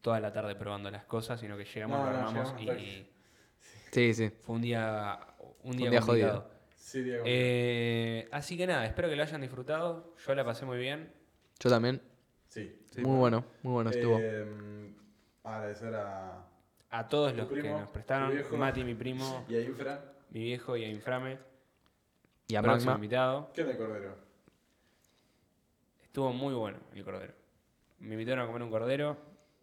Speaker 1: toda la tarde probando las cosas, sino que llegamos,
Speaker 3: No,
Speaker 1: lo
Speaker 3: no,
Speaker 1: armamos
Speaker 3: llegamos
Speaker 1: y,
Speaker 3: tarde.
Speaker 2: sí, sí.
Speaker 1: fue un día, un día,
Speaker 2: día
Speaker 1: complicado.
Speaker 2: jodido.
Speaker 3: Sí, Diego.
Speaker 1: Eh, así que nada, espero que lo hayan disfrutado. Yo la pasé muy bien.
Speaker 2: Yo también.
Speaker 3: sí.
Speaker 4: Sí,
Speaker 2: muy bueno, muy bueno estuvo.
Speaker 3: Eh, agradecer a.
Speaker 1: A todos los
Speaker 3: Tu primo,
Speaker 1: que nos
Speaker 3: tu
Speaker 1: prestaron,
Speaker 3: viejo.
Speaker 1: Mati, mi primo,
Speaker 3: Y a Infra.
Speaker 1: mi viejo y a Inframe,
Speaker 2: Y a
Speaker 1: próximo
Speaker 2: Magma.
Speaker 1: invitado.
Speaker 3: ¿Qué onda el cordero?
Speaker 1: Estuvo muy bueno el cordero. Me invitaron a comer un cordero,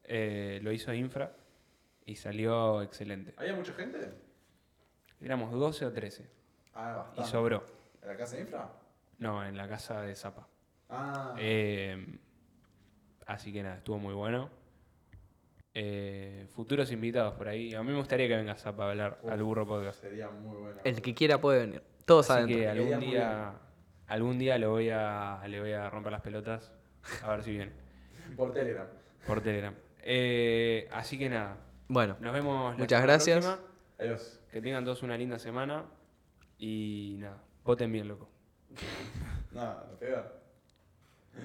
Speaker 1: eh, lo hizo Infra y salió excelente.
Speaker 3: ¿Había mucha gente?
Speaker 1: Éramos 12 o 13
Speaker 3: Ah,
Speaker 1: y
Speaker 3: bastante.
Speaker 1: sobró.
Speaker 3: ¿En la casa de Infra?
Speaker 1: No, en la casa de Zapa.
Speaker 3: Ah.
Speaker 1: Eh, así que nada, estuvo muy bueno. Eh, futuros invitados por ahí. A mí me gustaría que venga Zapa a hablar al Burro Podcast.
Speaker 3: Sería muy bueno.
Speaker 2: El que quiera puede venir. Todos
Speaker 1: Así
Speaker 2: adentro.
Speaker 1: que
Speaker 3: Sería
Speaker 1: algún
Speaker 3: muy
Speaker 1: día, algún día lo voy a, le voy a romper las pelotas. A ver si viene.
Speaker 3: Por Telegram.
Speaker 1: Por Telegram. Eh, así que nada.
Speaker 2: Bueno,
Speaker 1: Nos vemos. la
Speaker 2: Muchas
Speaker 1: semana
Speaker 2: gracias.
Speaker 1: próxima.
Speaker 3: Adiós.
Speaker 1: Que tengan todos una linda semana. Y nada. Voten bien, loco.
Speaker 3: Nada, peor.